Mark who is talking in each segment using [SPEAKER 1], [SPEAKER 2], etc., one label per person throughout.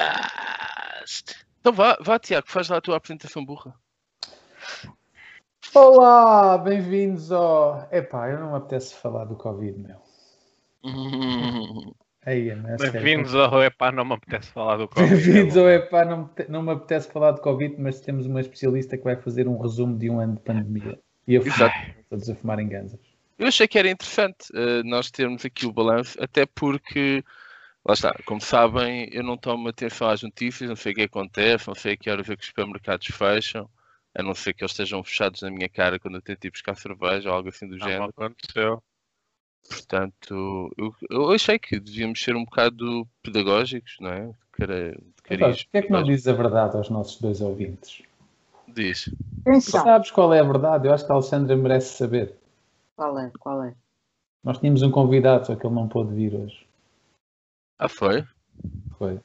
[SPEAKER 1] Pedocast.
[SPEAKER 2] Então vá, vá, Tiago, faz lá a tua apresentação burra.
[SPEAKER 3] Olá, bem-vindos ao. Epá, eu não me apetece falar do Covid, meu. Aí, não é sério.
[SPEAKER 4] Bem-vindos ao Epá, não me apetece falar do Covid. é
[SPEAKER 3] Bem-vindos ao Epá, não me, te- não me apetece falar de Covid, mas temos uma especialista que vai fazer um resumo de um ano de pandemia. E eu
[SPEAKER 2] Exato.
[SPEAKER 3] todos a fumar em ganzas.
[SPEAKER 2] Eu achei que era interessante eh, nós termos aqui o balanço, até porque, lá está, como sabem, eu não tomo atenção às notícias, não sei o que acontece, não sei a que horas é que os supermercados fecham, a não ser que eles estejam fechados na minha cara quando eu tento ir buscar cerveja ou algo assim do
[SPEAKER 4] Não
[SPEAKER 2] género.
[SPEAKER 4] aconteceu.
[SPEAKER 2] Portanto, eu, eu achei que devíamos ser um bocado pedagógicos, não é? De cara- de
[SPEAKER 3] Mas,
[SPEAKER 2] cariz.
[SPEAKER 3] Porquê é que não dizes a verdade aos nossos dois ouvintes?
[SPEAKER 2] Diz.
[SPEAKER 3] Tu
[SPEAKER 5] Atenção.
[SPEAKER 3] sabes qual é a verdade? Eu acho que a Alexandra merece saber.
[SPEAKER 5] Qual é? Qual é?
[SPEAKER 3] Nós tínhamos um convidado, só que ele não pôde vir hoje.
[SPEAKER 2] Ah, foi?
[SPEAKER 3] Foi.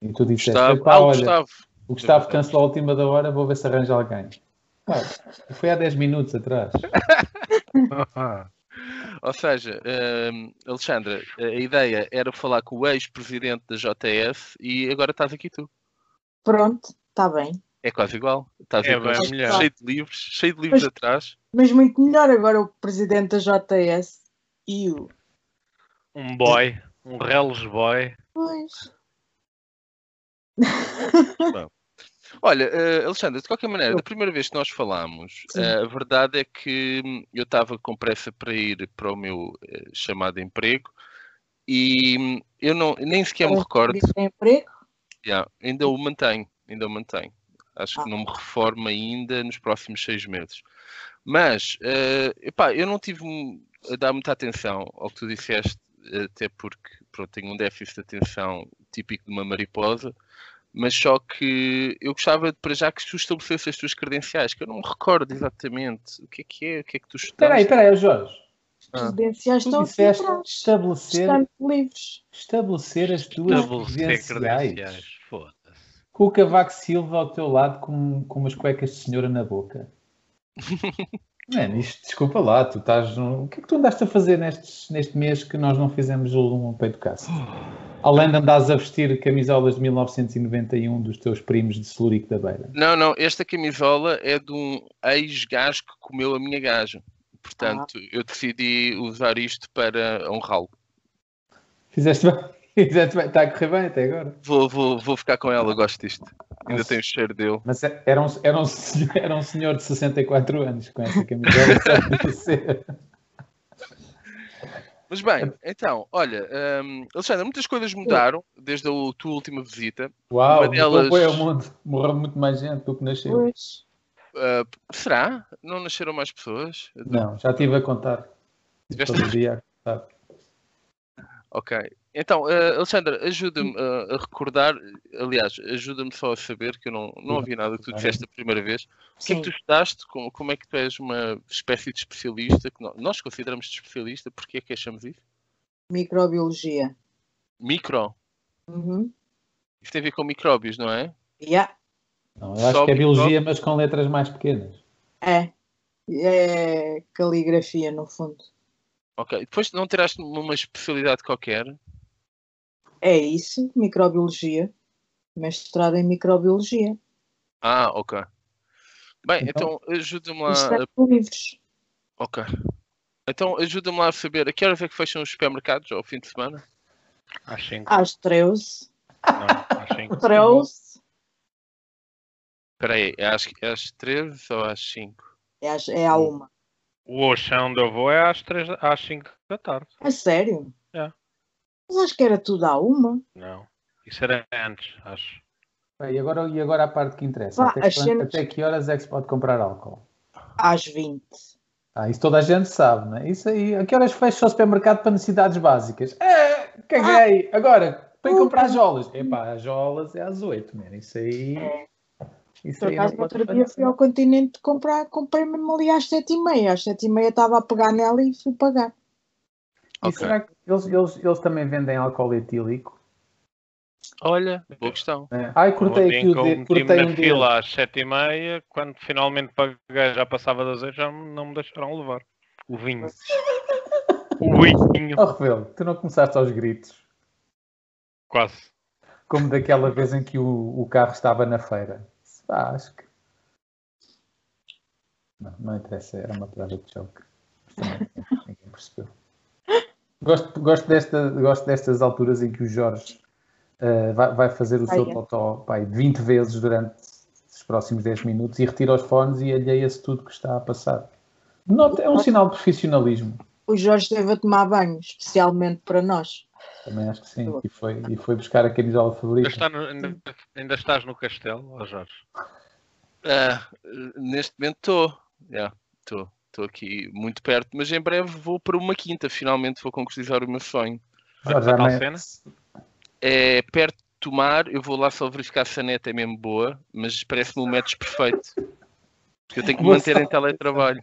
[SPEAKER 3] E tu disseste,
[SPEAKER 2] Gustavo.
[SPEAKER 3] "Epá,
[SPEAKER 2] ah, o
[SPEAKER 3] é tá, olha,
[SPEAKER 2] Gustavo.
[SPEAKER 3] o Gustavo cancelou a última da hora, vou ver se arranja alguém. Pá, foi há 10 minutos atrás.
[SPEAKER 2] Ou seja, hum, Alexandra, a ideia era falar com o ex-presidente da JF e agora estás aqui tu.
[SPEAKER 5] Pronto, está bem.
[SPEAKER 2] É quase igual. Estás
[SPEAKER 4] É
[SPEAKER 2] aí com
[SPEAKER 4] bem
[SPEAKER 2] este
[SPEAKER 4] melhor.
[SPEAKER 2] cheio de livros, cheio de livros
[SPEAKER 5] Mas-
[SPEAKER 2] atrás.
[SPEAKER 5] Mas muito melhor agora o presidente da JS e o.
[SPEAKER 4] um boy, um reles boy.
[SPEAKER 5] Pois.
[SPEAKER 2] Olha, eh, Alexandra, de qualquer maneira,
[SPEAKER 3] Eu-
[SPEAKER 2] da primeira vez que nós falámos,
[SPEAKER 5] Sim.
[SPEAKER 2] eh, a verdade é que hum, eu estava com pressa para ir para o meu eh, chamado emprego e hum, eu não, nem sequer me
[SPEAKER 5] Para
[SPEAKER 2] recordo
[SPEAKER 5] pedir emprego?
[SPEAKER 2] Yeah, ainda
[SPEAKER 3] Uhum.
[SPEAKER 2] o mantenho, ainda o mantenho. Acho que
[SPEAKER 5] Ah.
[SPEAKER 2] não me reformo ainda nos próximos seis meses. Mas, eh, epá, eu não tive mu- a dar muita atenção ao que tu disseste, até porque pronto, tenho um déficit de atenção típico de uma mariposa, mas só que eu gostava de, para já que tu estabelecesse as tuas credenciais, que eu não me recordo exatamente o que é que é, o que é que tu
[SPEAKER 3] Espera aí,
[SPEAKER 2] estudaste.
[SPEAKER 3] espera aí, Jorge.
[SPEAKER 2] Ah.
[SPEAKER 5] Presidenciais
[SPEAKER 3] Tu
[SPEAKER 5] estão aqui
[SPEAKER 3] disseste
[SPEAKER 5] atrás.
[SPEAKER 3] estabelecer,
[SPEAKER 5] Estão livres.
[SPEAKER 3] estabelecer as tuas
[SPEAKER 4] Estabelecer
[SPEAKER 3] credenciais.
[SPEAKER 4] credenciais. Foda-se.
[SPEAKER 3] Com o Cavaco Silva ao teu lado com, com umas cuecas de senhora na boca. Mano, isto, desculpa lá, tu estás. no- O que é que tu andaste a fazer nestes- neste mês que nós não fizemos um peito caça? Além de andares a vestir camisolas de 1991 dos teus primos de Celurico da Beira.
[SPEAKER 2] Não, não, esta camisola é de um ex-gajo que comeu a minha gaja. Portanto, eu decidi usar isto para honrá-lo.
[SPEAKER 3] Fizeste bem, fizeste bem, está a correr bem até agora.
[SPEAKER 2] Vou, vou, vou ficar com ela, gosto disto. Ainda
[SPEAKER 3] Mas-
[SPEAKER 2] tenho o cheiro dele.
[SPEAKER 3] Mas é- era um, era, um senhor, era um senhor de 64 anos com essa camisola. só podia ser.
[SPEAKER 2] Mas bem, então, olha, hum, Alexandra, muitas coisas mudaram desde a u- tua última visita.
[SPEAKER 3] Uau,
[SPEAKER 2] Uma delas-
[SPEAKER 3] mudou bué o mundo. Morreu muito mais gente do que nasceu.
[SPEAKER 5] Pois.
[SPEAKER 2] Ah, será? Não nasceram mais pessoas?
[SPEAKER 3] Não, já estive a contar.
[SPEAKER 2] Tiveste-
[SPEAKER 3] Todo dia. Tá.
[SPEAKER 2] Ok. Então, ah, Alexandra, ajuda-me ah, a recordar, aliás, ajuda-me só a saber que eu não, não ouvi nada que tu disseste a primeira vez. O que é
[SPEAKER 5] Sim.
[SPEAKER 2] que tu estudaste? Como, como é que tu és uma espécie de especialista? Que nó- nós consideramos de especialista, porque é que achamos isso?
[SPEAKER 5] Microbiologia.
[SPEAKER 2] Micro.
[SPEAKER 5] Uhum.
[SPEAKER 2] Isto tem a ver com micróbios, não é?
[SPEAKER 5] Yeah.
[SPEAKER 3] Não, eu acho
[SPEAKER 2] Só
[SPEAKER 3] que é
[SPEAKER 2] Big Brother.
[SPEAKER 3] biologia, mas com letras mais pequenas.
[SPEAKER 5] É. É caligrafia, no fundo.
[SPEAKER 2] Ok. Depois não tiraste uma especialidade qualquer.
[SPEAKER 5] É isso, microbiologia. Mestrado em microbiologia.
[SPEAKER 2] Ah, ok. Bem, então,
[SPEAKER 3] Então-
[SPEAKER 2] ajuda-me
[SPEAKER 5] E
[SPEAKER 2] lá. a-
[SPEAKER 5] Estão livres.
[SPEAKER 2] Ok. Então ajuda-me lá a saber a que horas é que fecham os supermercados ao fim de semana?
[SPEAKER 4] Às 5.
[SPEAKER 5] Às 13.
[SPEAKER 4] Não, às 5.
[SPEAKER 5] 13.
[SPEAKER 2] Espera aí, é às, é às 13 ou às 5?
[SPEAKER 5] É, às- é à uma.
[SPEAKER 4] O Oxão onde eu vou é às 3, às 5 da tarde.
[SPEAKER 5] A sério?
[SPEAKER 4] É.
[SPEAKER 5] Mas acho que era tudo à uma.
[SPEAKER 4] Não. Isso era antes, acho.
[SPEAKER 3] Bem, E agora, e agora a parte que interessa.
[SPEAKER 5] Vá,
[SPEAKER 3] até,
[SPEAKER 5] as
[SPEAKER 3] quando-
[SPEAKER 5] cenas-
[SPEAKER 3] até que horas é que se pode comprar álcool?
[SPEAKER 5] Às 20.
[SPEAKER 3] Ah, isso toda a gente sabe, não é? Isso aí. A que horas fecha o supermercado para necessidades básicas? É, caguei!
[SPEAKER 5] Ah.
[SPEAKER 3] Agora, para
[SPEAKER 5] Hum.
[SPEAKER 3] ir comprar jolas. Epá, as jolas é às 8, mano. Isso aí. Isso
[SPEAKER 5] É. Por
[SPEAKER 3] aí não
[SPEAKER 5] acaso, no
[SPEAKER 3] pode
[SPEAKER 5] outro dia fui
[SPEAKER 3] falhar.
[SPEAKER 5] ao continente comprar, comprei mesmo ali às 7h30. Às 7h30 estava a pegar nela e fui pagar.
[SPEAKER 3] E será que eles, eles, eles também vendem álcool etílico?
[SPEAKER 2] Olha, boa questão.
[SPEAKER 3] É. Ai, cortei
[SPEAKER 4] Ontem
[SPEAKER 3] aqui o
[SPEAKER 4] que eu
[SPEAKER 3] dedo.
[SPEAKER 4] meti-me
[SPEAKER 3] Cortei
[SPEAKER 4] na
[SPEAKER 3] um dedo.
[SPEAKER 4] fila às 7h30, quando finalmente paguei, já passava das 8, já me- não me deixaram levar. O vinho. O vinho.
[SPEAKER 3] Oh, Rebelo, tu não começaste aos gritos.
[SPEAKER 4] Quase.
[SPEAKER 3] como daquela vez em que o, o carro estava na feira. Pá, acho que. Não, não interessa, era uma prova de choque. Mas também Ninguém percebeu. Gosto, gosto, desta, gosto destas alturas em que o Jorge eh, vai, vai fazer o seu
[SPEAKER 5] Ai, é.
[SPEAKER 3] totó pai, 20 vezes durante os próximos 10 minutos e retira os fones e alheia-se tudo que está a passar. Nota- é um sinal de profissionalismo.
[SPEAKER 5] O Jorge teve a tomar banho, especialmente para nós.
[SPEAKER 3] Também acho que sim. E foi, e foi buscar a camisola
[SPEAKER 4] Ainda,
[SPEAKER 3] favorita.
[SPEAKER 4] está no- ainda- ainda estás no castelo, ó Jorge.
[SPEAKER 2] Ah, neste momento estou. Estou aqui muito perto, mas em breve vou para uma quinta. Finalmente vou concretizar o meu sonho.
[SPEAKER 3] Jorge,
[SPEAKER 4] Para tal
[SPEAKER 3] amanhã-
[SPEAKER 4] cena?
[SPEAKER 2] É perto de Tomar, eu vou lá só verificar se a neta é mesmo boa, mas parece-me um método perfeito. Porque eu tenho que me
[SPEAKER 3] Boa
[SPEAKER 2] manter em teletrabalho.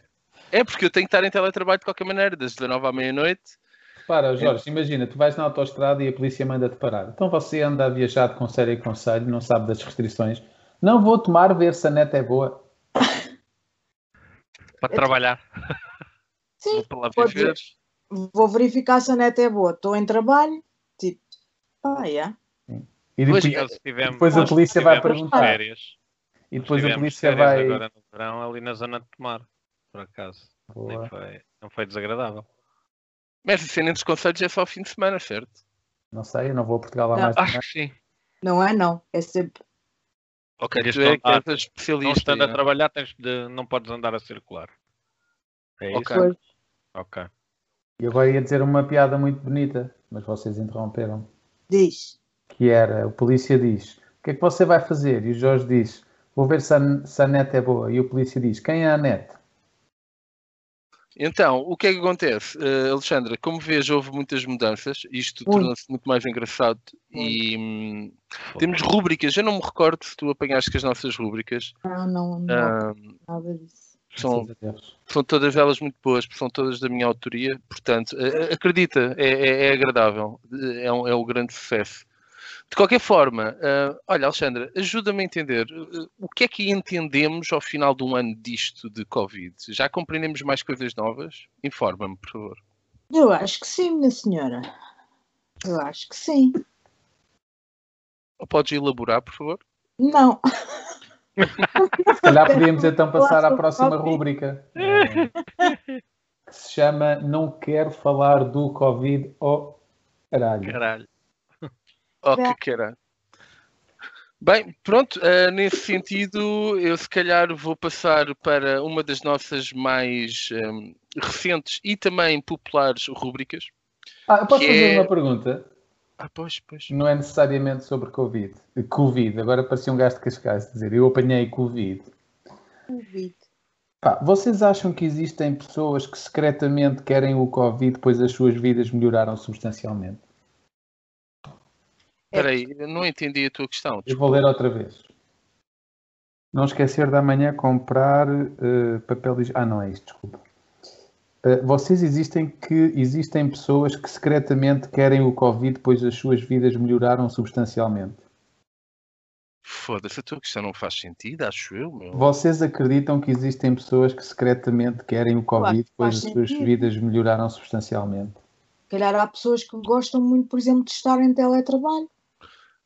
[SPEAKER 2] É porque eu tenho que estar em teletrabalho de qualquer maneira, das 19 à meia-noite.
[SPEAKER 4] É.
[SPEAKER 3] Para, Jorge, imagina, tu vais na autoestrada e a polícia manda-te parar. Então você anda a viajar de conselho em conselho, não sabe das restrições. Não vou tomar, ver se a neta é boa.
[SPEAKER 4] Para trabalhar.
[SPEAKER 5] É Sim,
[SPEAKER 2] Vou para lá
[SPEAKER 5] pode
[SPEAKER 2] viver.
[SPEAKER 5] vou verificar se a neta é boa. Estou em trabalho, tipo, ah, yeah.
[SPEAKER 3] E
[SPEAKER 2] Pois,
[SPEAKER 3] depois,
[SPEAKER 4] Eu, se tivemos-
[SPEAKER 3] depois a
[SPEAKER 4] nós
[SPEAKER 3] polícia vai
[SPEAKER 4] tivemos
[SPEAKER 5] perguntar.
[SPEAKER 4] Férias.
[SPEAKER 3] e depois a
[SPEAKER 4] Tivemos
[SPEAKER 3] polícia
[SPEAKER 4] férias
[SPEAKER 3] vai.
[SPEAKER 4] Agora no verão, ali na zona de Tomar, por acaso. Nem
[SPEAKER 3] Boa.
[SPEAKER 4] foi- não foi desagradável.
[SPEAKER 2] Mas a cena dos conselhos é só ao fim de semana, certo?
[SPEAKER 3] Não sei, eu não vou a Portugal lá
[SPEAKER 5] Não.
[SPEAKER 3] mais. um
[SPEAKER 4] Acho que sim.
[SPEAKER 5] não é não. É sempre.
[SPEAKER 2] Ok,
[SPEAKER 4] Querias
[SPEAKER 2] tu é que
[SPEAKER 4] contar.
[SPEAKER 2] és a especialista.
[SPEAKER 4] Não estando a
[SPEAKER 2] né?
[SPEAKER 4] trabalhar, tens de, não podes andar a circular. É isso?
[SPEAKER 2] Ok.
[SPEAKER 5] Pois.
[SPEAKER 4] Ok.
[SPEAKER 3] E agora ia dizer uma piada muito bonita, mas vocês interromperam.
[SPEAKER 5] Diz.
[SPEAKER 3] Que era, o polícia diz, o que é que você vai fazer? E o Jorge diz, vou ver se a, se a neta é boa. E o polícia diz, quem é a neta?
[SPEAKER 2] Então, o que é que acontece? Eh, Alexandra, como vês, houve muitas mudanças, isto
[SPEAKER 5] Muito.
[SPEAKER 2] tornou-se muito mais engraçado e hum, temos rúbricas, eu não me recordo se tu apanhaste que as nossas rúbricas
[SPEAKER 5] Não, não, não,
[SPEAKER 2] ah,
[SPEAKER 5] nada disso.
[SPEAKER 4] um
[SPEAKER 2] são,
[SPEAKER 3] Graças a Assim, Deus.
[SPEAKER 2] são todas elas muito boas, porque são todas da minha autoria, portanto, eh, eh, acredita, é, é- é agradável, eh, é um, é um grande sucesso. De qualquer forma, ah, olha, Alexandra, ajuda-me a entender eh, o que é que entendemos ao final de um ano disto de Covid? Já compreendemos mais coisas novas? Informa-me, por favor.
[SPEAKER 5] Eu acho que sim, minha senhora. Eu acho que sim.
[SPEAKER 2] Ou Podes elaborar, por favor?
[SPEAKER 5] Não,
[SPEAKER 3] Se calhar podíamos então passar à
[SPEAKER 5] sobre
[SPEAKER 3] próxima
[SPEAKER 5] Covid.
[SPEAKER 3] rúbrica. eh, Que se chama Não Quero Falar do Covid ou Caralho.
[SPEAKER 4] Caralho.
[SPEAKER 2] Oh,
[SPEAKER 5] Já.
[SPEAKER 2] que caralho. Bem, pronto, ah, nesse sentido, eu se calhar vou passar para uma das nossas mais ahm, recentes e também populares rubricas.
[SPEAKER 3] Ah, eu posso
[SPEAKER 2] Que
[SPEAKER 3] fazer
[SPEAKER 2] é-
[SPEAKER 3] uma pergunta?
[SPEAKER 2] Ah, pois, pois.
[SPEAKER 3] Não é necessariamente sobre Covid. Covid, agora parecia um gajo de Cascais dizer, eu apanhei Covid.
[SPEAKER 5] Covid.
[SPEAKER 3] Pá, vocês acham que existem pessoas que secretamente querem o Covid, pois as suas vidas melhoraram substancialmente?
[SPEAKER 2] Espera aí, eu não entendi a tua questão.
[SPEAKER 3] Eu vou ler outra vez. Não esquecer de amanhã comprar eh, papel higiênico. Ah, não é isto, desculpa. Eh, vocês existem que existem pessoas que secretamente querem o Covid, pois as suas vidas melhoraram substancialmente.
[SPEAKER 2] Foda-se, a tua questão não faz sentido, acho eu, meu.
[SPEAKER 3] Vocês acreditam que existem pessoas que secretamente querem o Covid, pois
[SPEAKER 5] faz
[SPEAKER 3] as suas
[SPEAKER 5] sentido.
[SPEAKER 3] vidas melhoraram substancialmente?
[SPEAKER 5] Se calhar há pessoas que gostam muito, por exemplo, de estar em teletrabalho.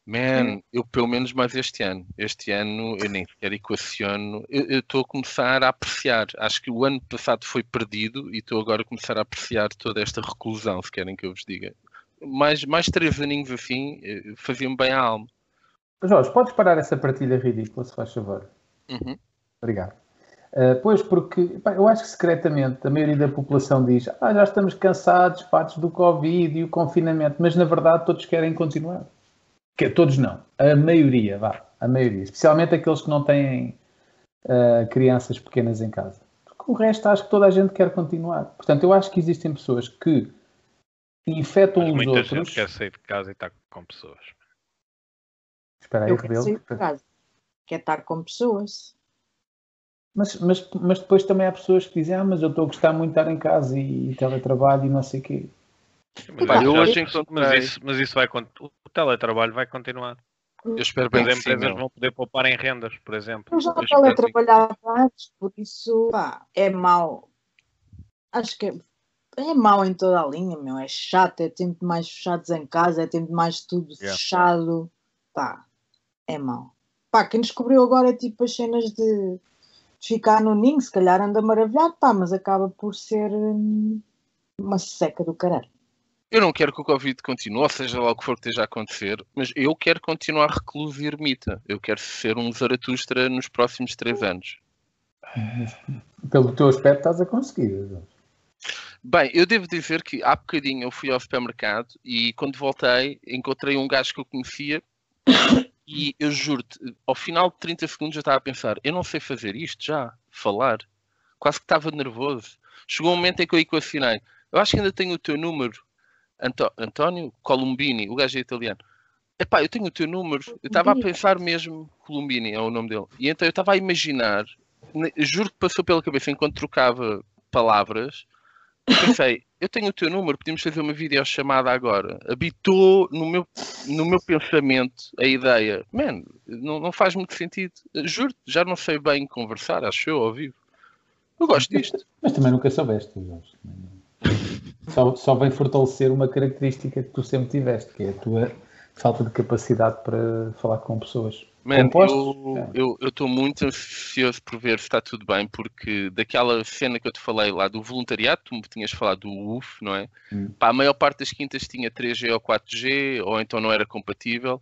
[SPEAKER 2] Man, eu pelo menos mais este ano. Este ano eu nem sequer equaciono. Eu eu estou a começar a apreciar. Acho que o ano passado foi perdido e estou agora a começar a apreciar toda esta reclusão, se querem que eu vos diga. Mais, mais três aninhos assim eh, fazia-me bem à alma.
[SPEAKER 3] Jorge, podes parar essa partilha ridícula, se faz favor?
[SPEAKER 2] Uhum.
[SPEAKER 3] Obrigado. Ah, pois, porque pá, eu acho que secretamente a maioria da população diz ah, já estamos cansados, fatos do Covid e o confinamento, mas na verdade todos querem continuar. Que, é, todos não, a maioria, vá, a maioria. Especialmente aqueles que não têm ah, crianças pequenas em casa. Porque o resto acho que toda a gente quer continuar. Portanto, eu acho que existem pessoas que infectam
[SPEAKER 4] Mas
[SPEAKER 3] os
[SPEAKER 4] muita
[SPEAKER 3] outros.
[SPEAKER 4] gente quer sair de casa e está com pessoas.
[SPEAKER 3] Espera aí,
[SPEAKER 5] Eu quero sair
[SPEAKER 3] Rebelo.
[SPEAKER 5] de casa. Quer estar com pessoas.
[SPEAKER 3] Mas, mas, mas depois também há pessoas que dizem, ah, mas eu estou a gostar muito de estar em casa e, e teletrabalho e não sei o quê.
[SPEAKER 4] Mas,
[SPEAKER 5] Pá,
[SPEAKER 4] isso
[SPEAKER 5] eu
[SPEAKER 4] já-
[SPEAKER 2] hoje
[SPEAKER 4] mas
[SPEAKER 2] encontrei-
[SPEAKER 4] isso, mas isso vai cont- O teletrabalho vai continuar.
[SPEAKER 2] Eu espero bem
[SPEAKER 4] As
[SPEAKER 2] que sim,
[SPEAKER 4] é empresas
[SPEAKER 2] meu.
[SPEAKER 4] vão poder poupar em rendas, por exemplo.
[SPEAKER 5] Eu já
[SPEAKER 2] Pois,
[SPEAKER 5] teletrabalhava antes, por isso pá, é mau. Acho que é, é mau em toda a linha, meu. É chato, é tempo mais fechados em casa, é tempo mais tudo
[SPEAKER 4] Yeah.
[SPEAKER 5] fechado. pá, é mau. Pá, quem descobriu agora tipo as cenas de, de ficar no ninho, se calhar anda maravilhado, pá, mas acaba por ser hum, uma seca do caralho.
[SPEAKER 2] Eu não quero que o Covid continue, ou seja lá o que for que esteja a acontecer, mas eu quero continuar recluso e ermita. Eu quero ser um Zaratustra nos próximos três anos.
[SPEAKER 6] Pelo teu aspecto estás a conseguir. Jorge.
[SPEAKER 2] Bem, eu devo dizer que há bocadinho eu fui ao supermercado e quando voltei encontrei um gajo que eu conhecia e eu juro-te, ao final de 30 segundos eu estava a pensar, eu não sei fazer isto já, falar. Quase que estava nervoso. Chegou um momento em que eu equacionei. Eu acho que ainda tenho o teu número, Anto- António Columbini, o gajo é italiano. Epá, eu tenho o teu número. Eu estava a pensar mesmo, Columbini é o nome dele. E então eu estava a imaginar, ne- juro que passou pela cabeça enquanto trocava palavras, eu pensei, eu tenho o teu número, podemos fazer uma videochamada agora. Habitou no meu, no meu pensamento a ideia, man, não, não faz muito sentido. Juro, já não sei bem conversar, acho eu, ao vivo. Eu gosto disto.
[SPEAKER 6] Mas também nunca soubeste, Jorge. Só, só vem fortalecer uma característica que tu sempre tiveste, que é a tua falta de capacidade para falar com pessoas.
[SPEAKER 2] Man,
[SPEAKER 6] Compostos? É.
[SPEAKER 2] eu estou muito ansioso por ver se está tudo bem, porque daquela cena que eu te falei lá do voluntariado, tu me tinhas falado do UF, não é?
[SPEAKER 6] Hum.
[SPEAKER 2] Pá, a maior parte das quintas tinha 3G ou 4G, ou então não era compatível,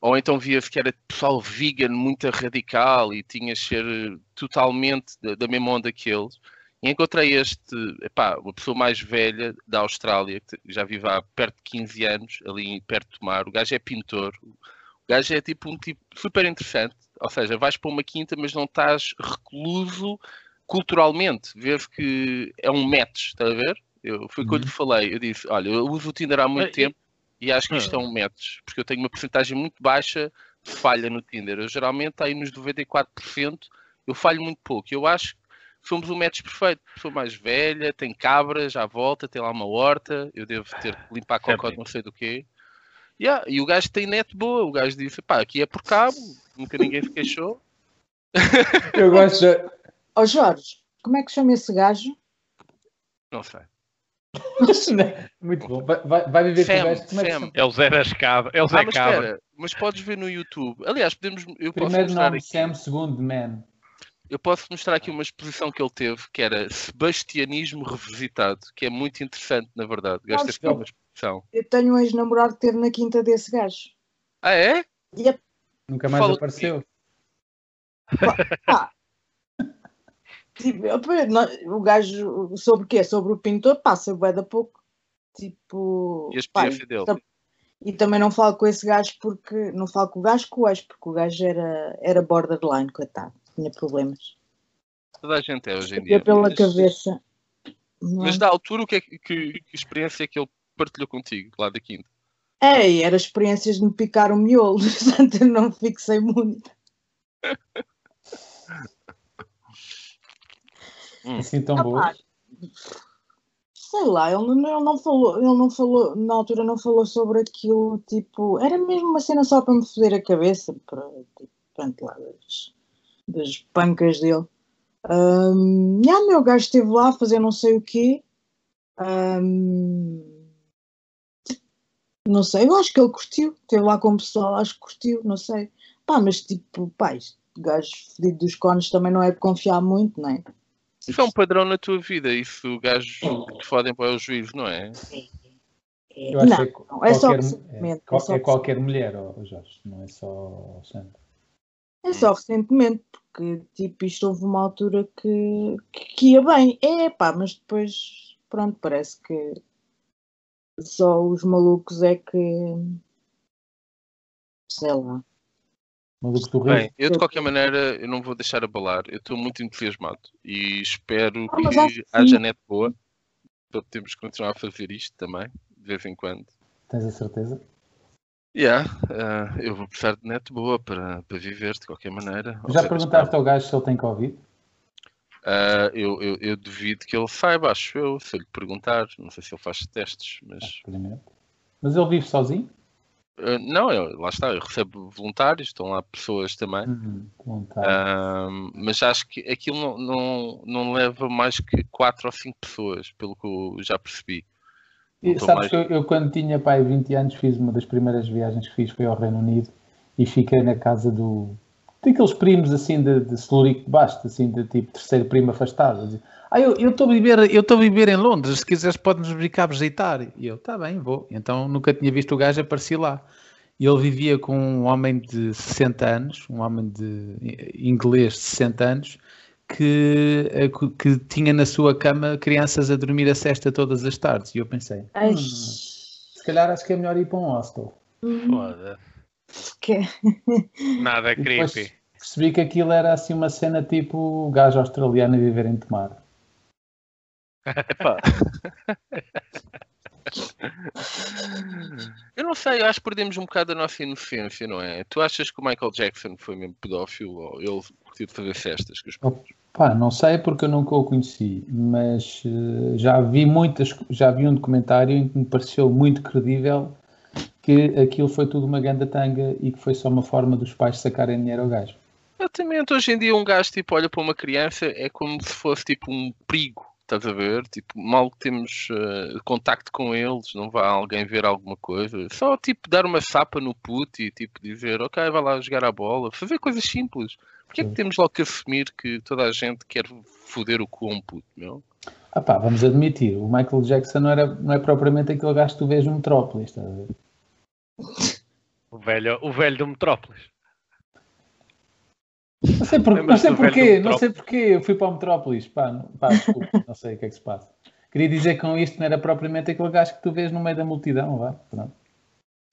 [SPEAKER 2] ou então via-se que era pessoal vegan muito radical e tinha de ser eh, totalmente da, da mesma onda que eles. E encontrei este, epá, uma pessoa mais velha da Austrália, que já vive há perto de 15 anos, ali perto do mar. O gajo é pintor, o gajo é tipo um tipo super interessante. Ou seja, vais para uma quinta, mas não estás recluso culturalmente. Vês que é um match, está a ver? Eu, foi o que eu lhe falei. Eu disse: Olha, eu uso o Tinder há muito
[SPEAKER 4] Mas-
[SPEAKER 2] tempo e acho que isto é um match, porque eu tenho uma porcentagem muito baixa de falha no Tinder. Eu geralmente aí nos 94%, eu falho muito pouco. Eu acho que somos um match perfeito. Pessoa mais velha, tem cabras à volta, tem lá uma horta, eu devo ter que limpar
[SPEAKER 4] Certo.
[SPEAKER 2] cocó de não sei do quê. Yeah, E o gajo tem net boa, o gajo disse, pá, aqui é por cabo, nunca ninguém se queixou.
[SPEAKER 6] Eu gosto de...
[SPEAKER 5] Ó Jorge, como é que chama esse gajo?
[SPEAKER 2] Não sei.
[SPEAKER 6] Muito bom. Vai, vai- vai viver com o
[SPEAKER 2] Sam,
[SPEAKER 6] gajo. Como é que
[SPEAKER 2] Sam.
[SPEAKER 6] se
[SPEAKER 4] É o Zé das Cabras. É o Zé
[SPEAKER 2] Ah, mas
[SPEAKER 4] Cabra.
[SPEAKER 2] espera, mas podes ver no YouTube. Aliás, podemos, eu
[SPEAKER 6] chama?
[SPEAKER 2] posso
[SPEAKER 6] Primeiro
[SPEAKER 2] mostrar
[SPEAKER 6] nome,
[SPEAKER 2] aqui.
[SPEAKER 6] Sam, segundo, man.
[SPEAKER 2] Eu posso mostrar aqui uma exposição que ele teve, que era Sebastianismo Revisitado, que é muito interessante, na verdade. O gajo
[SPEAKER 5] Sabes
[SPEAKER 2] teve cá uma exposição.
[SPEAKER 5] Eu tenho um ex-namorado que teve na quinta desse gajo.
[SPEAKER 2] Ah, é?
[SPEAKER 5] E é
[SPEAKER 6] Nunca mais
[SPEAKER 2] Fala
[SPEAKER 6] apareceu.
[SPEAKER 5] tipo, eu- pá, não- o gajo sobre o quê? Sobre o pintor, passa bué da pouco. Tipo.
[SPEAKER 2] E as
[SPEAKER 5] pá,
[SPEAKER 2] PF dele?
[SPEAKER 5] tam- E também não falo com esse gajo porque. Não falo com o gajo com o ex, porque o gajo era, era borderline, coitado. Tinha problemas.
[SPEAKER 2] Toda a gente é hoje em dia.
[SPEAKER 5] Tinha pela
[SPEAKER 2] Mas-
[SPEAKER 5] cabeça. Não.
[SPEAKER 2] Mas da altura, o que é que, que- que experiência é que ele partilhou contigo, lá da quinta?
[SPEAKER 5] Ei, era experiências de me picar o miolo, portanto eu não fixei muito.
[SPEAKER 6] Assim tão
[SPEAKER 5] Ah,
[SPEAKER 6] boa.
[SPEAKER 5] pá, Sei lá, ele, não- ele não falou, ele não falou, na altura não falou sobre aquilo, tipo, era mesmo uma cena só para me foder a cabeça, para, tipo, pronto, lá, das, das pancas dele. Ahm, e ah, meu o gajo esteve lá a fazer não sei o quê. Ahm, não sei, eu acho que ele curtiu, esteve lá com o pessoal, acho que curtiu, não sei. Pá, mas tipo, pá, este gajo fedido dos cones também não é de confiar muito, não é?
[SPEAKER 2] Isso é um padrão na tua vida, isso o gajo que te fodem para o juízo, não é?
[SPEAKER 6] Eu
[SPEAKER 3] um
[SPEAKER 6] acho
[SPEAKER 5] Não.
[SPEAKER 6] que é co-
[SPEAKER 5] é só
[SPEAKER 6] qualquer-
[SPEAKER 5] recentemente,
[SPEAKER 6] é qual-
[SPEAKER 5] é só
[SPEAKER 6] é qualquer mulher, ó, ó Jorge. Não é só o Sam.
[SPEAKER 5] É só recentemente, porque tipo, isto houve uma altura que, que, que ia bem. É pá, mas depois, pronto, parece que só os malucos é que. Sei lá.
[SPEAKER 6] Maluco do Rio.
[SPEAKER 2] Bem, eu de qualquer maneira eu não vou deixar abalar, eu estou muito entusiasmado e espero
[SPEAKER 5] Ah, mas acho
[SPEAKER 2] que
[SPEAKER 5] que
[SPEAKER 2] haja
[SPEAKER 5] sim.
[SPEAKER 2] net boa para podermos continuar a fazer isto também, de vez em quando.
[SPEAKER 6] Tens a certeza?
[SPEAKER 2] Yeah, ah, eu vou precisar de net boa para, para viver de qualquer maneira.
[SPEAKER 6] Já
[SPEAKER 2] Obviamente,
[SPEAKER 6] perguntaste ao gajo se ele tem Covid?
[SPEAKER 2] ah, eu, eu, eu duvido que ele saiba, acho eu, se eu lhe perguntar, não sei se ele faz testes, mas
[SPEAKER 6] Experimento. Mas ele vive sozinho?
[SPEAKER 2] ah, não, eu- lá está, eu recebo voluntários, estão lá pessoas também.
[SPEAKER 6] Uhum. Não
[SPEAKER 2] Ah,
[SPEAKER 6] tá.
[SPEAKER 2] Ahm, mas acho que aquilo não, não, não leva mais que 4 ou 5 pessoas, pelo que eu já percebi.
[SPEAKER 6] E
[SPEAKER 2] não tô
[SPEAKER 6] sabes
[SPEAKER 2] mais-
[SPEAKER 6] que eu, eu quando tinha pai 20 anos fiz uma das primeiras viagens que fiz foi ao Reino Unido
[SPEAKER 3] e fiquei na casa do. Tem aqueles primos assim de, de celurico de baixo, assim de tipo terceiro primo afastado. Dizia, ah, eu estou a viver, eu estou a viver em Londres, se quiseres podes vir cá visitar. E eu, tá bem, vou. Então nunca tinha visto o gajo, apareci lá. E ele vivia com um homem de 60 anos, um homem de inglês de 60 anos, que, eh, que tinha na sua cama crianças a dormir a cesta todas as tardes. E eu pensei,
[SPEAKER 5] Ai,
[SPEAKER 3] "Hum, se calhar acho que é melhor ir para um hostel.
[SPEAKER 5] Hum.
[SPEAKER 4] Foda.
[SPEAKER 5] que...
[SPEAKER 4] Nada é
[SPEAKER 3] E depois
[SPEAKER 4] creepy.
[SPEAKER 3] percebi que aquilo era assim uma cena tipo gajo australiano a viver em Tomar.
[SPEAKER 2] Epá. Eu não sei, eu acho que perdemos um bocado a nossa inocência, não é? Tu achas que o Michael Jackson foi mesmo pedófilo ou ele curtiu de fazer festas? com os putos?
[SPEAKER 3] Pá, não sei porque eu nunca o conheci, mas eh, já vi muitas, já vi um documentário em que me pareceu muito credível que aquilo foi tudo uma ganda tanga e que foi só uma forma dos pais sacarem dinheiro ao gajo.
[SPEAKER 2] Exatamente, hoje em dia um gajo tipo, olha para uma criança é como se fosse tipo um perigo, estás a ver? Tipo, mal que temos eh, contacto com eles, não vai alguém ver alguma coisa, só tipo dar uma sapa no puto e tipo dizer ok, vai lá jogar a bola, fazer coisas simples. Porquê é que
[SPEAKER 3] Sim.
[SPEAKER 2] temos logo que assumir que toda a gente quer foder o cu a um puto, meu?
[SPEAKER 3] Ah pá, vamos admitir, o Michael Jackson não, era, não é propriamente aquele gajo que tu vês no Metrópolis, estás a ver?
[SPEAKER 4] O velho, o velho do Metrópolis.
[SPEAKER 3] Não sei, por, não
[SPEAKER 4] Lembras-te
[SPEAKER 3] sei
[SPEAKER 4] do velho
[SPEAKER 3] porquê,
[SPEAKER 4] do
[SPEAKER 3] não sei porquê, eu fui para o Metrópolis, pá, não, pá, desculpa, não sei o que é que se passa. Queria dizer que com isto não era propriamente aquele gajo que tu vês no meio da multidão, vá, pronto.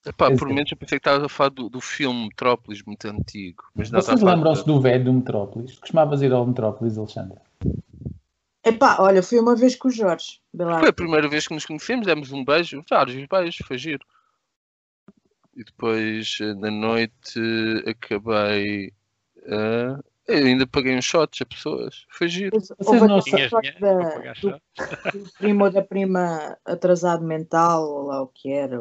[SPEAKER 2] Epá,
[SPEAKER 3] Quer
[SPEAKER 2] por
[SPEAKER 3] dizer-
[SPEAKER 2] menos eu pensei que estavas a falar do, do filme Metrópolis, muito antigo. Mas não
[SPEAKER 3] Vocês
[SPEAKER 2] estás a falar
[SPEAKER 3] lembram-se
[SPEAKER 2] de-
[SPEAKER 3] do velho do Metrópolis? Costumavas ir ao Metrópolis, Alexandre?
[SPEAKER 5] Epá, olha, fui uma vez com o Jorge. Belar.
[SPEAKER 2] Foi a primeira vez que nos conhecemos, demos um beijo, vários beijos, foi giro. E depois, eh, na noite, acabei... eh, eu ainda paguei uns shots a pessoas, foi giro.
[SPEAKER 5] Houve
[SPEAKER 3] não sabem-
[SPEAKER 5] aquele
[SPEAKER 4] Tinhas
[SPEAKER 5] episódio
[SPEAKER 4] dinheiro
[SPEAKER 5] da-
[SPEAKER 4] para pagar
[SPEAKER 5] do
[SPEAKER 4] chá?
[SPEAKER 5] primo ou da prima atrasado mental, ou lá o que era.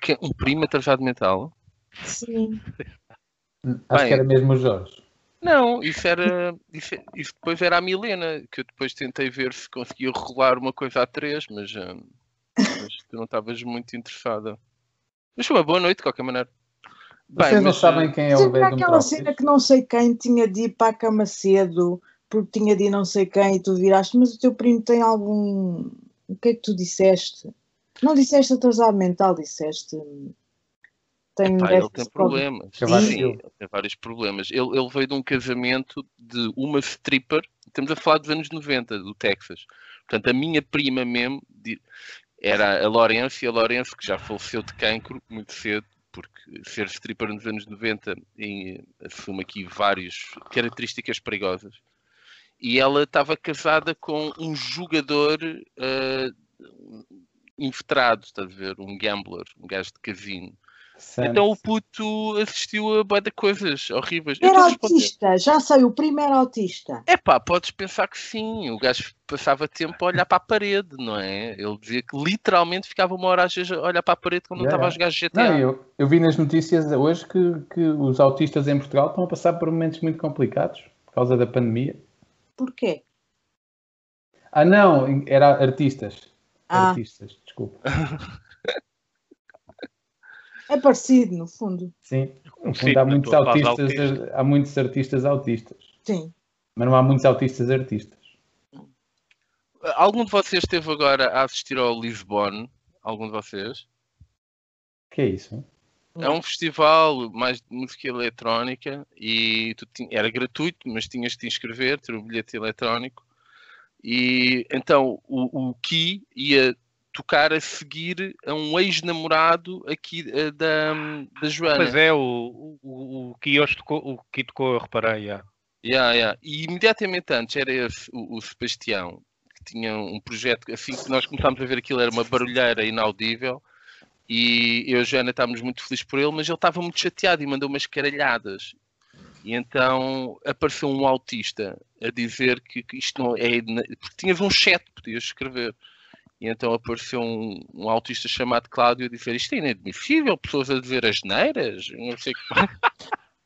[SPEAKER 2] Que- Um primo atrasado mental?
[SPEAKER 5] Sim.
[SPEAKER 3] Acho
[SPEAKER 2] Bem.
[SPEAKER 3] que era mesmo o Jorge.
[SPEAKER 2] Não, isso era... Isso, isso depois era a Milena, que eu depois tentei ver se conseguia rolar uma coisa a três, mas... eh, mas tu não estavas muito interessada. Mas foi uma boa noite, de qualquer maneira. Bem,
[SPEAKER 3] Vocês não
[SPEAKER 2] mas, eh,
[SPEAKER 3] sabem quem é o
[SPEAKER 5] Sempre
[SPEAKER 3] velho do
[SPEAKER 5] aquela
[SPEAKER 3] Metrópolis?
[SPEAKER 5] cena que não sei quem tinha de ir para a cama cedo, porque tinha de ir não sei quem, e tu viraste, mas o teu primo tem algum. O que é que tu disseste? Não disseste atrasado mental, disseste. Tem
[SPEAKER 2] Pá, ele
[SPEAKER 5] déficit
[SPEAKER 2] tem
[SPEAKER 5] de-
[SPEAKER 2] problemas.
[SPEAKER 3] Acabar
[SPEAKER 2] Sim,
[SPEAKER 3] aquilo.
[SPEAKER 2] ele tem vários problemas. Ele, ele veio de um casamento de uma stripper, estamos a falar dos anos 90, do Texas. Portanto, a minha prima mesmo di- era a Lourenço, e a Lourenço, que já faleceu de cancro muito cedo, porque ser stripper nos anos 90 em- assume aqui várias características perigosas. E ela estava casada com um jogador ah, inveterado, estás a ver? Um gambler, um gajo de casino.
[SPEAKER 3] Santo.
[SPEAKER 2] Então o puto assistiu a bué de coisas horríveis. Eu
[SPEAKER 5] Era
[SPEAKER 2] estou a responder.
[SPEAKER 5] autista, já sei, o primo era autista.
[SPEAKER 2] Epá, podes pensar que sim. O gajo passava tempo a olhar para a parede, não é? Ele dizia que literalmente ficava uma hora às vezes a olhar para a parede quando não estava
[SPEAKER 3] Yeah,
[SPEAKER 2] a jogar GTA.
[SPEAKER 3] Não, eu, eu vi nas notícias hoje que, que os autistas em Portugal estão a passar por momentos muito complicados por causa da pandemia.
[SPEAKER 5] Porquê?
[SPEAKER 3] Ah, não, era artistas.
[SPEAKER 5] Ah.
[SPEAKER 3] Artistas, desculpa.
[SPEAKER 5] É parecido, no fundo.
[SPEAKER 3] Sim, no
[SPEAKER 4] Sim,
[SPEAKER 3] fundo, há
[SPEAKER 4] na
[SPEAKER 3] muitos
[SPEAKER 4] tua fase
[SPEAKER 3] autistas, há muitos artistas autistas,
[SPEAKER 5] Sim.
[SPEAKER 3] mas não há muitos autistas artistas.
[SPEAKER 2] Algum de vocês esteve agora a assistir ao Lisbon? Algum de vocês?
[SPEAKER 3] Que é isso? hein?
[SPEAKER 2] É um festival mais de música eletrónica e tu tin- era gratuito, mas tinhas de te inscrever, ter o bilhete eletrónico. E então o, o Ki ia tocar a seguir a um ex-namorado aqui eh, da, da Joana.
[SPEAKER 4] Pois é, o, o, o, que hoje tocou, o que tocou, eu reparei. é. já.
[SPEAKER 2] Yeah, yeah. E imediatamente antes era esse, o, o Sebastião, que tinha um projeto, assim que nós começámos a ver aquilo, era uma barulheira inaudível. E eu e a Joana estávamos muito felizes por ele, mas ele estava muito chateado e mandou umas caralhadas. E então apareceu um autista a dizer que, que isto não é. Porque tinhas um chat, podias escrever. E então apareceu um, um autista chamado Cláudio a dizer isto é inadmissível, pessoas a dizer asneiras, não sei o que mais.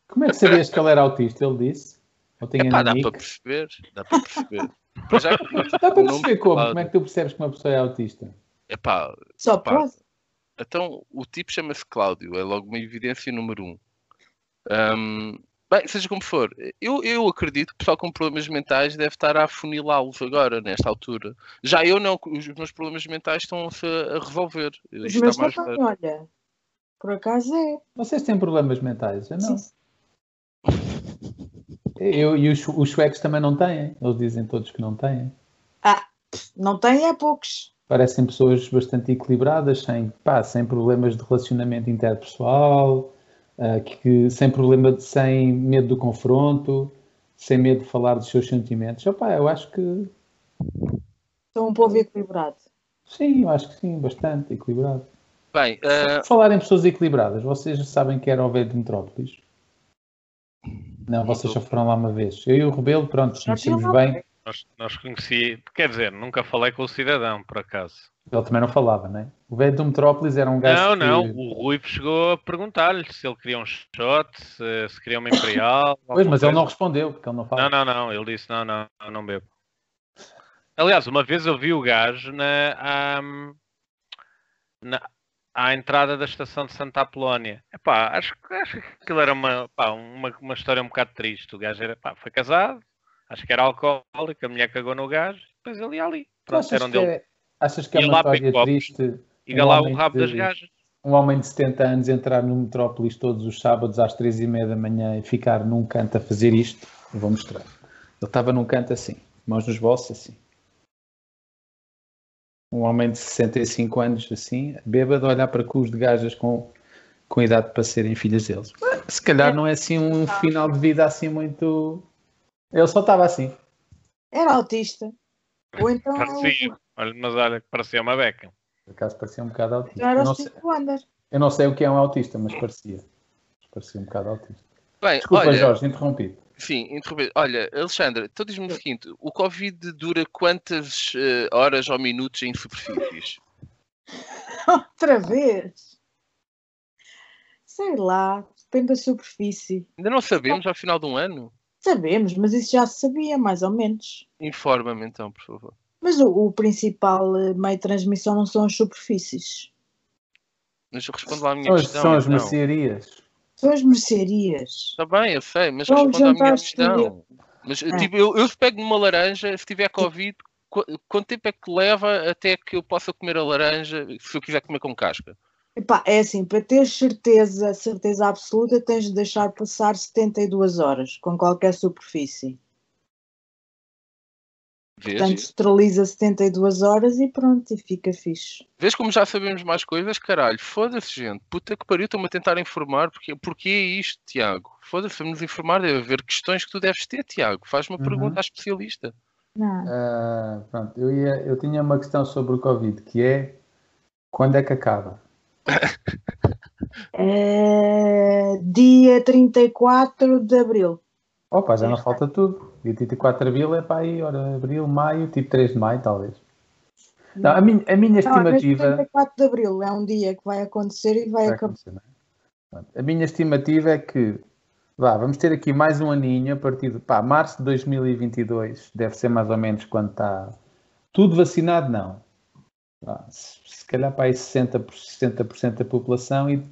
[SPEAKER 3] Como é que sabias que ele era autista? Ele disse? Ou tinha
[SPEAKER 2] Epá, dá
[SPEAKER 3] nick?
[SPEAKER 2] para perceber, dá para perceber. Para já que-
[SPEAKER 3] Dá
[SPEAKER 2] o
[SPEAKER 3] para
[SPEAKER 2] nome
[SPEAKER 3] perceber como?
[SPEAKER 2] claro.
[SPEAKER 3] Como é que tu percebes que uma pessoa é autista?
[SPEAKER 2] Epá,
[SPEAKER 5] Só
[SPEAKER 2] Pá.
[SPEAKER 5] pode.
[SPEAKER 2] Então, o tipo chama-se Cláudio, é logo uma evidência número um. Ahm, bem, seja como for, eu, eu acredito que o pessoal com problemas mentais deve estar a afunilá-los agora, nesta altura. Já eu não, os meus problemas mentais estão-se a a resolver.
[SPEAKER 5] Os
[SPEAKER 2] Isto
[SPEAKER 5] meus
[SPEAKER 2] está mais
[SPEAKER 5] também,
[SPEAKER 2] leve.
[SPEAKER 5] olha. Por acaso é.
[SPEAKER 3] Vocês têm problemas mentais? Eu não.
[SPEAKER 5] Sim.
[SPEAKER 3] Eu, e os, os suecos também não têm. Eles dizem todos que não têm.
[SPEAKER 5] Não tem, é poucos.
[SPEAKER 3] Parecem pessoas bastante equilibradas, sem, pá, sem problemas de relacionamento interpessoal, ah, que- que, sem problema, de- sem medo do confronto, sem medo de falar dos seus sentimentos. Opá, eu acho que
[SPEAKER 5] São um povo equilibrado.
[SPEAKER 3] sim, eu acho que sim, bastante equilibrado.
[SPEAKER 2] Bem, ah,
[SPEAKER 3] Por falar em pessoas equilibradas, vocês sabem que era o velho de Metrópolis? Não, vocês já foram lá uma vez. Eu e o Rebelo, pronto,
[SPEAKER 5] Já
[SPEAKER 3] conhecemos
[SPEAKER 5] tinha lá
[SPEAKER 3] bem.
[SPEAKER 4] Nós, nós conheci, quer dizer, nunca falei com o cidadão, por acaso.
[SPEAKER 3] Ele também não falava, né? O velho do Metrópolis era um gajo
[SPEAKER 4] não,
[SPEAKER 3] que...
[SPEAKER 4] não, o Rui chegou a perguntar-lhe se ele queria um shot, se, se queria uma imperial.
[SPEAKER 3] Pois, mas ele
[SPEAKER 4] alguma
[SPEAKER 3] não respondeu, porque ele não fala.
[SPEAKER 4] coisa. Não, não, não, ele disse não, não, eu não bebo. Aliás, uma vez eu vi o gajo na, ahm, na- à entrada da estação de Santa Apolónia. Epá, acho, que- acho que aquilo era uma, pá, uma, uma história um bocado triste. O gajo era, pá, foi casado, acho que era alcoólico, a mulher cagou no gajo, depois ele ia ali.
[SPEAKER 3] Tu
[SPEAKER 4] Pronto,
[SPEAKER 3] achas,
[SPEAKER 4] era onde
[SPEAKER 3] que
[SPEAKER 4] ele
[SPEAKER 3] é, achas que é
[SPEAKER 4] Ia
[SPEAKER 3] uma
[SPEAKER 4] lá para
[SPEAKER 3] história
[SPEAKER 4] Copos.
[SPEAKER 3] triste
[SPEAKER 4] E dá
[SPEAKER 3] Um
[SPEAKER 4] lá o
[SPEAKER 3] homem
[SPEAKER 4] rabo
[SPEAKER 3] que-
[SPEAKER 4] das gajas.
[SPEAKER 3] um homem de 70 anos entrar no Metrópolis todos os sábados às três e meia da manhã e ficar num canto a fazer isto? Eu vou mostrar. Ele estava num canto assim, mãos nos bolsos assim. Um homem de 65 anos assim, bêbado, a olhar para cus de gajas com, com idade para serem filhas deles. Mas, Se calhar não é assim um final de vida assim muito... Ele só estava assim.
[SPEAKER 5] Era autista. Ou então é o-
[SPEAKER 4] Parecia. Olha, mas olha, que parecia uma beca.
[SPEAKER 3] Por acaso parecia um bocado autista.
[SPEAKER 5] Então era
[SPEAKER 3] Eu não
[SPEAKER 5] o
[SPEAKER 3] sei-
[SPEAKER 5] Steve Wonder.
[SPEAKER 3] Eu não sei o que é um autista, mas parecia. Parecia um bocado autista.
[SPEAKER 2] bem,
[SPEAKER 3] Desculpa,
[SPEAKER 2] Eh, olha,
[SPEAKER 3] Jorge, interrompi.
[SPEAKER 2] Sim, interromper. Olha, Alexandra, então diz-me o seguinte: o Covid dura quantas eh, horas ou minutos em superfícies?
[SPEAKER 5] Outra vez. Sei lá. Depende da superfície.
[SPEAKER 2] Ainda não sabemos ao final de um ano?
[SPEAKER 5] Sabemos, mas isso já se sabia, mais ou menos.
[SPEAKER 2] Informa-me então, por favor.
[SPEAKER 5] Mas o, o principal eh, meio de transmissão não são as superfícies,
[SPEAKER 2] Mas responde lá à minha
[SPEAKER 3] São as,
[SPEAKER 2] questão.
[SPEAKER 3] são as
[SPEAKER 2] então.
[SPEAKER 3] mercearias.
[SPEAKER 5] são as mercearias.
[SPEAKER 2] Está Tá bem, eu sei, mas
[SPEAKER 5] Vamos
[SPEAKER 2] responde à minha
[SPEAKER 5] jantar de
[SPEAKER 2] questão. Mas eh,
[SPEAKER 5] Ah.
[SPEAKER 2] tipo, eu, eu se pego numa laranja, se tiver Covid, qu- quanto tempo é que leva até que eu possa comer a laranja se eu quiser comer com casca?
[SPEAKER 5] Epá, é assim, para ter certeza, certeza absoluta, tens de deixar passar 72 horas com qualquer superfície.
[SPEAKER 3] É
[SPEAKER 2] Vês?
[SPEAKER 5] Portanto, esteriliza 72 horas e pronto, e fica fixe.
[SPEAKER 2] Vês como já sabemos mais coisas, caralho. Foda-se, gente. Puta que pariu, estou-me a tentar informar. Porque, porque é isto, Tiago? Foda-se, vamos informar. Deve haver questões que tu deves ter, Tiago. Faz uma
[SPEAKER 3] Uhum.
[SPEAKER 2] pergunta à especialista.
[SPEAKER 5] Não.
[SPEAKER 3] Ah, pronto, eu, ia- eu tinha uma questão sobre o Covid, que é quando é que acaba?
[SPEAKER 5] Eh, dia 34 de abril.
[SPEAKER 3] Opa, já não falta tudo. Dia 34 de abril é para aí, ora, abril, maio, tipo 3 de maio, talvez. Não, a, minha, a minha
[SPEAKER 5] Não, é mas
[SPEAKER 3] estimativa.
[SPEAKER 5] 34 de abril é um dia que vai acontecer e vai
[SPEAKER 3] Vai
[SPEAKER 5] acabar.
[SPEAKER 3] acontecer, não é? Pronto. A minha estimativa é que vá, vamos ter aqui mais um aninho a partir de pá, março de 2022, deve ser mais ou menos quando está tudo vacinado, não. Vá, se, se calhar para aí 60%, por- 60 da população e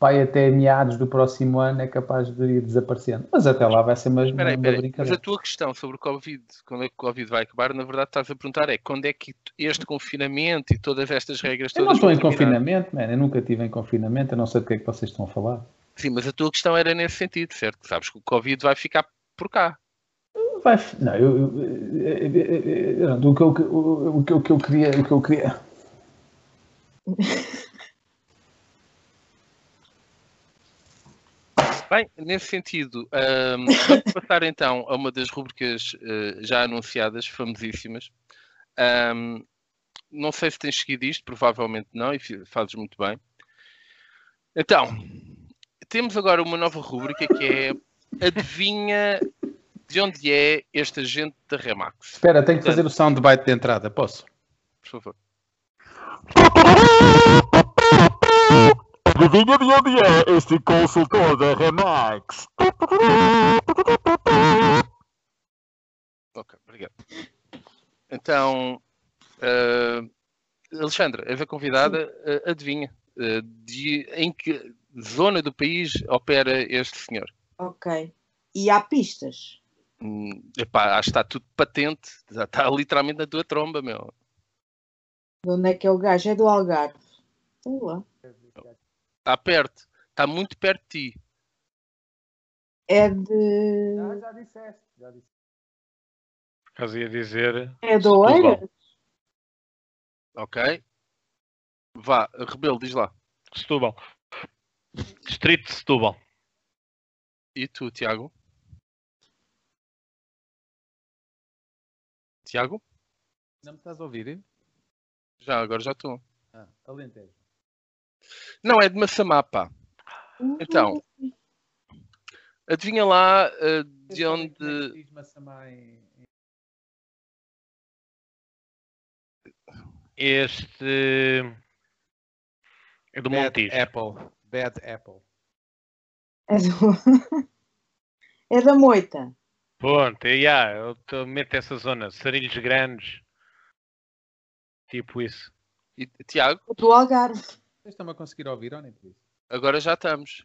[SPEAKER 3] vai até meados do próximo ano é capaz de ir desaparecendo. Mas até lá vai ser mais uma,
[SPEAKER 2] Espera aí,
[SPEAKER 3] uma
[SPEAKER 2] espera aí. Mas a
[SPEAKER 3] brincadeira.
[SPEAKER 2] tua questão sobre o Covid, quando é que o Covid vai acabar, na verdade estás a perguntar é quando é que este confinamento e todas estas regras
[SPEAKER 3] Eu
[SPEAKER 2] todas.
[SPEAKER 3] não estou
[SPEAKER 2] vão
[SPEAKER 3] em
[SPEAKER 2] terminar?
[SPEAKER 3] confinamento, man. eu nunca estive em confinamento, eu não sei do que é que vocês estão a falar.
[SPEAKER 2] Sim, mas a tua questão era nesse sentido, certo? Sabes que o Covid vai ficar por cá.
[SPEAKER 3] Vai, não, eu, eu- eu- eu- eu- o, que eu, o, o que eu- o que eu queria, o que eu queria.
[SPEAKER 2] Bem, nesse sentido, ahm, vamos passar então a uma das rubricas eh, já anunciadas, famosíssimas. Ahm, não sei se tens seguido isto, provavelmente não, e fi- fazes muito bem. Então, temos agora uma nova rubrica que é Adivinha de onde é este agente da Remax,
[SPEAKER 3] Espera, tenho que fazer o soundbite de entrada, posso?
[SPEAKER 2] por favor.
[SPEAKER 7] Adivinha de onde é este consultor da Remax?
[SPEAKER 2] Ok, obrigado. eh, Então, ah, Alexandra, és a convidada, ah, adivinha eh, de em que zona do país opera este senhor.
[SPEAKER 5] Ok. E há pistas.
[SPEAKER 2] Hum, epá, acho que está tudo patente, já está literalmente na tua tromba, meu.
[SPEAKER 5] De onde é que é o gajo? É do Algarve. Sei lá.
[SPEAKER 2] Está perto, está muito perto de ti.
[SPEAKER 5] É de.
[SPEAKER 3] Já, já disseste. Já disseste.
[SPEAKER 4] Por acaso ia dizer.
[SPEAKER 5] É do Oeiras?
[SPEAKER 2] Ok? Vá, Rebelo, diz lá.
[SPEAKER 4] Setúbal. Distrito de Setúbal.
[SPEAKER 2] E tu, Tiago? Tiago?
[SPEAKER 3] Não me estás a ouvir?
[SPEAKER 2] Já, agora já estou.
[SPEAKER 3] Ah, Alentejo.
[SPEAKER 2] Não, é de Massamá, Então, adivinha lá eh, de
[SPEAKER 3] Eu sei como é que
[SPEAKER 2] onde.
[SPEAKER 3] se diz Massamá em- em-
[SPEAKER 4] Este. É do
[SPEAKER 3] Bad
[SPEAKER 4] Montijo.
[SPEAKER 3] Apple. Bad Apple.
[SPEAKER 5] É do. é da Moita.
[SPEAKER 4] Pronto, e yeah, eu tô- meto essa zona. Sarilhos grandes. Tipo isso.
[SPEAKER 2] E, Tiago,
[SPEAKER 5] Do Algarve.
[SPEAKER 3] Vocês estão-me a conseguir ouvir ou nem por isso?
[SPEAKER 2] agora já estamos.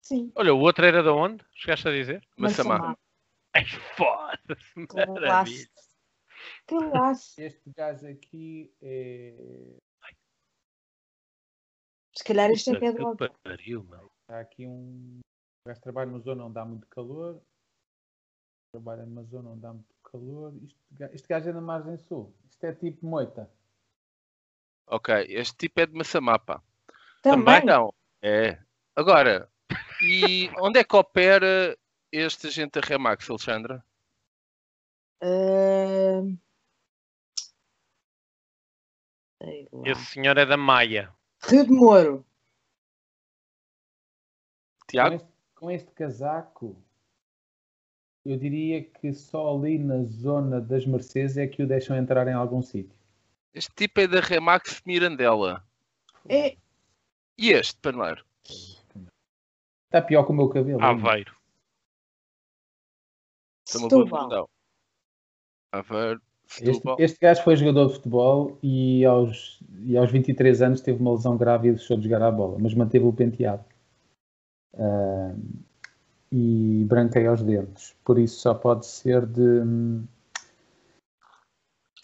[SPEAKER 5] Sim. é
[SPEAKER 4] Olha, o outro era de onde? Chegaste a dizer?
[SPEAKER 2] Massamá.
[SPEAKER 4] Ai, foda-se.
[SPEAKER 5] Que um laço.
[SPEAKER 4] maravilha.
[SPEAKER 5] Que laço.
[SPEAKER 3] Este gajo aqui é.
[SPEAKER 5] Se calhar isto é que é do Algarve.
[SPEAKER 4] Que pariu, meu.
[SPEAKER 3] Há aqui um. O gajo trabalha numa zona onde há muito calor. Trabalha numa zona onde há muito calor. Este gajo, este gajo é na margem sul. Isto é tipo moita.
[SPEAKER 2] Ok, este tipo é de Massamá, pá.
[SPEAKER 5] Também.
[SPEAKER 2] não. É. Agora, e onde é que opera este agente da Remax, Alexandra?
[SPEAKER 5] Ah, Sei lá.
[SPEAKER 4] Esse senhor é da Maia.
[SPEAKER 5] Rio de Moro.
[SPEAKER 3] Com
[SPEAKER 2] Tiago?
[SPEAKER 3] este, com este casaco, eu diria que só ali na zona das Mercedes é que o deixam entrar em algum sítio.
[SPEAKER 2] Este tipo é da Remax Mirandela.
[SPEAKER 5] É,
[SPEAKER 2] E este, paneleiro?
[SPEAKER 3] Está pior que o meu cabelo.
[SPEAKER 2] Ah,
[SPEAKER 3] hein?
[SPEAKER 4] Aveiro.
[SPEAKER 2] Tem uma boa
[SPEAKER 5] Setúbal.
[SPEAKER 2] solução. Aveiro,
[SPEAKER 3] Este, é
[SPEAKER 2] Setúbal.
[SPEAKER 3] este gajo foi jogador de futebol e aos, e aos 23 anos teve uma lesão grave e deixou de jogar à bola, mas manteve o penteado. Ah, e branquei aos dentes. Por isso só pode ser de hum,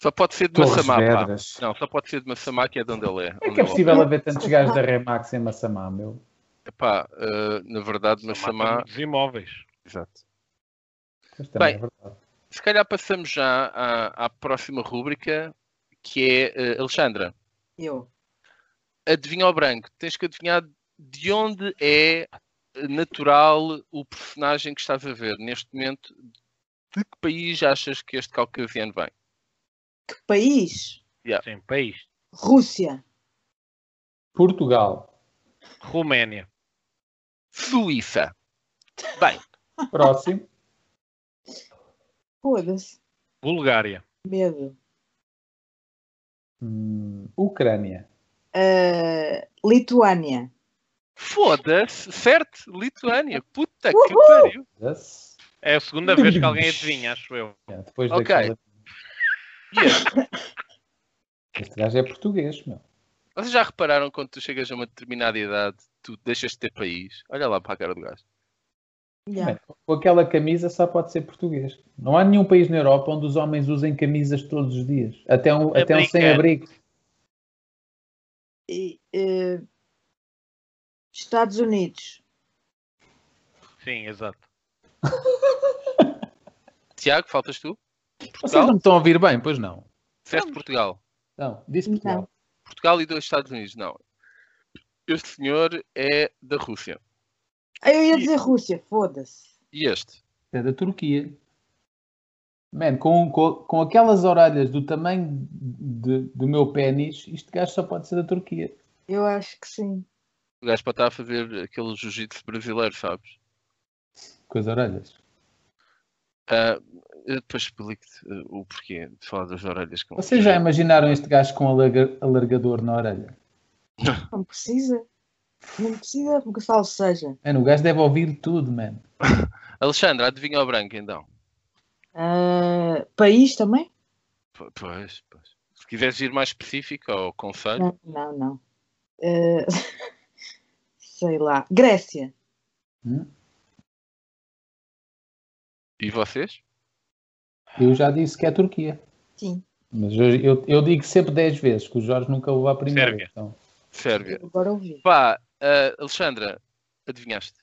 [SPEAKER 2] Só pode ser de
[SPEAKER 3] Torres
[SPEAKER 2] Massamá, pá.
[SPEAKER 3] Vedras.
[SPEAKER 2] Não, só pode ser de Massamá, que é de onde ele é.
[SPEAKER 3] Como é
[SPEAKER 2] onde
[SPEAKER 3] que é
[SPEAKER 2] ele
[SPEAKER 3] possível
[SPEAKER 5] Torres.
[SPEAKER 3] haver tantos gajos da Remax em Massamá, meu?
[SPEAKER 2] opera. Epá, eh, na verdade, Massamá...
[SPEAKER 4] Dos imóveis.
[SPEAKER 2] Exato.
[SPEAKER 3] Mas
[SPEAKER 2] Bem.
[SPEAKER 3] também é verdade.
[SPEAKER 2] Se calhar passamos já à, à próxima rúbrica, que é, eh, Alexandra,
[SPEAKER 5] eu.
[SPEAKER 2] adivinha o branco. Tens que adivinhar de onde é natural o personagem que estás a ver neste momento. De que país achas que este caucasiano vem?
[SPEAKER 5] Que país?
[SPEAKER 4] Sim, país.
[SPEAKER 5] Rússia.
[SPEAKER 3] Portugal,
[SPEAKER 4] Roménia.
[SPEAKER 2] Suíça.
[SPEAKER 3] próximo.
[SPEAKER 5] Foda-se.
[SPEAKER 4] Bulgária.
[SPEAKER 5] Medo.
[SPEAKER 3] Hum, Ucrânia.
[SPEAKER 5] Ah, Lituânia.
[SPEAKER 2] Foda-se, certo? Lituânia. Puta que
[SPEAKER 5] Uhul!
[SPEAKER 2] pariu.
[SPEAKER 3] Yes.
[SPEAKER 4] É a segunda vez que alguém adivinha, acho eu.
[SPEAKER 3] É, Depois
[SPEAKER 2] Ok.
[SPEAKER 3] daquela...
[SPEAKER 2] E este?
[SPEAKER 3] Este gajo é português, meu.
[SPEAKER 2] Vocês já repararam quando tu chegas a uma determinada idade, tu deixas de ter país? Olha lá para a cara do gajo.
[SPEAKER 5] Yeah.
[SPEAKER 3] Com aquela camisa só pode ser português. Não há nenhum país na Europa onde os homens usem camisas todos os dias. Até um,
[SPEAKER 2] É
[SPEAKER 3] até um
[SPEAKER 4] Americano.
[SPEAKER 3] sem-abrigo.
[SPEAKER 5] E, eh, Estados Unidos.
[SPEAKER 4] Sim, exato.
[SPEAKER 2] Tiago, faltas tu?
[SPEAKER 3] Vocês
[SPEAKER 2] Portugal?
[SPEAKER 3] não me estão a ouvir bem, pois não?
[SPEAKER 2] Disseste Portugal.
[SPEAKER 3] Não, disse
[SPEAKER 5] Não.
[SPEAKER 3] Portugal.
[SPEAKER 2] Portugal e dois Estados Unidos, não. Este senhor é da Rússia.
[SPEAKER 5] Ah, eu ia dizer Rússia, foda-se.
[SPEAKER 2] E este?
[SPEAKER 3] É da Turquia. Man, com, com, com aquelas orelhas do tamanho de- do meu pênis, este gajo só pode ser da Turquia.
[SPEAKER 5] Eu acho que sim.
[SPEAKER 2] O gajo para estar a fazer aquele jiu-jitsu brasileiro, sabes?
[SPEAKER 3] Com as orelhas.
[SPEAKER 2] Ah, eu depois explico-te ah, o porquê de falar das orelhas. com-
[SPEAKER 3] Vocês já é imaginaram este gajo com alarga- alargador na orelha?
[SPEAKER 5] Não precisa. Não precisa, porque falo seja.
[SPEAKER 3] Mano, o gajo deve ouvir tudo, mano.
[SPEAKER 2] Alexandra, adivinha o branco então.
[SPEAKER 5] Ah, país também?
[SPEAKER 2] P- Pois, pois. Se quiseres ir mais específico ao conselho,
[SPEAKER 5] Não, não, não. eh, sei lá. Grécia.
[SPEAKER 2] E vocês?
[SPEAKER 3] Eu já disse que é a Turquia.
[SPEAKER 5] Sim.
[SPEAKER 3] Mas eu, eu, eu digo sempre 10 vezes que o Jorge nunca o à primeira.
[SPEAKER 4] Sérvia.
[SPEAKER 3] Então.
[SPEAKER 2] Sérvia.
[SPEAKER 5] Agora ouvi.
[SPEAKER 2] Pá, ah, Alexandra, adivinhaste?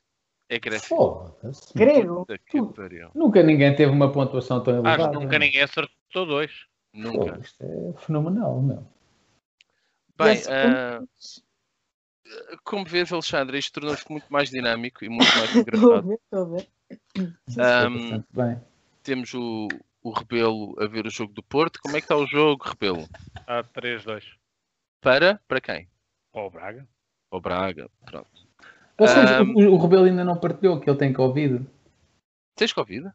[SPEAKER 2] É Grécia.
[SPEAKER 3] Foda-se.
[SPEAKER 5] Grego.
[SPEAKER 2] Puta que pariu.
[SPEAKER 3] Nunca ninguém teve uma pontuação tão
[SPEAKER 4] Acho
[SPEAKER 3] elevada.
[SPEAKER 4] que nunca ninguém acertou dois.
[SPEAKER 3] Pô,
[SPEAKER 2] Nunca.
[SPEAKER 3] isto é fenomenal, meu.
[SPEAKER 2] Bem,
[SPEAKER 5] Yes.
[SPEAKER 2] ah,
[SPEAKER 3] é
[SPEAKER 2] como vês, Alexandra, isto tornou-se muito mais dinâmico e muito mais
[SPEAKER 5] Estou a
[SPEAKER 2] engraçado.
[SPEAKER 5] ver, estou a ver.
[SPEAKER 2] Ahm,
[SPEAKER 3] Portanto, é bem.
[SPEAKER 2] temos o, o Rebelo a ver o jogo do Porto. Como é que está o jogo, Rebelo?
[SPEAKER 4] Há 3-2.
[SPEAKER 2] Para? Para quem?
[SPEAKER 4] Para o Braga.
[SPEAKER 2] Para o Braga. Pronto.
[SPEAKER 3] Vocês-
[SPEAKER 2] ahm.
[SPEAKER 3] o, o Rebelo ainda não partilhou que ele tem Covid.
[SPEAKER 2] Tens Covid?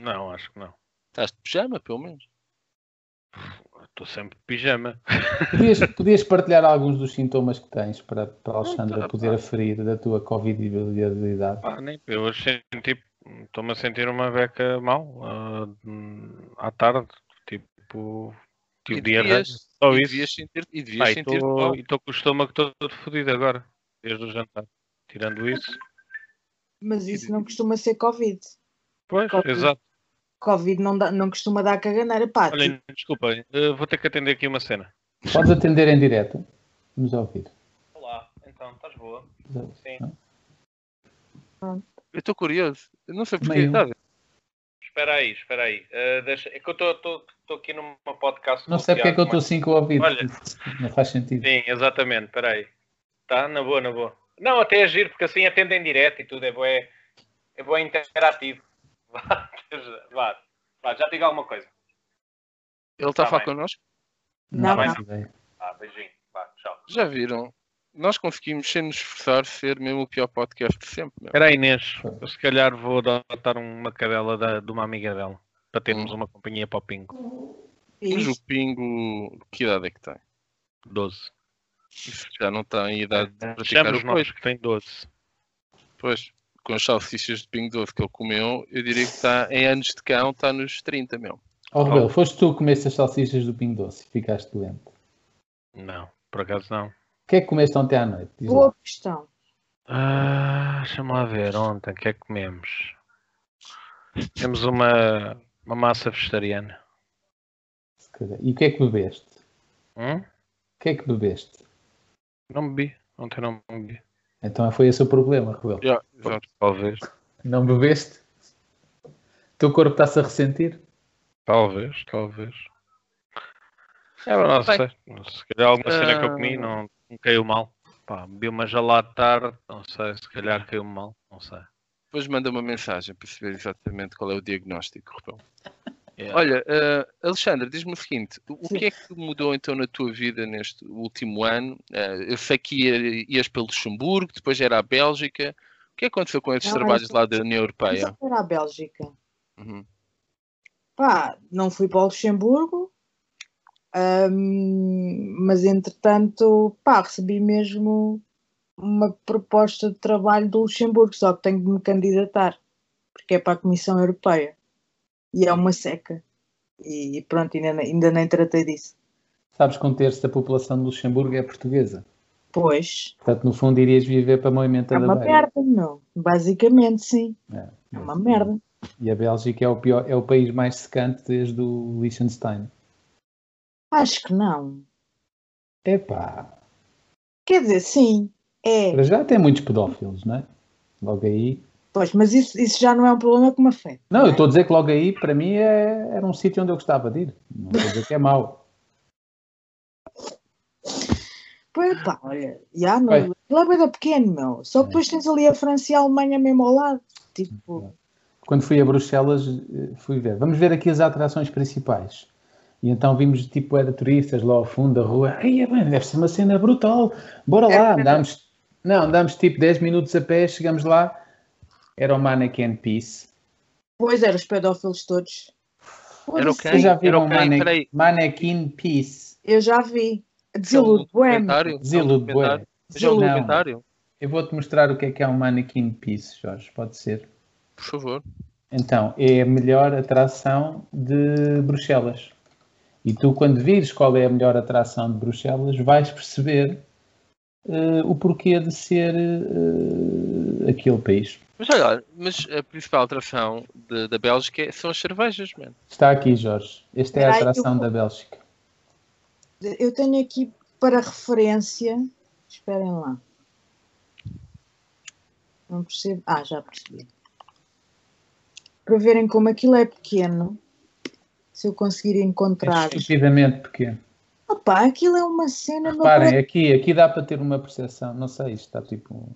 [SPEAKER 4] Não, acho que não.
[SPEAKER 2] Estás de pijama, pelo menos.
[SPEAKER 4] Estou sempre de pijama.
[SPEAKER 3] Podias, podias partilhar alguns dos sintomas que tens para, para a
[SPEAKER 4] tá,
[SPEAKER 3] Alexandra
[SPEAKER 4] pá.
[SPEAKER 3] poder aferir da tua Covid-habilidade?
[SPEAKER 4] Pá, nem, eu hoje senti, estou-me a sentir uma beca mal ah, hum, à tarde, tipo,
[SPEAKER 2] E
[SPEAKER 4] tipo diarreia,
[SPEAKER 2] devias-
[SPEAKER 4] só
[SPEAKER 2] e
[SPEAKER 4] isso.
[SPEAKER 2] devias sentir- E devias
[SPEAKER 4] Pá, e
[SPEAKER 2] sentir-te
[SPEAKER 4] estou
[SPEAKER 2] mal.
[SPEAKER 4] e estou com o estômago todo fodido agora, desde o jantar. Tirando isso,
[SPEAKER 5] Mas isso não costuma ser Covid.
[SPEAKER 4] pois,
[SPEAKER 5] Covid.
[SPEAKER 4] exato.
[SPEAKER 5] Covid não, dá- não costuma dar caganeira. Pá, tipo,
[SPEAKER 4] Olhem, desculpem, eh, vou ter que atender aqui uma cena.
[SPEAKER 3] Podes atender em direto? Vamos ouvir.
[SPEAKER 4] Olá, então, estás boa? Sim.
[SPEAKER 2] Eu estou curioso. Eu não sei
[SPEAKER 3] Nem
[SPEAKER 2] porquê.
[SPEAKER 3] eu.
[SPEAKER 2] tá a ver?
[SPEAKER 4] Espera aí, espera aí. Eh, deixa- É que eu estou aqui numa podcast.
[SPEAKER 3] Não sei porque é que eu estou
[SPEAKER 4] mas-
[SPEAKER 3] assim com o ouvido.
[SPEAKER 4] Olha.
[SPEAKER 3] Não faz sentido.
[SPEAKER 4] Sim, exatamente, espera aí. Tá, na boa, na boa. Não, até é giro, porque assim atendem direto e tudo, é bué, é bué interativo. Vá, vá, vá, já diga alguma coisa.
[SPEAKER 2] Ele está
[SPEAKER 4] Tá
[SPEAKER 2] a falar
[SPEAKER 4] bem.
[SPEAKER 2] connosco?
[SPEAKER 5] Não,
[SPEAKER 3] faz
[SPEAKER 4] não.
[SPEAKER 3] ideia.
[SPEAKER 4] Ah, beijinho, vá, tchau.
[SPEAKER 2] Já viram? Nós conseguimos, sem nos esforçar, ser mesmo o pior podcast de sempre. meu.
[SPEAKER 4] Espera aí, Inês, eu se calhar vou adotar uma cadela da, de uma amiga dela, para termos uma companhia para o Pingo.
[SPEAKER 2] Mas
[SPEAKER 3] É
[SPEAKER 5] fiz.
[SPEAKER 2] o Pingo, que idade é que tem?
[SPEAKER 4] 12.
[SPEAKER 2] Isso já não tem
[SPEAKER 4] Tá,
[SPEAKER 2] idade de praticar
[SPEAKER 4] Achamos
[SPEAKER 2] o
[SPEAKER 4] nós
[SPEAKER 2] coiso.
[SPEAKER 4] que tem 12.
[SPEAKER 2] Pois, com as salsichas de Pingo doce que ele comeu, eu diria que está, em anos de cão, está nos 30 mesmo.
[SPEAKER 3] Ó Oh, Rebelo, foste tu que comeste as salsichas do Pingo Doce e ficaste doente.
[SPEAKER 4] Não, por acaso não.
[SPEAKER 3] O que é que comeste ontem à noite? Diz lá.
[SPEAKER 5] Boa questão.
[SPEAKER 4] Ah, deixa-me lá ver, ontem, o que é que comemos? Temos uma, uma massa vegetariana.
[SPEAKER 3] se calhar. E o que é que bebeste?
[SPEAKER 4] Hum?
[SPEAKER 3] O que é que bebeste?
[SPEAKER 4] Não bebi, ontem não bebi.
[SPEAKER 3] Então foi esse o problema, Rebelo.
[SPEAKER 2] Já, exato.
[SPEAKER 4] Talvez,
[SPEAKER 3] Não bebeste? O teu corpo está-se a ressentir?
[SPEAKER 4] talvez, talvez. É, mas não sei. Se calhar alguma cena que eu comi não, não caiu mal. Pá, bebi uma gelada tarde, não sei, se calhar caiu mal, não sei.
[SPEAKER 2] Depois manda uma mensagem para saber exatamente qual é o diagnóstico, Rebelo.
[SPEAKER 4] Yeah.
[SPEAKER 2] Olha, eh, Alexandre, diz-me o seguinte: o
[SPEAKER 5] Sim.
[SPEAKER 2] que é que mudou então na tua vida neste último ano? Eh, eu sei que ia- ias para Luxemburgo, depois era a Bélgica. O que é que aconteceu com esses
[SPEAKER 5] Não,
[SPEAKER 2] trabalhos
[SPEAKER 5] eu-
[SPEAKER 2] lá da União
[SPEAKER 5] Mas
[SPEAKER 2] Europeia?
[SPEAKER 5] era a Bélgica.
[SPEAKER 2] Uhum.
[SPEAKER 5] Pá, não fui para o Luxemburgo, ahm, mas entretanto, pá, recebi mesmo uma proposta de trabalho do Luxemburgo, só que tenho de me candidatar, porque é para a Comissão Europeia. E é uma seca. E pronto, ainda, ne- ainda nem tratei disso.
[SPEAKER 3] Sabes que um terço da população de Luxemburgo é portuguesa.
[SPEAKER 5] Pois,
[SPEAKER 3] Portanto, no fundo, irias viver para a
[SPEAKER 5] é
[SPEAKER 3] Moimenta da
[SPEAKER 5] uma
[SPEAKER 3] Beira.
[SPEAKER 5] merda, meu. Basicamente, sim.
[SPEAKER 3] É.
[SPEAKER 5] É uma merda.
[SPEAKER 3] E a Bélgica é o, pior, é o país mais secante desde o Liechtenstein.
[SPEAKER 5] Acho que não.
[SPEAKER 3] Epá,
[SPEAKER 5] Quer dizer, sim, é.
[SPEAKER 3] para já tem muitos pedófilos, não é? Logo aí.
[SPEAKER 5] Pois, mas isso, isso já não é um problema que me
[SPEAKER 2] É.
[SPEAKER 5] afeta.
[SPEAKER 3] Não, eu estou a dizer que logo aí, para mim, é- era um sítio onde eu gostava de ir. Não estou a dizer que é mau.
[SPEAKER 5] Pois pá, olha, já não.
[SPEAKER 3] Bem.
[SPEAKER 5] Aquilo é bem pequeno, meu. Só que depois tens ali a França e a Alemanha mesmo ao lado.
[SPEAKER 2] Uhum.
[SPEAKER 5] Tipo,
[SPEAKER 3] Quando fui a Bruxelas, eh, fui ver. Vamos ver aqui as atrações principais. E então vimos, tipo, era turistas lá ao fundo da rua. Ai, é bem, deve ser uma cena brutal. Bora lá, andámos. Não, andámos tipo 10 minutos a pé, chegamos lá. Era o Mannequin Peace.
[SPEAKER 5] pois era os pedófilos todos.
[SPEAKER 2] Era o
[SPEAKER 5] Foda-se,
[SPEAKER 2] quê?
[SPEAKER 3] Vocês já viram
[SPEAKER 2] Era o quem?
[SPEAKER 3] Manne-
[SPEAKER 2] Peraí.
[SPEAKER 3] Mannequin Peace?
[SPEAKER 5] Eu já vi.
[SPEAKER 2] Aquele
[SPEAKER 5] Desiludo, boêmio.
[SPEAKER 2] um documentário?
[SPEAKER 3] Desilude,
[SPEAKER 2] Aquele documentário?
[SPEAKER 3] bué.
[SPEAKER 2] Já o
[SPEAKER 3] Não.
[SPEAKER 2] documentário?
[SPEAKER 3] Eu vou-te mostrar o que é que é um Mannequin Peace, Jorge, pode ser?
[SPEAKER 2] Por favor.
[SPEAKER 3] Então, é a melhor atração de Bruxelas. E tu, quando vires qual é a melhor atração de Bruxelas, vais perceber uh, o porquê de ser uh, aquele país.
[SPEAKER 2] Mas olha, lá, mas a principal atração de- da Bélgica é- são as cervejas, mano.
[SPEAKER 3] Está aqui, Jorge. Esta é a
[SPEAKER 5] Peraí, eu
[SPEAKER 3] atração
[SPEAKER 5] vou-
[SPEAKER 3] da Bélgica. É
[SPEAKER 5] Eu tenho aqui para referência. Esperem lá. Não percebo. Ah, já percebi. Para verem como aquilo é pequeno, se eu conseguir encontrar.
[SPEAKER 3] É estupidamente pequeno.
[SPEAKER 5] Opá, aquilo é uma cena. não
[SPEAKER 3] Reparem, aqui, aqui dá para ter uma percepção. Não sei, isto está tipo.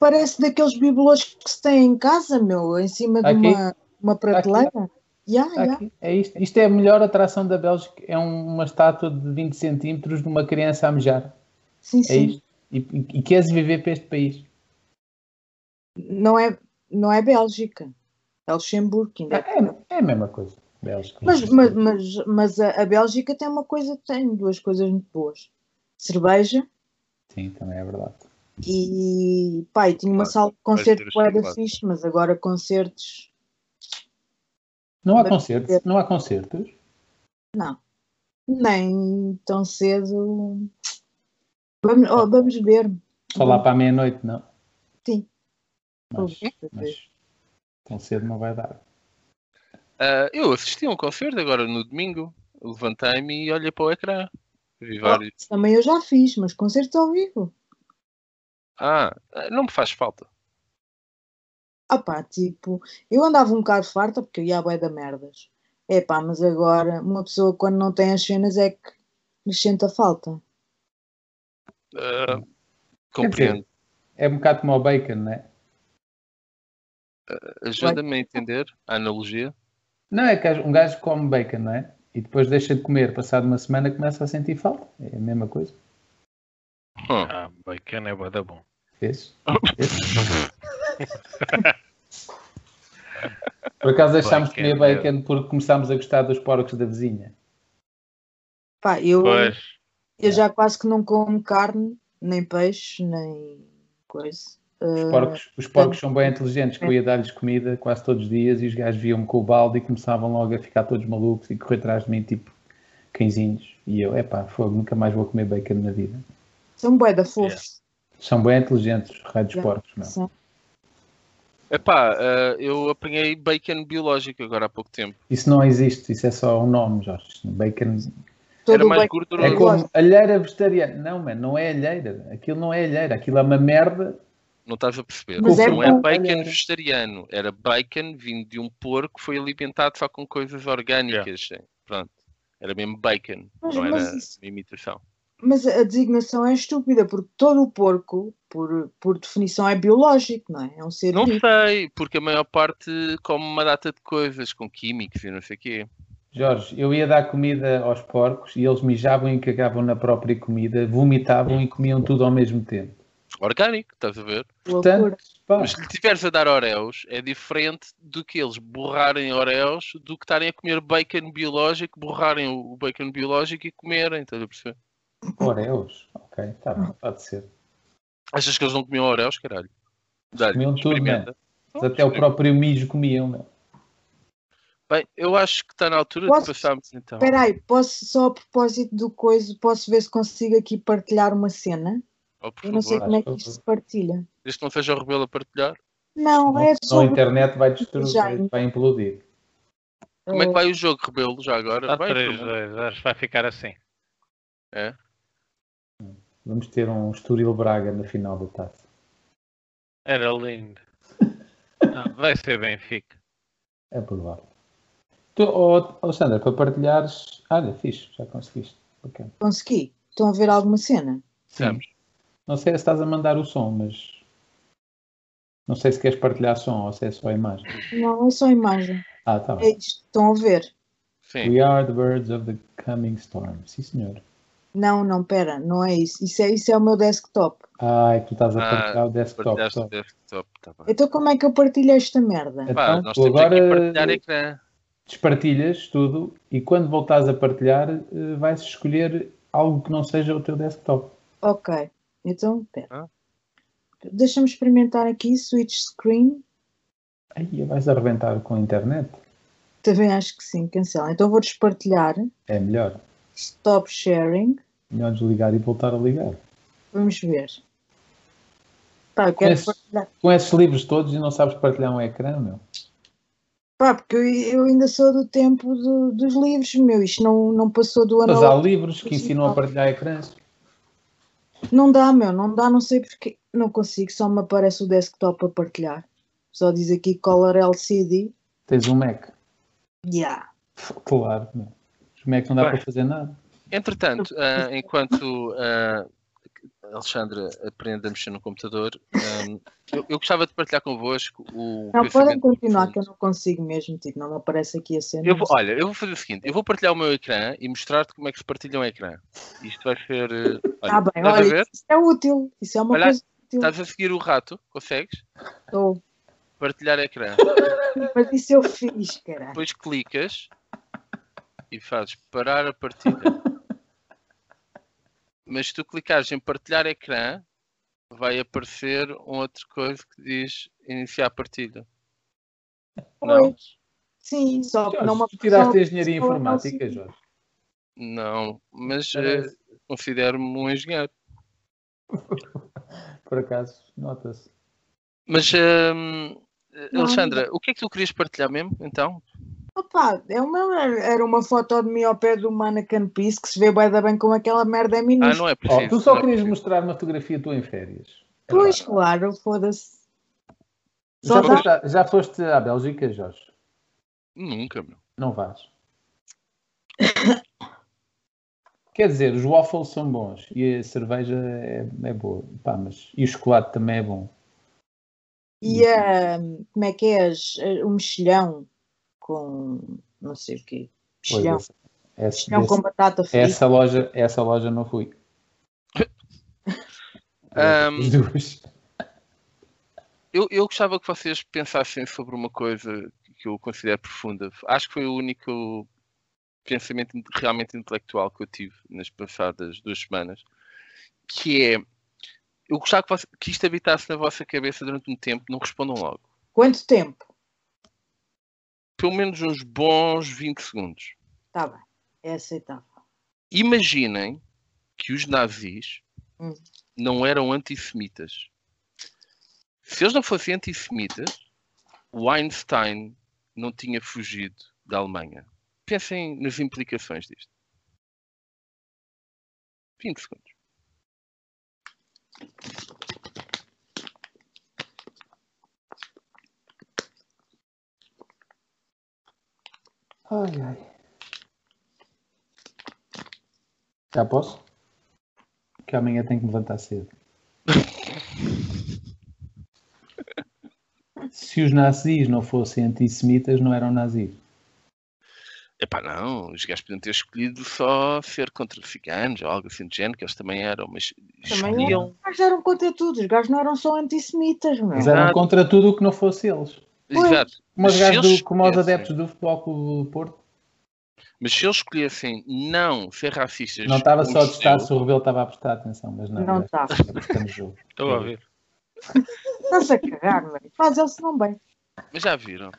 [SPEAKER 5] Parece daqueles bibelôs que se têm em casa, meu, em cima
[SPEAKER 3] Aqui?
[SPEAKER 5] de uma, uma prateleira. Ya,
[SPEAKER 3] Está
[SPEAKER 5] ya.
[SPEAKER 3] aqui. É isto. isto é a melhor atração da Bélgica. É um- uma estátua de 20 centímetros de uma criança a mejar.
[SPEAKER 5] Sim,
[SPEAKER 3] É
[SPEAKER 5] sim.
[SPEAKER 3] isto. E, e, e queres viver para este país?
[SPEAKER 5] não, é, não é Bélgica. É Luxemburgo, ainda. é.
[SPEAKER 3] É, é a mesma coisa. Bélgica.
[SPEAKER 5] Mas, mas, mas, mas a, a Bélgica tem uma coisa, tem duas coisas muito boas: cerveja
[SPEAKER 3] Sim, também é verdade.
[SPEAKER 5] e pai, tinha uma
[SPEAKER 2] Claro,
[SPEAKER 5] sala de concerto
[SPEAKER 2] ter os
[SPEAKER 5] que era
[SPEAKER 2] chocolates.
[SPEAKER 5] fixe, mas agora concertos.
[SPEAKER 3] Não há
[SPEAKER 5] Mas- é-
[SPEAKER 3] concertos? Não há concertos?
[SPEAKER 5] Nem tão cedo. Vamos, oh, vamos ver.
[SPEAKER 3] Só lá para a meia-noite, não.
[SPEAKER 5] Sim. é
[SPEAKER 3] Mas, mas tão cedo não vai dar.
[SPEAKER 2] Ah, eu assisti a um concerto agora no domingo, levantei-me e olhei para o ecrã.
[SPEAKER 5] Ah.
[SPEAKER 2] Vi vários.
[SPEAKER 5] Isso Também eu já fiz, mas concertos ao vivo.
[SPEAKER 2] Ah, não me faz falta.
[SPEAKER 5] Ah pá, tipo, eu andava um bocado farta porque eu ia à bué da merdas. É pá, mas agora uma pessoa quando não tem as cenas é que lhe sente a falta.
[SPEAKER 2] Ah, compreendo.
[SPEAKER 3] É um bocado como o bacon, não é?
[SPEAKER 2] Ajuda-me a entender a analogia.
[SPEAKER 3] Não, é que um gajo come bacon, não é? E depois deixa de comer, passado uma semana começa a sentir falta. É a mesma coisa.
[SPEAKER 2] Hum.
[SPEAKER 4] Ah, bacana é bué da bom.
[SPEAKER 3] Vês? Vês? Por acaso deixámos de comer
[SPEAKER 4] Bacon,
[SPEAKER 3] bacon porque começámos a gostar dos porcos da vizinha.
[SPEAKER 5] Pá, eu,
[SPEAKER 4] Pois,
[SPEAKER 5] eu
[SPEAKER 2] é.
[SPEAKER 5] já quase que não como carne, nem peixe, nem coisa.
[SPEAKER 3] Os
[SPEAKER 5] Ah,
[SPEAKER 3] porcos, os porcos são bem inteligentes, que eu ia dar-lhes comida quase todos os dias e os gajos viam-me com o balde e começavam logo a ficar todos malucos e correr atrás de mim, tipo cãezinhos. E eu, epá, fogo, nunca mais vou comer bacon na vida.
[SPEAKER 5] são bué da fofos.
[SPEAKER 3] São bem inteligentes, os raio dos
[SPEAKER 5] Yeah.
[SPEAKER 3] porcos, não.
[SPEAKER 5] são.
[SPEAKER 2] Epá, ah, eu apanhei bacon biológico agora há pouco tempo.
[SPEAKER 3] Isso não existe, isso é só um nome, Jorge. Bacon
[SPEAKER 5] Todo
[SPEAKER 2] Era
[SPEAKER 5] o
[SPEAKER 2] mais
[SPEAKER 5] bacon-
[SPEAKER 2] gorduroso.
[SPEAKER 3] é
[SPEAKER 5] Eu
[SPEAKER 3] como
[SPEAKER 5] gosto.
[SPEAKER 3] alheira vegetariana. Não, mano, não é alheira. Aquilo não é alheira, aquilo é uma merda.
[SPEAKER 2] Não estás a perceber.
[SPEAKER 5] Mas é
[SPEAKER 2] não é
[SPEAKER 5] bom,
[SPEAKER 2] bacon
[SPEAKER 5] olha.
[SPEAKER 2] vegetariano. Era bacon vindo de um porco que foi alimentado só com coisas orgânicas. Pronto. Era mesmo bacon.
[SPEAKER 5] Mas-
[SPEAKER 2] não
[SPEAKER 5] mas
[SPEAKER 2] era
[SPEAKER 5] isso-
[SPEAKER 2] uma imitação.
[SPEAKER 5] Mas a designação é estúpida, porque todo o porco, por, por definição, é biológico, não é? É um ser
[SPEAKER 2] Não
[SPEAKER 5] vivo.
[SPEAKER 2] sei, porque a maior parte come uma data de coisas com químicos e não sei o quê.
[SPEAKER 3] Jorge, eu ia dar comida aos porcos e eles mijavam e cagavam na própria comida, vomitavam e comiam tudo ao mesmo tempo.
[SPEAKER 2] Orgânico, estás a ver?
[SPEAKER 5] Loucura.
[SPEAKER 3] Portanto, pá,
[SPEAKER 2] Mas se lhe tiveres a dar Oreos, é diferente do que eles borrarem Oreos do que estarem a comer bacon biológico, borrarem o bacon biológico e comerem, estás a perceber?
[SPEAKER 3] Oreos. Ok, tá bem, pode ser.
[SPEAKER 2] Achas que eles não comiam Oreos, caralho? Dá-lhe,
[SPEAKER 3] Comiam tudo, né?
[SPEAKER 2] experimenta.
[SPEAKER 3] Mas até o próprio mijo comiam, né? meu.
[SPEAKER 2] Bem, eu acho que está na altura
[SPEAKER 5] Posso-
[SPEAKER 2] de passarmos então.
[SPEAKER 5] Espera aí, posso só a propósito do coisa, posso ver se consigo aqui partilhar uma cena?
[SPEAKER 2] Oh, por
[SPEAKER 5] Eu não sei
[SPEAKER 2] favor,
[SPEAKER 5] como é que isto se partilha.
[SPEAKER 2] desde que não seja o rebelo a partilhar.
[SPEAKER 5] Não, é
[SPEAKER 3] Senão a
[SPEAKER 5] sobre...
[SPEAKER 3] internet vai destruir,
[SPEAKER 5] Já.
[SPEAKER 3] vai implodir.
[SPEAKER 2] Como é que vai o jogo, rebelo, já agora?
[SPEAKER 3] Tá
[SPEAKER 4] está
[SPEAKER 2] Vai,
[SPEAKER 4] 3,
[SPEAKER 3] né?
[SPEAKER 2] Bruno.
[SPEAKER 4] 2, acho que vai ficar assim.
[SPEAKER 3] Vamos ter um Estoril Braga na final da taça.
[SPEAKER 4] Era lindo. Não, Ah, vai ser Benfica.
[SPEAKER 3] É provável. Tu, oh, Alexandra, para partilhares. Olha, fixe, já conseguiste. Ok.
[SPEAKER 5] Consegui. Estão a ver alguma cena?
[SPEAKER 2] Estamos.
[SPEAKER 3] Não sei se estás a mandar o som, mas. Não sei se queres partilhar som ou se é só a imagem.
[SPEAKER 5] Não, é só imagem.
[SPEAKER 3] Ah, tá
[SPEAKER 5] É
[SPEAKER 3] bem.
[SPEAKER 5] isto. Estão a ver?
[SPEAKER 2] Sim.
[SPEAKER 3] We are the birds of the coming storm. Sim, senhor.
[SPEAKER 5] Não, não, pera, não é isso. Isso é, isso é o meu desktop.
[SPEAKER 3] Ai, é tu estás a
[SPEAKER 2] Ah,
[SPEAKER 3] partilhar o desktop.
[SPEAKER 2] Partilhaste
[SPEAKER 3] só.
[SPEAKER 2] o desktop, tá bem.
[SPEAKER 5] Então como é que eu partilho esta merda?
[SPEAKER 2] Pá,
[SPEAKER 3] Então,
[SPEAKER 2] nós
[SPEAKER 3] tu
[SPEAKER 2] temos aqui
[SPEAKER 3] agora
[SPEAKER 2] partilhar ecrã.
[SPEAKER 3] despartilhas tudo e quando voltares a partilhar, eh, vais escolher algo que não seja o teu desktop.
[SPEAKER 5] Ok, então pera.
[SPEAKER 2] Ah.
[SPEAKER 5] Deixa-me experimentar aqui, switch screen.
[SPEAKER 3] Aí vais arrebentar com a internet.
[SPEAKER 5] Também acho que sim, cancela. Então vou despartilhar.
[SPEAKER 3] É melhor.
[SPEAKER 5] Stop sharing.
[SPEAKER 3] Melhor desligar e voltar a ligar.
[SPEAKER 5] Vamos ver. Pá, eu
[SPEAKER 3] Com
[SPEAKER 5] quero
[SPEAKER 3] esse-
[SPEAKER 5] partilhar.
[SPEAKER 3] Com esses livros todos e não sabes partilhar um ecrã, meu.
[SPEAKER 5] Pá, porque eu, eu ainda sou do tempo do- dos livros, meu. Isto não, não passou do
[SPEAKER 3] Mas há
[SPEAKER 5] analógico.
[SPEAKER 3] livros que ensinam a partilhar ecrãs.
[SPEAKER 5] Não dá, meu. Não dá, não sei porque. Não consigo, só me aparece o desktop a partilhar. Só diz aqui Color LCD.
[SPEAKER 3] Tens um Mac.
[SPEAKER 5] Yeah.
[SPEAKER 3] Claro, meu. Os Mac não dá
[SPEAKER 4] Bem.
[SPEAKER 3] para fazer nada.
[SPEAKER 2] Entretanto, ah, enquanto ah, a Alexandra aprende a mexer no computador, ah, eu, eu gostava de partilhar convosco o
[SPEAKER 5] Não, podem
[SPEAKER 2] pensamento
[SPEAKER 5] continuar, que eu
[SPEAKER 2] profundo.
[SPEAKER 5] não consigo mesmo. Tipo, não me aparece aqui a cena.
[SPEAKER 2] Eu vou- olha, eu vou fazer o seguinte: eu vou partilhar o meu ecrã e mostrar-te como é que se partilha um ecrã. Isto vai ser. ah, Olha,
[SPEAKER 5] Ah, bem,
[SPEAKER 2] estás a
[SPEAKER 5] olha,
[SPEAKER 2] ver?
[SPEAKER 5] isso é útil. Isso é uma
[SPEAKER 2] Olha,
[SPEAKER 5] coisa útil.
[SPEAKER 2] Estás a seguir o rato, consegues?
[SPEAKER 5] Tô.
[SPEAKER 2] Partilhar ecrã.
[SPEAKER 5] Mas isso eu fiz, caralho.
[SPEAKER 2] Depois clicas e fazes parar a partida. Mas se tu clicares em partilhar ecrã, vai aparecer um outro coisa que diz iniciar a partida. Não,
[SPEAKER 5] Pois. Sim, só que
[SPEAKER 3] Jorge,
[SPEAKER 5] não me
[SPEAKER 3] tu Então, tiraste a
[SPEAKER 5] só-
[SPEAKER 3] engenharia
[SPEAKER 5] só-
[SPEAKER 3] informática, Jorge.
[SPEAKER 2] não, mas
[SPEAKER 3] Parece.
[SPEAKER 2] eh, considero-me um engenheiro.
[SPEAKER 3] Por acaso, nota-se.
[SPEAKER 2] Mas, hum,
[SPEAKER 5] Não.
[SPEAKER 2] Alexandra, o que é que tu querias partilhar mesmo, então?
[SPEAKER 5] Opa, é uma, era uma foto de mim ao pé do Manacan Peace que se vê bem, bem com aquela merda é
[SPEAKER 2] Ah,
[SPEAKER 5] minúscula.
[SPEAKER 2] não é
[SPEAKER 3] Ó,
[SPEAKER 2] preciso.
[SPEAKER 3] Oh, tu só
[SPEAKER 2] não é
[SPEAKER 3] querias
[SPEAKER 2] preciso.
[SPEAKER 3] mostrar uma fotografia tua em férias.
[SPEAKER 5] pois, claro, foda-se.
[SPEAKER 3] Já
[SPEAKER 2] é
[SPEAKER 5] Só dá-
[SPEAKER 3] foste, a- já foste à Bélgica, Jorge?
[SPEAKER 2] Nunca, meu.
[SPEAKER 3] Não vais. Quer dizer, os waffles são bons e a cerveja é, é boa. Pá, mas, e o chocolate também é bom.
[SPEAKER 5] E a, como é que é? As- a- O mexilhão com não sei o quê.
[SPEAKER 3] Pois,
[SPEAKER 5] Mexilhão.
[SPEAKER 3] essa- essa-
[SPEAKER 5] Mexilhão com
[SPEAKER 3] desse-
[SPEAKER 5] batata frita.
[SPEAKER 3] essa loja, essa loja não fui. É,
[SPEAKER 2] Ahm,
[SPEAKER 3] As duas.
[SPEAKER 2] Eu, eu gostava que vocês pensassem sobre uma coisa que eu considero profunda. Acho que foi o único pensamento in- realmente intelectual que eu tive nas passadas duas semanas, que é eu gostava que, voce- que isto habitasse na vossa cabeça durante um tempo, não respondam logo.
[SPEAKER 5] Quanto tempo?
[SPEAKER 2] Pelo menos uns bons 20 segundos.
[SPEAKER 5] Está bem, é aceitável.
[SPEAKER 2] Imaginem que os nazis
[SPEAKER 5] Hum.
[SPEAKER 2] não eram antissemitas. Se eles não fossem antissemitas, o Einstein não tinha fugido da Alemanha. Pensem nas implicações disto. 20 segundos.
[SPEAKER 3] Ai, ai. Já posso? Que amanhã tenho que me levantar cedo. Se os nazis não fossem antissemitas, não eram nazis.
[SPEAKER 2] Epá, não, os gajos podiam ter escolhido só ser contra ciganos ou algo assim do género, que eles também eram, mas
[SPEAKER 5] Também é-
[SPEAKER 2] escolhiam.
[SPEAKER 5] Os gajos eram contra tudo, os gajos não eram só antissemitas, meu.
[SPEAKER 3] Eles eram
[SPEAKER 2] Exato.
[SPEAKER 3] contra tudo o que não fosse eles.
[SPEAKER 5] Pois.
[SPEAKER 2] Exato.
[SPEAKER 3] Como os,
[SPEAKER 2] Se
[SPEAKER 3] gajos do-
[SPEAKER 2] eles
[SPEAKER 3] como os
[SPEAKER 2] escolhessem-
[SPEAKER 3] adeptos do Futebol Clube do Porto.
[SPEAKER 2] Mas se eles escolhessem não ser racistas,
[SPEAKER 3] Não estava
[SPEAKER 2] como
[SPEAKER 3] só a testar
[SPEAKER 2] eu,
[SPEAKER 3] se o Rebelo estava a prestar atenção, mas não.
[SPEAKER 5] Não tá.
[SPEAKER 3] já-
[SPEAKER 5] estava.
[SPEAKER 3] já prestamos jogo.
[SPEAKER 4] Estou a ouvir.
[SPEAKER 5] Estás a cagar, meu. Faz eles não bem.
[SPEAKER 2] Mas já viram?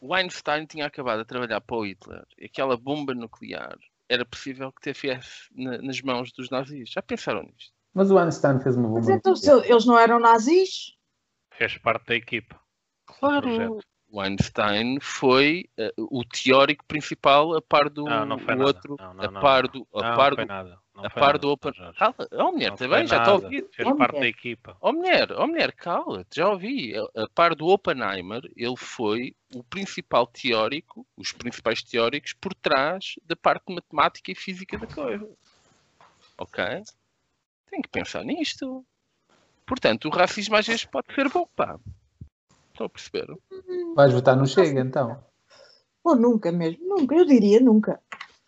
[SPEAKER 2] O Einstein tinha acabado a trabalhar para o Hitler e aquela bomba nuclear era possível que tivesse na- nas mãos dos nazis. Já pensaram nisto?
[SPEAKER 3] Mas o Einstein fez uma boa.
[SPEAKER 5] Mas então, se eles não eram nazis?
[SPEAKER 4] Fez parte da equipa.
[SPEAKER 2] Claro!
[SPEAKER 4] Projeto.
[SPEAKER 2] O Einstein foi eh, o teórico principal a par do
[SPEAKER 4] Não, não foi
[SPEAKER 2] o
[SPEAKER 4] nada.
[SPEAKER 2] outro,
[SPEAKER 4] Não, não,
[SPEAKER 2] a
[SPEAKER 4] não,
[SPEAKER 2] par
[SPEAKER 4] não.
[SPEAKER 2] do.
[SPEAKER 4] Não,
[SPEAKER 2] A
[SPEAKER 4] não
[SPEAKER 2] par
[SPEAKER 4] foi
[SPEAKER 2] do.
[SPEAKER 4] nada. Não
[SPEAKER 2] A
[SPEAKER 4] foi
[SPEAKER 2] par
[SPEAKER 4] nada,
[SPEAKER 2] do Open.
[SPEAKER 4] Jorge.
[SPEAKER 2] Cala, oh mulher,
[SPEAKER 4] Não
[SPEAKER 2] está
[SPEAKER 4] foi
[SPEAKER 2] bem? Já está a
[SPEAKER 4] nada.
[SPEAKER 2] ouvir.
[SPEAKER 4] Fez
[SPEAKER 5] Oh,
[SPEAKER 4] parte
[SPEAKER 5] mulher.
[SPEAKER 4] da equipa.
[SPEAKER 2] Oh mulher, oh mulher, cala-te, já ouvi. A, a par do Oppenheimer, ele foi o principal teórico, os principais teóricos por trás da parte de matemática e física da coisa. Ok? Tem que pensar nisto. Portanto, o racismo às vezes pode ser bom, pá. Estão a perceber?
[SPEAKER 3] Vais votar no Chega, então.
[SPEAKER 5] Ou nunca mesmo? Nunca, eu diria nunca.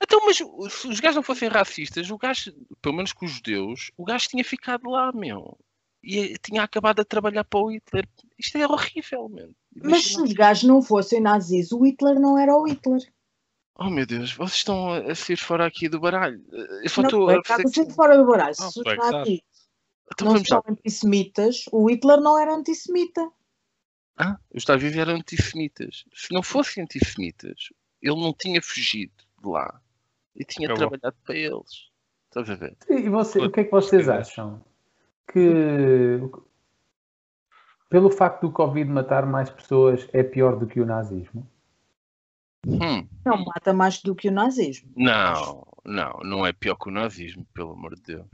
[SPEAKER 2] Então, mas o- se os gajos não fossem racistas, o gajo, pelo menos com os judeus, o gajo tinha ficado lá, meu. E eh, tinha acabado a trabalhar para o Hitler. Isto é horrível, meu.
[SPEAKER 5] Mas se os gajos não fossem nazis, o Hitler não era o Hitler.
[SPEAKER 2] Oh meu Deus, vocês estão a a sair fora aqui do baralho. Eu só
[SPEAKER 5] Não,
[SPEAKER 2] estou
[SPEAKER 5] é
[SPEAKER 2] a
[SPEAKER 5] que há
[SPEAKER 2] fazer.
[SPEAKER 5] de ser fora do baralho.
[SPEAKER 4] Não,
[SPEAKER 5] Se
[SPEAKER 4] tu é
[SPEAKER 5] os
[SPEAKER 4] que sabes.
[SPEAKER 5] nazis
[SPEAKER 2] Então
[SPEAKER 5] não
[SPEAKER 2] vamos lá.
[SPEAKER 5] são antissemitas, o Hitler não era antissemita.
[SPEAKER 2] Ah, os Davi eram antissemitas. Se não fossem antissemitas, ele não tinha fugido de lá. E tinha
[SPEAKER 4] Acabou.
[SPEAKER 2] trabalhado para eles. Estás a ver?
[SPEAKER 3] E você, o que é que vocês acham? que pelo facto do Covid matar mais pessoas é pior do que o nazismo?
[SPEAKER 2] Hum,
[SPEAKER 5] Não mata mais do que o nazismo.
[SPEAKER 2] não, não, não é pior que o nazismo, pelo amor de Deus.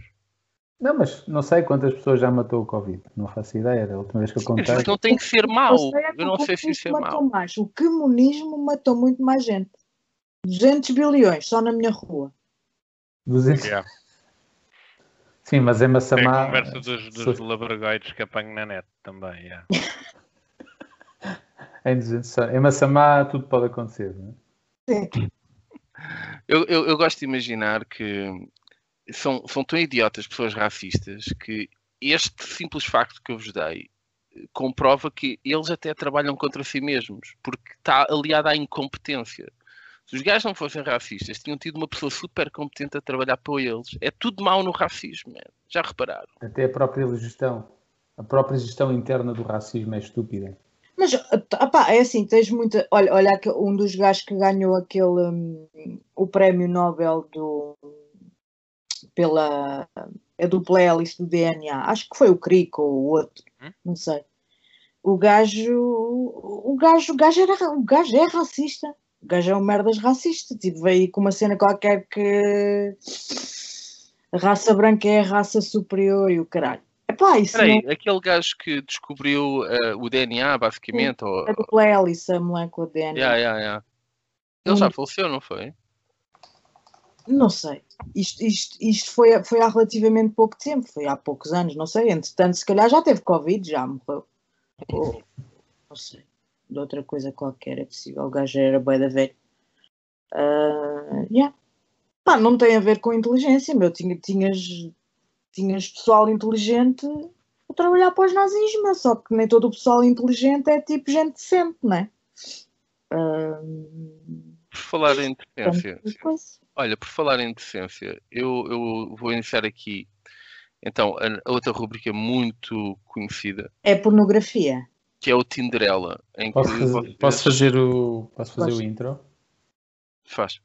[SPEAKER 3] Não, mas não sei quantas pessoas já matou o Covid. Não faço ideia. Da última vez que eu
[SPEAKER 2] Mas então-
[SPEAKER 3] contei.
[SPEAKER 2] isso não tem que ser mau.
[SPEAKER 5] Eu sei é que
[SPEAKER 2] Ah, Eu não
[SPEAKER 5] o
[SPEAKER 2] sei se isso
[SPEAKER 5] comunismo
[SPEAKER 2] é
[SPEAKER 5] matou
[SPEAKER 2] mau.
[SPEAKER 5] mais. O comunismo matou muito mais gente. 200 bilhões só na minha rua.
[SPEAKER 3] 200...
[SPEAKER 4] Yeah.
[SPEAKER 3] Sim, mas em
[SPEAKER 4] Tem a
[SPEAKER 2] É
[SPEAKER 3] Massamá.
[SPEAKER 4] conversa dos, dos
[SPEAKER 3] Sim.
[SPEAKER 4] labragoides que apanho na net também. é yeah.
[SPEAKER 3] Em, 200... em Massamá tudo pode acontecer. Não é?
[SPEAKER 2] Eu, eu- eu gosto de imaginar que são, são tão idiotas pessoas racistas que este simples facto que eu vos dei eh, comprova que eles até trabalham contra si mesmos, porque está aliado à incompetência. Se os gajos não fossem racistas, tinham tido uma pessoa super competente a trabalhar para eles. É tudo mau no racismo, man. já repararam?
[SPEAKER 3] é? Até a própria gestão. A própria gestão interna do racismo é estúpida.
[SPEAKER 5] Mas, opá, é assim, tens muita. Olha, olha aquele- um dos gajos que ganhou aquele. hum, o prémio Nobel do. pela. a dupla hélice do DNA. Acho que foi o Crico ou o outro,
[SPEAKER 4] Hum?
[SPEAKER 5] não sei. O gajo. O gajo, o gajo, era, ra- o gajo é racista. O gajo é um merdas racista. Tipo, veio com uma cena qualquer que. A raça branca é a raça superior e o caralho. Epá, isso
[SPEAKER 2] Espera aí,
[SPEAKER 5] não
[SPEAKER 2] aquele gajo que descobriu eh, o DNA, basicamente, ou...
[SPEAKER 5] é a dupla hélice, a molécula de DNA.
[SPEAKER 2] Yeah, yeah, yeah. Ele já faleceu, não foi?
[SPEAKER 5] Não sei. Isto, isto, isto foi, foi há relativamente pouco tempo, foi há poucos anos, não sei. Entretanto, se calhar já teve Covid, já morreu. Ou, não sei. De outra coisa qualquer, é possível. O gajo era bem da velha. Ah, yeah. Pá, não tem a ver com inteligência, meu. Tinha, tinhas, tinhas pessoal inteligente a trabalhar para os nazis, meu. Só porque nem todo o pessoal inteligente é tipo gente decente, não é? Ah,
[SPEAKER 2] Por falar em decência.
[SPEAKER 5] portanto, coisa.
[SPEAKER 2] Olha, por falar em decência, eu, eu vou iniciar aqui então a, a outra rubrica muito conhecida,
[SPEAKER 5] é pornografia.
[SPEAKER 2] que é o Tinderella, em que
[SPEAKER 3] Posso
[SPEAKER 2] vocês-
[SPEAKER 3] fazer, posso fazer o, posso fazer
[SPEAKER 5] Posso.
[SPEAKER 3] o intro?
[SPEAKER 2] faz.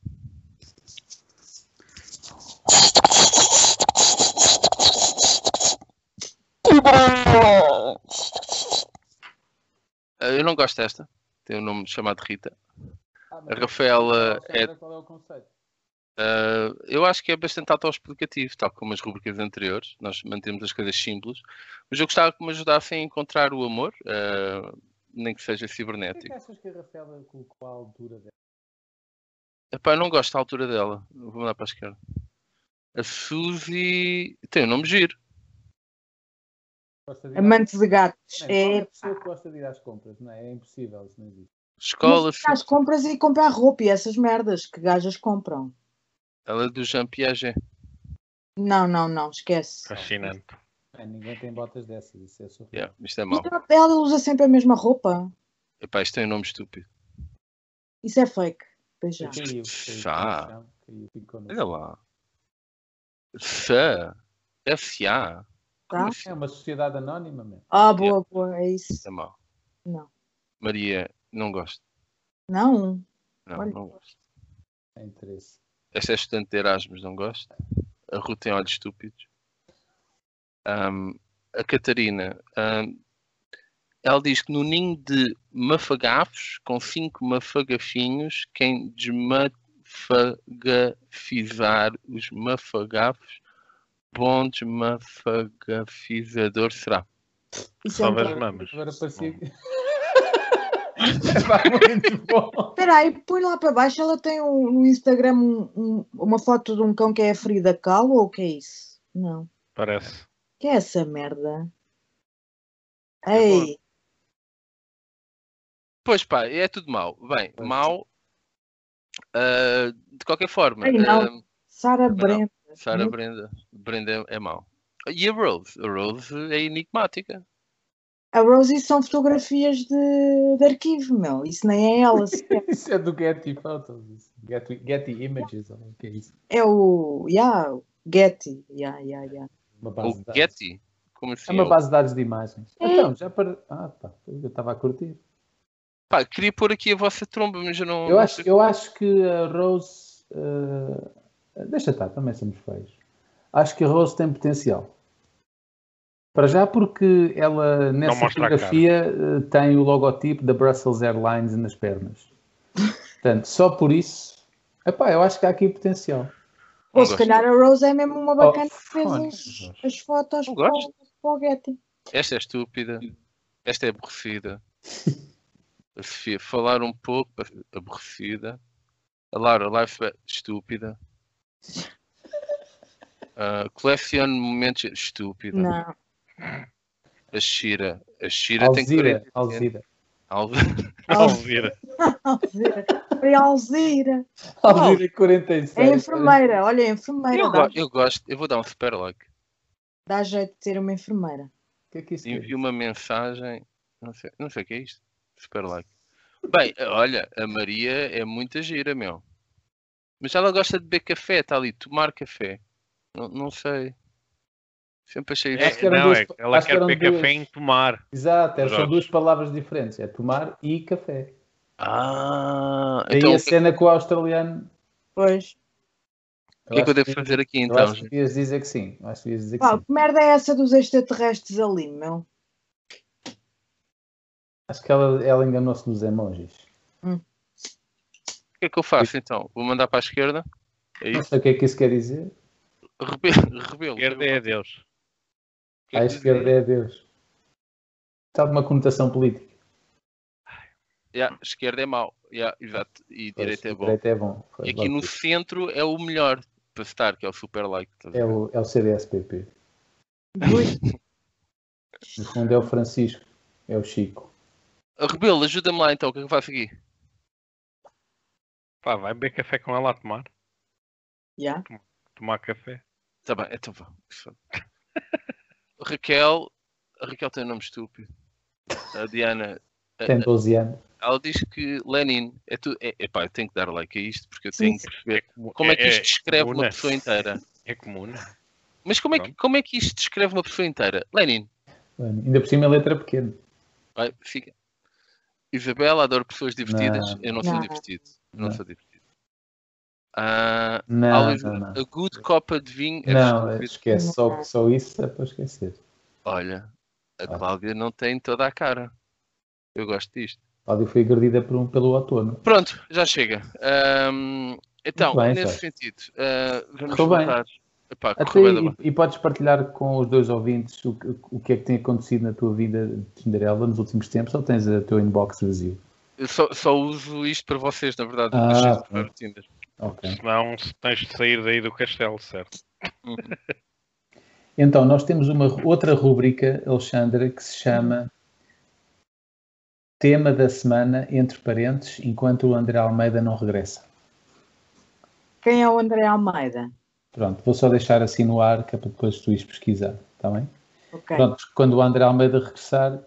[SPEAKER 2] Ah, Eu não gosto desta, tem o nome chamado Rita. A Rafaela é
[SPEAKER 3] Qual é o conceito?
[SPEAKER 2] Uh, eu acho que é bastante autoexplicativo, tal como as rubricas anteriores, nós mantemos as coisas simples, mas eu gostava que me ajudassem a encontrar o amor, uh, nem que seja
[SPEAKER 3] O que é que
[SPEAKER 2] cibernético.
[SPEAKER 3] achas que a Rafaela colocou à altura dela?
[SPEAKER 2] Epá, eu não gosto da altura dela, vou mandar para a esquerda. A Suzy tem o nome giro,
[SPEAKER 3] Gosta de ir às-
[SPEAKER 5] Amantes de gatos.
[SPEAKER 3] Não,
[SPEAKER 5] É,
[SPEAKER 3] qualquer pessoa que gosta de ir às compras, não é? É impossível, isso não existe.
[SPEAKER 2] escola,
[SPEAKER 5] mas ir às compras e comprar roupa e essas merdas que gajas compram.
[SPEAKER 2] ela é do Jean Piaget.
[SPEAKER 5] Não, não, não, esquece.
[SPEAKER 4] Fascinante.
[SPEAKER 3] Bem, ninguém tem botas dessas, isso é surreal.
[SPEAKER 2] Yeah, isto é
[SPEAKER 5] Mas
[SPEAKER 2] mau.
[SPEAKER 5] ela- Ela usa sempre a mesma roupa.
[SPEAKER 2] Epá, isto tem um nome estúpido.
[SPEAKER 5] Isso é fake. Beijão.
[SPEAKER 3] Caiu, caiu,
[SPEAKER 2] Já.
[SPEAKER 3] caiu, caiu, caiu, ficou no-
[SPEAKER 2] Olha lá. Sa, S.A. Como
[SPEAKER 5] Tá?
[SPEAKER 2] assim?
[SPEAKER 3] É uma sociedade anónima, mesmo.
[SPEAKER 5] Ah, boa, boa, é isso.
[SPEAKER 2] Isto é mau.
[SPEAKER 5] Não.
[SPEAKER 2] Maria, não gosto.
[SPEAKER 5] Não.
[SPEAKER 2] Não,
[SPEAKER 5] Olha.
[SPEAKER 2] não gosto.
[SPEAKER 3] É interesse.
[SPEAKER 2] Esta é estudante de Erasmus, não gosto. A Ruth tem olhos estúpidos. Ahm, a Catarina, ahm, ela diz que no ninho de mafagafos, com cinco mafagafinhos, quem desmafagafizar os mafagafos, bom desmafagafizador será.
[SPEAKER 5] Isso é
[SPEAKER 4] Só
[SPEAKER 5] um
[SPEAKER 4] vejo
[SPEAKER 5] bocado.
[SPEAKER 4] mamas.
[SPEAKER 3] Agora parecia que. Epá, muito bom.
[SPEAKER 5] Espera aí, põe lá para baixo. Ela tem um- no Instagram um- um- uma foto de um cão que é a ferida calo ou o que é isso? Não.
[SPEAKER 4] Parece.
[SPEAKER 5] Que é essa merda?
[SPEAKER 4] bom.
[SPEAKER 5] Ei,
[SPEAKER 2] Pois pá, é tudo mau. Bem, mau. ah, de qualquer forma,
[SPEAKER 5] Ai, não.
[SPEAKER 2] ahm,
[SPEAKER 5] Sara
[SPEAKER 2] não.
[SPEAKER 5] Brenda.
[SPEAKER 2] Sara
[SPEAKER 3] Hum?
[SPEAKER 5] Não.
[SPEAKER 2] Brenda. Brenda é mau. E a Rose? A Rose é enigmática.
[SPEAKER 5] A Rosie são fotografias de, de arquivo, meu. Isso nem é ela. sequer.
[SPEAKER 3] Isso é do Getty Photos. isso. Getty, Getty Images, ou o que é isso?
[SPEAKER 5] é o. Yeah, o Getty. Yeah, yeah, yeah.
[SPEAKER 3] Uma base
[SPEAKER 2] Ou
[SPEAKER 3] de dados.
[SPEAKER 2] Getty. Como assim?
[SPEAKER 3] É uma
[SPEAKER 2] Eu-
[SPEAKER 3] base de dados de imagens.
[SPEAKER 5] É.
[SPEAKER 3] Então, já para. Ah, pá, eu estava a curtir.
[SPEAKER 2] Pá, queria pôr aqui a vossa tromba, mas eu não.
[SPEAKER 3] Eu
[SPEAKER 2] não
[SPEAKER 3] acho,
[SPEAKER 2] sei-
[SPEAKER 3] eu acho que a Rose. eh, Deixa estar, também somos feios. Acho que a Rose tem potencial. Para já porque ela, nessa
[SPEAKER 4] mostra a cara.
[SPEAKER 3] fotografia, eh, tem o logotipo da Brussels Airlines nas pernas. Portanto, só por isso... Epá, eu acho que há aqui potencial.
[SPEAKER 5] Ou se calhar a Rose é mesmo uma bacana que fez
[SPEAKER 3] fones.
[SPEAKER 5] as, as fotos
[SPEAKER 2] Não
[SPEAKER 5] para,
[SPEAKER 2] gosto.
[SPEAKER 5] o- para o Getty.
[SPEAKER 2] Esta é estúpida. Esta é aborrecida. A Sofia, falar um pouco, a- aborrecida. A Lara, life é estúpida. Ah, colecione momentos estúpida.
[SPEAKER 5] Não.
[SPEAKER 2] A Shira. A Shira
[SPEAKER 3] Alzira,
[SPEAKER 2] tem 40 anos.
[SPEAKER 3] Alzira.
[SPEAKER 2] Alve-
[SPEAKER 3] Ah,
[SPEAKER 4] Alzira.
[SPEAKER 5] Alzira. Foi a Alzira.
[SPEAKER 3] Alzira
[SPEAKER 5] É
[SPEAKER 3] 46.
[SPEAKER 5] a enfermeira. Olha, é a enfermeira.
[SPEAKER 2] Eu,
[SPEAKER 5] dá,
[SPEAKER 2] go- eu gosto, eu vou dar um super like.
[SPEAKER 5] dá jeito de ter uma enfermeira.
[SPEAKER 3] O que é que isso é?
[SPEAKER 2] Envio uma mensagem. Não sei, não sei o que é isto. Super like. Bem, olha, a Maria é muita gira, meu. Mas ela gosta de beber café, está ali, tomar café. Não, não sei. Sempre achei
[SPEAKER 4] É,
[SPEAKER 2] isso.
[SPEAKER 3] que eram
[SPEAKER 4] não,
[SPEAKER 3] duas-
[SPEAKER 4] é, ela
[SPEAKER 3] acho que
[SPEAKER 4] quer
[SPEAKER 3] eram
[SPEAKER 4] beber café
[SPEAKER 3] duas.
[SPEAKER 4] em tomar.
[SPEAKER 3] Exato, é- são
[SPEAKER 4] Exato.
[SPEAKER 3] duas palavras diferentes. É tomar e café.
[SPEAKER 2] Ah,
[SPEAKER 3] Daí
[SPEAKER 2] então o
[SPEAKER 3] a
[SPEAKER 2] que,
[SPEAKER 3] cena com o australiano...
[SPEAKER 5] Pois.
[SPEAKER 2] o que é que eu devo
[SPEAKER 3] fazer?
[SPEAKER 2] fazer aqui
[SPEAKER 3] eu
[SPEAKER 2] então?
[SPEAKER 3] acho que devias dizer que sim. Eu acho que devias dizer que
[SPEAKER 5] Pá,
[SPEAKER 3] sim.
[SPEAKER 5] que merda é essa dos extraterrestres ali, meu?
[SPEAKER 3] Acho que ela, ela enganou-se nos emojis.
[SPEAKER 2] O que é que eu faço então? Vou mandar para a esquerda? É
[SPEAKER 3] Não
[SPEAKER 2] isso?
[SPEAKER 3] sei o que é que isso quer dizer.
[SPEAKER 2] Rebelo. rebelo.
[SPEAKER 4] Esquerda é Deus.
[SPEAKER 3] À esquerda é Deus. Está alguma conotação política.
[SPEAKER 2] Yeah, esquerda é mau. Yeah, exato. E direita é
[SPEAKER 3] Pois,
[SPEAKER 2] bom.
[SPEAKER 3] Direita é bom. Foi
[SPEAKER 2] E aqui
[SPEAKER 3] logo
[SPEAKER 2] no
[SPEAKER 3] isso.
[SPEAKER 2] centro é o melhor para estar, que é o super like. estás a
[SPEAKER 3] É
[SPEAKER 2] ver?
[SPEAKER 3] o, é o CDSPP.
[SPEAKER 5] Ui,
[SPEAKER 3] No fundo é o Francisco. É o Chico.
[SPEAKER 2] Rebelo, ajuda-me lá então, o que é que eu faço aqui?
[SPEAKER 4] Pá, vai beber café com ela a tomar.
[SPEAKER 5] já.
[SPEAKER 4] Tomar café.
[SPEAKER 2] Tá bem, então vá. Raquel, a Raquel tem um nome estúpido. A Diana, é.
[SPEAKER 3] Tem 12 anos.
[SPEAKER 2] ela diz que Lenin é tu. É, epá, eu tenho que dar like a isto porque eu
[SPEAKER 5] Sim,
[SPEAKER 2] tenho que perceber como é que isto descreve uma
[SPEAKER 4] comuna.
[SPEAKER 2] pessoa inteira.
[SPEAKER 4] É comum, né?
[SPEAKER 2] Mas como é que, como é que isto descreve uma pessoa inteira? Lenin,
[SPEAKER 3] Ainda por cima é letra pequena.
[SPEAKER 2] vai, fica. Isabela, adoro pessoas divertidas.
[SPEAKER 3] Não.
[SPEAKER 2] Eu não sou
[SPEAKER 5] Não.
[SPEAKER 2] divertido. Eu não
[SPEAKER 3] Não.
[SPEAKER 2] sou divertido. Ah,
[SPEAKER 3] Não,
[SPEAKER 2] Oliver,
[SPEAKER 3] não, não.
[SPEAKER 2] a good copa de vinho é
[SPEAKER 3] Não,
[SPEAKER 2] estúpido.
[SPEAKER 3] esquece. Só, só isso é para esquecer.
[SPEAKER 2] Olha, a
[SPEAKER 3] Ah.
[SPEAKER 2] Cláudia não tem toda a cara. Eu gosto disto.
[SPEAKER 3] Cláudio foi agredida por um, pelo outono.
[SPEAKER 2] Pronto, já chega. Ahm, então,
[SPEAKER 3] Muito bem,
[SPEAKER 2] nesse
[SPEAKER 3] Jorge.
[SPEAKER 2] sentido, ah, vamos
[SPEAKER 3] Correu bem.
[SPEAKER 2] voltar. Epá,
[SPEAKER 3] Até,
[SPEAKER 2] correu bem da boa.
[SPEAKER 3] e, e podes partilhar com os dois ouvintes o, que- o que é que tem acontecido na tua vida de Tinderela nos últimos tempos ou tens o teu inbox vazio?
[SPEAKER 2] Eu só, só uso isto para vocês, na verdade.
[SPEAKER 3] Ah,
[SPEAKER 2] Achei super
[SPEAKER 3] pronto.
[SPEAKER 2] o Tinder.
[SPEAKER 3] Ok.
[SPEAKER 4] Senão se tens de sair daí do castelo, certo?
[SPEAKER 3] Então, nós temos uma outra rubrica, Alexandra, que se chama Tema da Semana, entre parentes, enquanto o André Almeida não regressa.
[SPEAKER 5] Quem é o André Almeida?
[SPEAKER 3] Pronto, vou só deixar assim no ar, que é para depois tu ires pesquisar, está bem?
[SPEAKER 5] Ok.
[SPEAKER 3] Pronto, quando o André Almeida regressar,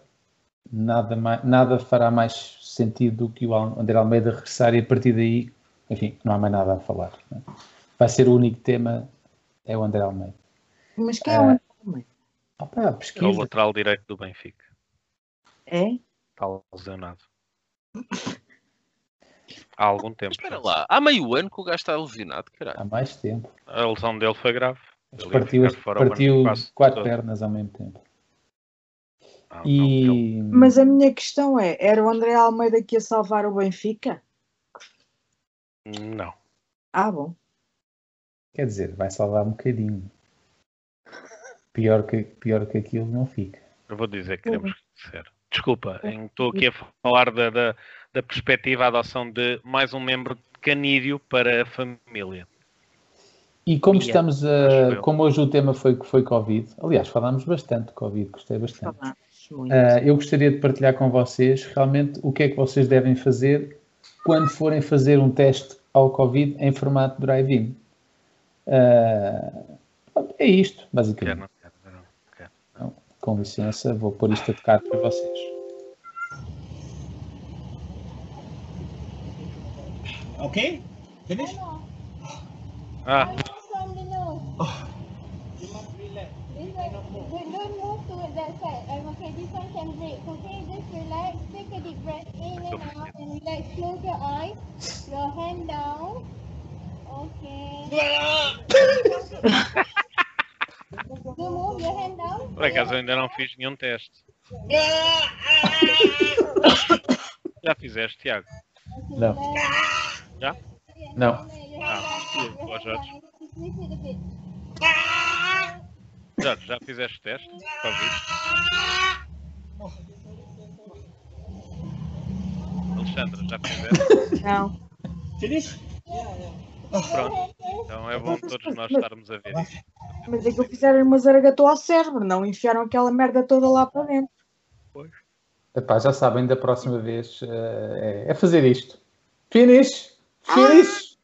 [SPEAKER 3] nada, mai- nada fará mais sentido do que o Al- André Almeida regressar e a partir daí, enfim, não há mais nada a falar. não é? Vai ser o único tema, é o André Almeida.
[SPEAKER 5] Mas quem é o André Almeida?
[SPEAKER 3] Ah pá,
[SPEAKER 4] É o
[SPEAKER 3] pesquisa.
[SPEAKER 4] lateral direito do Benfica.
[SPEAKER 5] É?
[SPEAKER 4] Está lesionado. Há algum tempo.
[SPEAKER 2] Mas espera
[SPEAKER 4] já.
[SPEAKER 2] lá, há meio ano que o gajo está alucinado, caralho.
[SPEAKER 3] Há mais tempo.
[SPEAKER 4] A lesão dele foi grave.
[SPEAKER 3] Mas
[SPEAKER 4] Ele ia
[SPEAKER 3] partiu,
[SPEAKER 4] ficar fora o ano
[SPEAKER 3] partiu
[SPEAKER 4] quase
[SPEAKER 3] quatro
[SPEAKER 4] todo.
[SPEAKER 3] pernas ao mesmo tempo.
[SPEAKER 4] Não, Ah, não, ele-
[SPEAKER 3] E
[SPEAKER 5] Mas a minha questão é, era o André Almeida que ia salvar o Benfica?
[SPEAKER 4] Não.
[SPEAKER 5] Ah, bom.
[SPEAKER 3] quer dizer, vai salvar um bocadinho. Pior que, pior que aquilo não fica.
[SPEAKER 4] Eu vou dizer que
[SPEAKER 5] Uhum.
[SPEAKER 4] temos que ser. Desculpa, em- estou aqui a falar da, da, da perspectiva da adoção de mais um membro canídeo para a família.
[SPEAKER 3] E como
[SPEAKER 4] Yeah,
[SPEAKER 3] estamos
[SPEAKER 4] acho
[SPEAKER 3] a.
[SPEAKER 4] eu.
[SPEAKER 3] Como hoje o tema foi, foi Covid, aliás, falámos bastante de Covid, gostei
[SPEAKER 5] tá
[SPEAKER 3] bastante.
[SPEAKER 5] Falámos muito.
[SPEAKER 2] É.
[SPEAKER 3] Ah, eu gostaria de partilhar com vocês realmente o que é que vocês devem fazer quando forem fazer um teste ao Covid em formato drive-in. Ah, é isto,
[SPEAKER 4] Quer,
[SPEAKER 3] basicamente.
[SPEAKER 4] não quer, não. é?
[SPEAKER 3] Com licença, vou pôr isto a tocar para vocês.
[SPEAKER 8] Okay? Finish?
[SPEAKER 4] Ah,
[SPEAKER 9] from the nose. You must relax. This one, don't- don't move to that side. Um, okay, this one can breathe. Okay, just relax. Take a deep breath in and out and relax. Close your eyes. Your hand down. Okay. Don't move your hand down.
[SPEAKER 4] Por acaso eu ainda não fiz nenhum teste. Já fizeste, Tiago?
[SPEAKER 3] Não.
[SPEAKER 4] Já?
[SPEAKER 3] Não.
[SPEAKER 4] Ó, Jorge. Já, já fizeste teste? Para vir? Alexandra, já fizeste?
[SPEAKER 5] Não.
[SPEAKER 8] Finish?
[SPEAKER 4] Pronto. Então é bom todos nós estarmos a ver isso.
[SPEAKER 5] Mas é que eu fizeram uma zaragatou ao cérebro, não enfiaram aquela merda toda lá para dentro.
[SPEAKER 3] Epá, já sabem, da próxima vez eh, é, é fazer isto. Finish! Finish!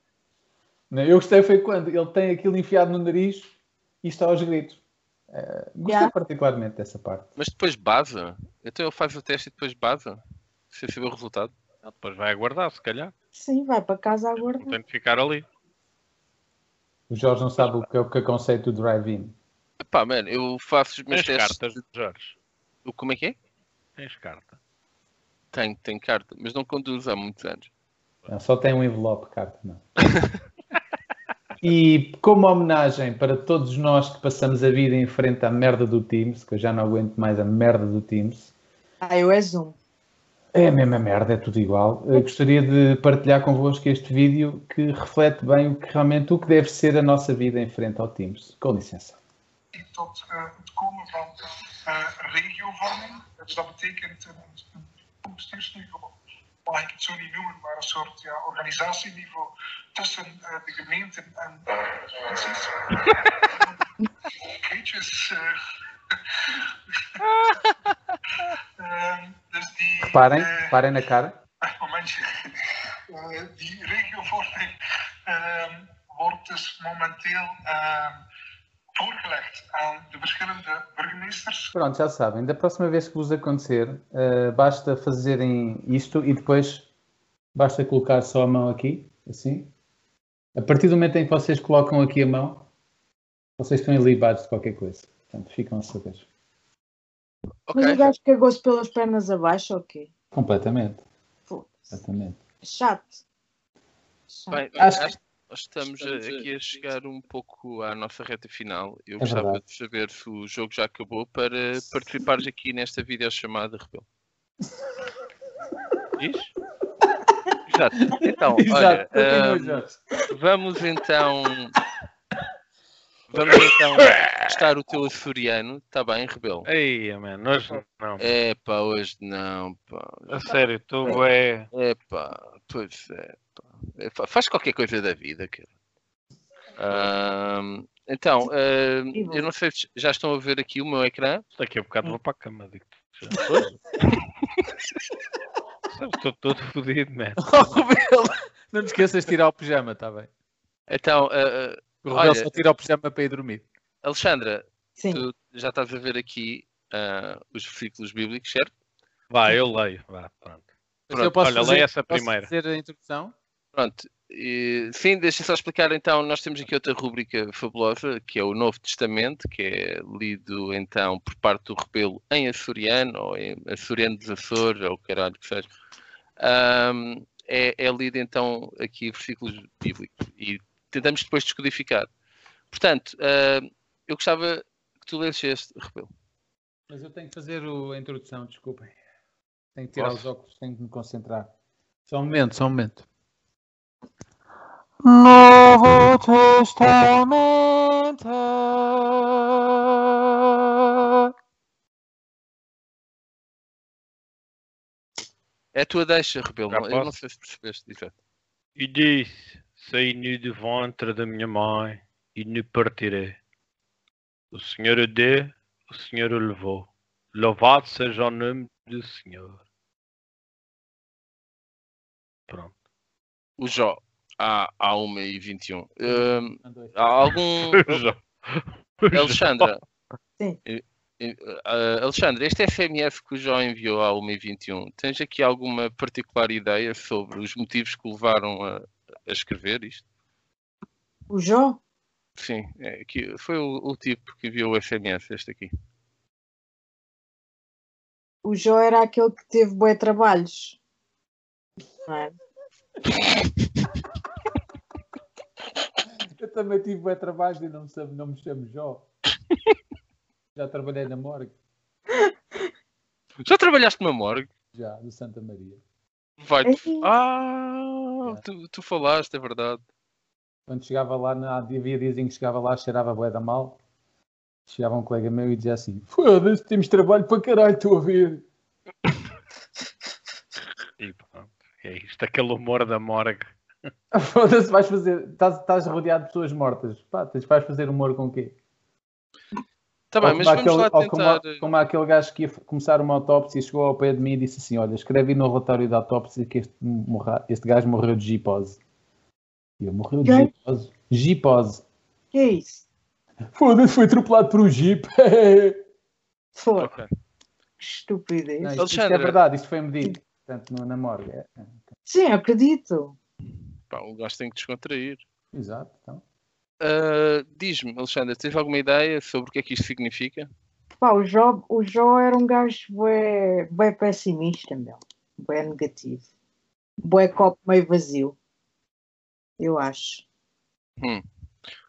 [SPEAKER 3] Não, eu gostei foi quando ele tem aquilo enfiado no nariz e está aos gritos. Eh, gostei
[SPEAKER 5] Yeah.
[SPEAKER 3] particularmente dessa parte.
[SPEAKER 2] Mas depois baza. Então ele faz o teste e depois baza. Sem saber o resultado.
[SPEAKER 4] Ele depois vai aguardar, se calhar.
[SPEAKER 5] Sim, vai para casa agora.
[SPEAKER 4] Não tem de ficar ali.
[SPEAKER 3] O Jorge não sabe o que é o que é o conceito do drive-in.
[SPEAKER 2] Epá, mano, eu faço os meus
[SPEAKER 4] Tens
[SPEAKER 2] testes.
[SPEAKER 4] cartas, Jorge.
[SPEAKER 2] O- Como é que é?
[SPEAKER 4] Tens carta.
[SPEAKER 2] Tenho, tenho carta, mas não conduzo há muitos anos.
[SPEAKER 3] Não, só tem um envelope, carta, não. E como homenagem para todos nós que passamos a vida em frente à merda do Teams, que eu já não aguento mais a merda do Teams,
[SPEAKER 5] Ah, eu é Zoom.
[SPEAKER 3] É a mesma merda, é tudo igual. Eu gostaria de partilhar convosco este vídeo que reflete bem o que realmente o que deve ser a nossa vida em frente ao Teams. Com licença.
[SPEAKER 10] tot eh, het komen van eh, regiovorming. Dus dat betekent een, een, een bestuursniveau, mag ik het zo niet noemen, maar een soort ja, organisatieniveau tussen eh, de gemeenten en de provincies. Beetjes. eh, ehm, dus die.
[SPEAKER 3] Reparem,
[SPEAKER 10] eh,
[SPEAKER 3] reparem na cara.
[SPEAKER 10] Ach, momentje. Eh, die regiovorming ehm, wordt dus momenteel ehm, voorgelegd aan de verschillende burgemeesters.
[SPEAKER 3] Pronto, já sabem. Da próxima vez que vos acontecer, eh, basta fazerem isto e depois basta colocar só a mão aqui, assim. A partir do momento em que vocês colocam aqui a mão, vocês estão ilibados de qualquer coisa. Portanto, ficam a saber.
[SPEAKER 2] Ok,
[SPEAKER 5] Mas o gajo cagou-se pelas pernas abaixo ou quê?
[SPEAKER 3] Completamente.
[SPEAKER 5] Foda-se. É
[SPEAKER 3] Completamente.
[SPEAKER 5] Chato. Chato.
[SPEAKER 2] bem,
[SPEAKER 3] Acho-
[SPEAKER 2] acho que nós estamos eh, aqui a chegar um pouco à nossa reta final. Eu
[SPEAKER 3] É
[SPEAKER 2] gostava
[SPEAKER 3] verdade.
[SPEAKER 2] de saber se o jogo já acabou para participares aqui nesta videochamada, Rebelo.
[SPEAKER 4] Diz?
[SPEAKER 2] Exato. Então, olha,
[SPEAKER 3] Exato. continua,
[SPEAKER 2] ahm,
[SPEAKER 3] Jorge.
[SPEAKER 2] vamos então. Vamos então testar o teu açoriano, está bem, Rebelo?
[SPEAKER 4] Aí, mano, hoje não.
[SPEAKER 2] É pá, hoje não, pá.
[SPEAKER 4] A sério, tu é.
[SPEAKER 2] É pá, pois é. pá. É pá, Faz qualquer coisa da vida, cara. Ahm, então, ahm, eu não sei se já estão a ver aqui o meu ecrã.
[SPEAKER 4] Daqui a bocado vou para a cama, digo Estou todo fodido, mano.
[SPEAKER 3] Oh, Rubel, não te esqueças de tirar o pijama, está bem?
[SPEAKER 2] Então, ah, ah,
[SPEAKER 3] O Rubel
[SPEAKER 2] Olha-
[SPEAKER 3] só tira o pijama para ir dormir.
[SPEAKER 2] Alexandra,
[SPEAKER 5] Sim.
[SPEAKER 2] tu já estás a ver aqui ah, os versículos bíblicos, certo?
[SPEAKER 4] Vá, eu leio. Vá, pronto.
[SPEAKER 3] Mas eu
[SPEAKER 2] Pronto,
[SPEAKER 3] posso
[SPEAKER 4] olha,
[SPEAKER 3] fazer,
[SPEAKER 4] lê essa
[SPEAKER 3] posso
[SPEAKER 4] primeira.
[SPEAKER 3] fazer a introdução?
[SPEAKER 2] Pronto. E, sim, deixa só explicar então. Nós temos aqui outra rúbrica fabulosa que é o Novo Testamento, que é lido então por parte do Rebelo em açoriano ou em açoriano dos Açores ou o caralho que seja. Ahm, é, é lido então aqui versículos bíblicos e tentamos depois descodificar. Portanto, ahm, eu gostava que tu lesses este, Rebelo.
[SPEAKER 3] Mas eu tenho que fazer o- a introdução, desculpem. Tenho que tirar os óculos, tenho que me concentrar. Só um momento, só um momento.
[SPEAKER 1] Novo Testamento.
[SPEAKER 2] É a tua deixa, Rebelo.
[SPEAKER 4] Já
[SPEAKER 2] não- é? Eu não
[SPEAKER 4] posso?
[SPEAKER 2] sei se percebeste. Exato.
[SPEAKER 4] E disse: Saí-me do ventre da minha mãe e me partirei. O Senhor o deu, o Senhor o levou. Louvado seja o nome do Senhor. Pronto.
[SPEAKER 2] o Jó à, à 1 e 21. Hum, há algum.
[SPEAKER 4] Já.
[SPEAKER 2] Alexandra.
[SPEAKER 5] Sim.
[SPEAKER 2] Eh, eh, ah, Alexandra, este FMF que o Jó enviou à 1 e 21, tens aqui alguma particular ideia sobre os motivos que o levaram a, a escrever isto?
[SPEAKER 5] O Jó?
[SPEAKER 2] Sim, é que foi o, o tipo que enviou o FMF, este aqui.
[SPEAKER 5] O Jó era aquele que teve bué trabalhos. Não é?
[SPEAKER 3] Eu também tive bem trabalho e não me chamo, não me chamo Jó. Já trabalhei na morgue.
[SPEAKER 2] Já trabalhaste numa morgue?
[SPEAKER 3] Já, do Santa Maria.
[SPEAKER 2] Vai, tu... Ah, tu, tu falaste, é verdade.
[SPEAKER 3] Quando chegava lá, na... havia dias em que chegava lá, cheirava a boeda mal. Chegava um colega meu e dizia assim: Foda-se, temos trabalho para caralho, estou a ver.
[SPEAKER 4] E pronto, é isto, aquele humor da morgue.
[SPEAKER 3] Foda-se, vais fazer. Estás, estás rodeado de pessoas mortas. Pá, tens- vais fazer humor com o quê?
[SPEAKER 2] Tá bem,
[SPEAKER 3] Ou
[SPEAKER 2] mas
[SPEAKER 3] como
[SPEAKER 2] vamos lá
[SPEAKER 3] aquele- ou como a-
[SPEAKER 2] tentar. uh,
[SPEAKER 3] Como, há aquele gajo que ia f- começar uma autópsia e chegou ao pé de mim e disse assim: Olha, escreve aí no relatório da autópsia que este, morra, este gajo morreu de gipose. E eu morreu de
[SPEAKER 5] Quem?
[SPEAKER 3] gipose. Gipose.
[SPEAKER 5] Que é isso?
[SPEAKER 3] Foda-se, foi atropelado por um jeep.
[SPEAKER 5] Foda,
[SPEAKER 4] Ok.
[SPEAKER 5] estupidez.
[SPEAKER 3] Não, isto, isto é
[SPEAKER 2] Alexandra.
[SPEAKER 3] verdade, isto foi medido. Portanto, no, na morgue. É, é.
[SPEAKER 5] Sim, acredito.
[SPEAKER 2] Pá, o gajo tem que descontrair.
[SPEAKER 3] Exato. Então.
[SPEAKER 2] Ah, Diz-me, Alexandre, tens alguma ideia sobre o que é que isto significa?
[SPEAKER 5] Pá, o Jó, o Jó era um gajo bué, bué pessimista, meu. Bué negativo. Bué copo meio vazio. Eu acho.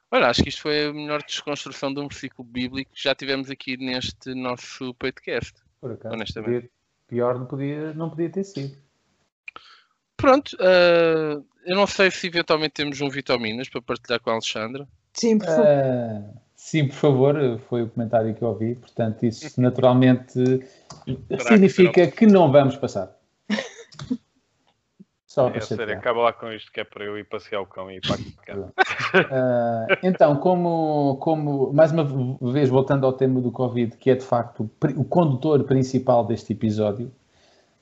[SPEAKER 2] Olha, acho que isto foi a melhor desconstrução de um versículo bíblico que já tivemos aqui neste nosso podcast.
[SPEAKER 3] Por acaso.
[SPEAKER 2] Honestamente.
[SPEAKER 3] podia- pior não podia, não podia ter sido.
[SPEAKER 2] Pronto, ah, eu não sei se eventualmente temos um Vitaminas para partilhar com a Alexandra.
[SPEAKER 5] Sim, por favor.
[SPEAKER 3] Ah, sim, por favor, foi o comentário que eu ouvi. Portanto, isso naturalmente significa que não vamos passar. Só
[SPEAKER 4] É
[SPEAKER 3] para
[SPEAKER 4] sério,
[SPEAKER 3] chatear.
[SPEAKER 4] acaba lá com isto que é para eu ir passear o cão e ir para aqui.
[SPEAKER 3] Ah, então, como, como, mais uma vez, voltando ao tema do Covid, que é de facto o pri- o condutor principal deste episódio,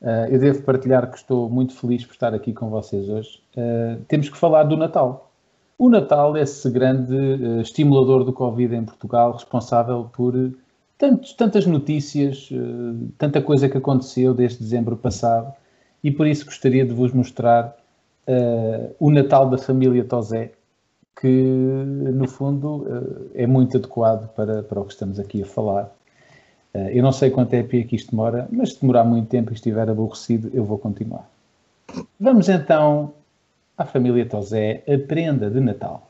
[SPEAKER 3] ah, eu devo partilhar que estou muito feliz por estar aqui com vocês hoje. Ah, temos que falar do Natal. O Natal é esse grande ah, estimulador do Covid em Portugal, responsável por eh, tantos- tantas notícias, eh, tanta coisa que aconteceu desde dezembro passado, e por isso gostaria de vos mostrar ah, o Natal da família Tosé que no fundo eh, é muito adequado para, para o que estamos aqui a falar. Eh, Eu não sei quanto é pia que isto demora, mas se demorar muito tempo e estiver aborrecido, eu vou continuar. Vamos então à família Tosé, a prenda de Natal.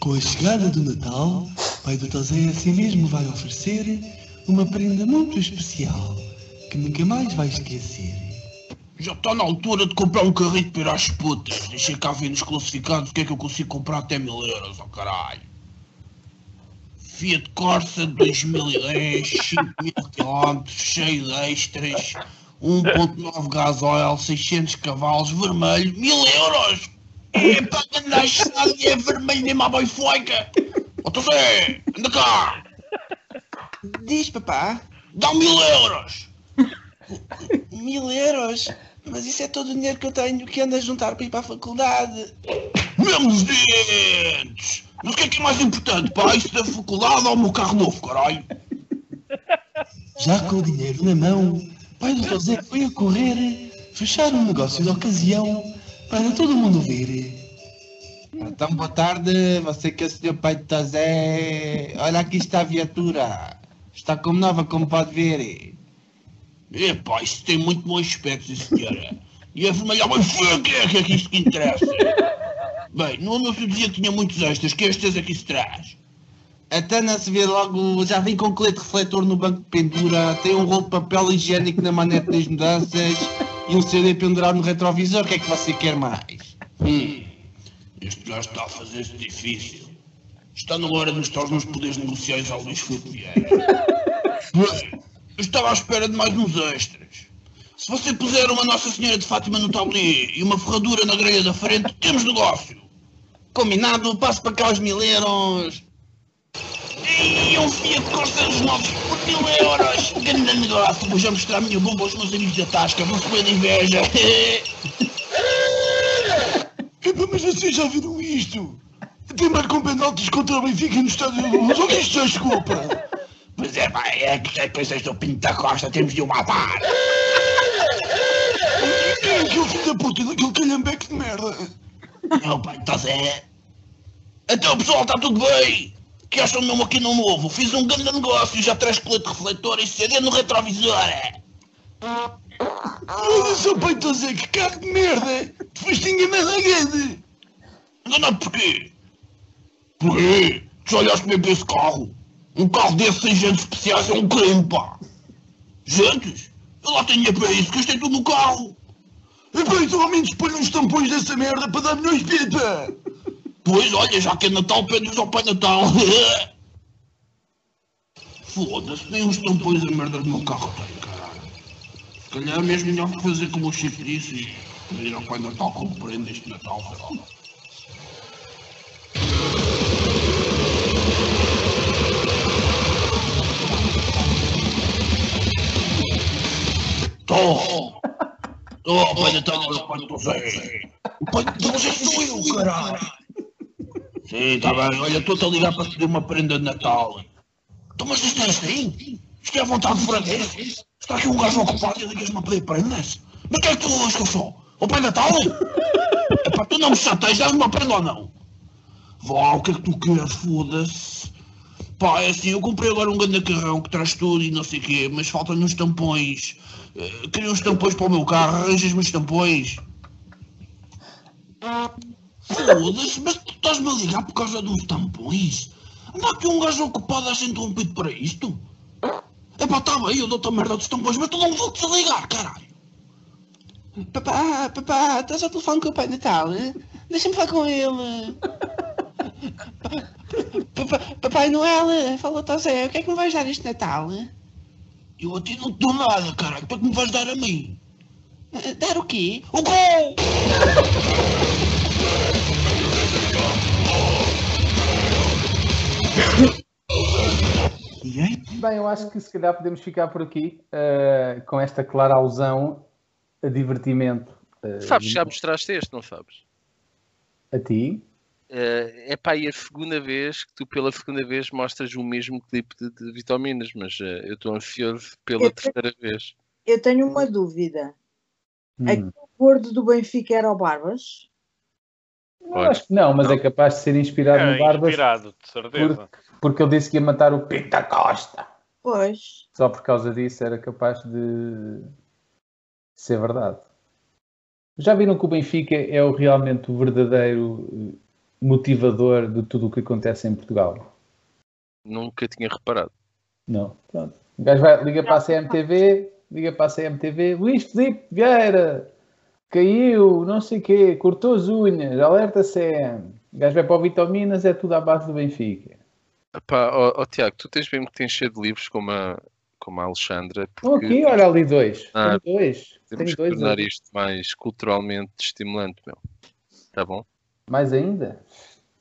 [SPEAKER 7] Com a chegada do Natal, Pai do Tosé a si mesmo vai oferecer uma prenda muito especial que nunca mais vai esquecer.
[SPEAKER 10] Já está na altura de comprar um carrito para ir às putas. Deixa cá ver nos classificados o que é que eu consigo comprar até mil euros, ó caralho. Fiat Corsa 2010, 5000 km, cheio de extras, 1.9 gasóleo, 600 cavalos, vermelho, mil euros! Epá, anda a chave é vermelho nem má boifoica! Ó Tosé, anda cá!
[SPEAKER 7] Diz, papá,
[SPEAKER 10] Dá mil euros!
[SPEAKER 7] mil euros? Mas isso é todo o dinheiro que eu tenho que ando a juntar para ir para a faculdade.
[SPEAKER 10] Meus dentes! Mas o que é que é mais importante? Para isso da faculdade ou o meu carro novo, caralho?
[SPEAKER 7] Já com o dinheiro na mão, Pai do Tosé foi a correr fechar um negócio de ocasião para todo mundo ver. Então, boa tarde, você que é o senhor Pai do Tosé. Olha, aqui está a viatura. Está como nova, como pode ver.
[SPEAKER 10] Epá, isto tem muito bom aspecto, sim, senhora. E a vermelha, mas foi o que é que é que isto que interessa? Bem, no anúncio dizia que tinha muitos extras, que extras é que isso traz?
[SPEAKER 7] Até não se vê logo, já vim com colete refletor no banco de pendura, tem um rolo de papel higiênico na manete das mudanças e um CD pendurado no retrovisor, o que é que você quer mais?
[SPEAKER 10] Hum, este gajo está a fazer-se difícil. Está na hora de mostrar os meus poderes negociais ao Luís Filipe Vieira. Bem, eu estava à espera de mais uns extras. Se você puser uma Nossa Senhora de Fátima no tablier e uma ferradura na grelha da frente, temos negócio.
[SPEAKER 7] Combinado, passo para cá os mil euros.
[SPEAKER 10] E um Fiat Corsa dos novos por mil euros. Grande negócio, vou já mostrar a minha bomba aos meus amigos da Tasca, vão comer de inveja.
[SPEAKER 7] Epá, mas vocês já viram isto? Até marcam penaltis contra o Benfica no Estádio da Luz, onde isto já chegou, pá?
[SPEAKER 10] é Pois é, pá, é que as coisas do Pinto da Costa temos de o matar.
[SPEAKER 7] Aquele é filho da puta daquele calhambeque de merda. Não, pai, estás é. Então, pessoal, está tudo bem? Que acham mesmo aqui no novo? Fiz um grande negócio, já traz colete refletor e CD no retrovisor. Olha só, pai, estou a dizer que carro de merda. Tu foste enganado à grande. Enganado porquê? Porquê? Tu olhaste mesmo para esse carro? Um carro desses sem jantes especiais é um crime, pá. Jantes? Eu lá tinha para isso, gastei tudo no carro. E para isso, ao menos põe uns tampões dessa merda para dar milhões de pita. Pois, olha, já que é Natal, pede-os ao Pai Natal. Foda-se, nem uns tampões a merda do meu carro tem, caralho. Se calhar é mesmo melhor fazer como o Chico disse e pedir ao Pai Natal como prenda este Natal, caralho. Tô! Oh, pai Natal, o pai do Zé. O pai do Zé sou eu, caralho. Sim, tá bem. Olha, estou-te a ligar para te dar uma prenda de Natal. Então, mas isto não é assim? Isto é vontade francesa? Está aqui um gajo ocupado e ligas-me a pedir prendas? Mas o que é que tu és que eu sou? O pai Natal? Epá, tu não me chateias, dás-me uma prenda ou não? Vá, o que é que tu queres, foda-se. Pá, é assim, eu comprei agora um grande carrão que traz tudo e não sei o quê, mas faltam-me uns tampões. Eh, Queria uns tampões para o meu carro, arranjas-me uns tampões. Foda-se, mas tu estás-me a ligar por causa dos tampões? Anda aqui um gajo ocupado a ser interrompido para isto? Epá, está bem, eu dou-te a merda dos tampões, mas tu não me vou desligar, caralho.
[SPEAKER 11] Papá, papá, estás ao telefone com o Pai Natal? eh? Deixa-me falar com ele. Papá- Papai Noel, eh, falou-te ao Zé, o que é que me vais dar este Natal? eh?
[SPEAKER 7] Eu a ti não te dou nada, caralho, tu é que me vais dar a mim?
[SPEAKER 11] Eh, Dar o quê?
[SPEAKER 7] O gol! E aí?
[SPEAKER 3] Bem, eu acho que se calhar podemos ficar por aqui eh, com esta clara alusão a divertimento. eh,
[SPEAKER 2] Sabes que já mostraste este, não sabes?
[SPEAKER 3] A ti?
[SPEAKER 2] Eh, é pá, e a segunda vez que tu, pela segunda vez, mostras o mesmo clipe de, de vitaminas, mas eh, eu estou ansioso pela
[SPEAKER 5] Eu-
[SPEAKER 2] terceira vez.
[SPEAKER 5] Eu tenho uma dúvida.
[SPEAKER 3] Hum.
[SPEAKER 5] O gordo do Benfica era o Barbas?
[SPEAKER 3] Não, acho que não, mas é capaz de ser inspirado no
[SPEAKER 4] É,
[SPEAKER 3] Barbas
[SPEAKER 4] inspirado, de certeza.
[SPEAKER 3] porque ele disse que ia matar o Pinta Costa.
[SPEAKER 5] Pois.
[SPEAKER 3] Só por causa disso era capaz de ser verdade. Já viram que o Benfica é o, realmente o verdadeiro eh, motivador de tudo o que acontece em Portugal?
[SPEAKER 2] Nunca tinha reparado.
[SPEAKER 3] Não, pronto. O gajo vai, liga para a CMTV, liga para a CMTV, Luís Filipe Vieira caiu, não sei o quê, cortou as unhas, alerta CM. O gajo vai para o Vitaminas, é tudo à base do Benfica.
[SPEAKER 2] Epá, ó ó, Tiago, tu tens mesmo que te encher de livros como a, como a Alexandra,
[SPEAKER 3] Estão
[SPEAKER 2] porque
[SPEAKER 3] aqui, olha ali dois.
[SPEAKER 2] Ah,
[SPEAKER 3] Tenho dois.
[SPEAKER 2] temos
[SPEAKER 3] Tenho
[SPEAKER 2] que
[SPEAKER 3] dois.
[SPEAKER 2] tornar
[SPEAKER 3] ali.
[SPEAKER 2] isto mais culturalmente estimulante, meu. Tá bom?
[SPEAKER 3] Mais ainda?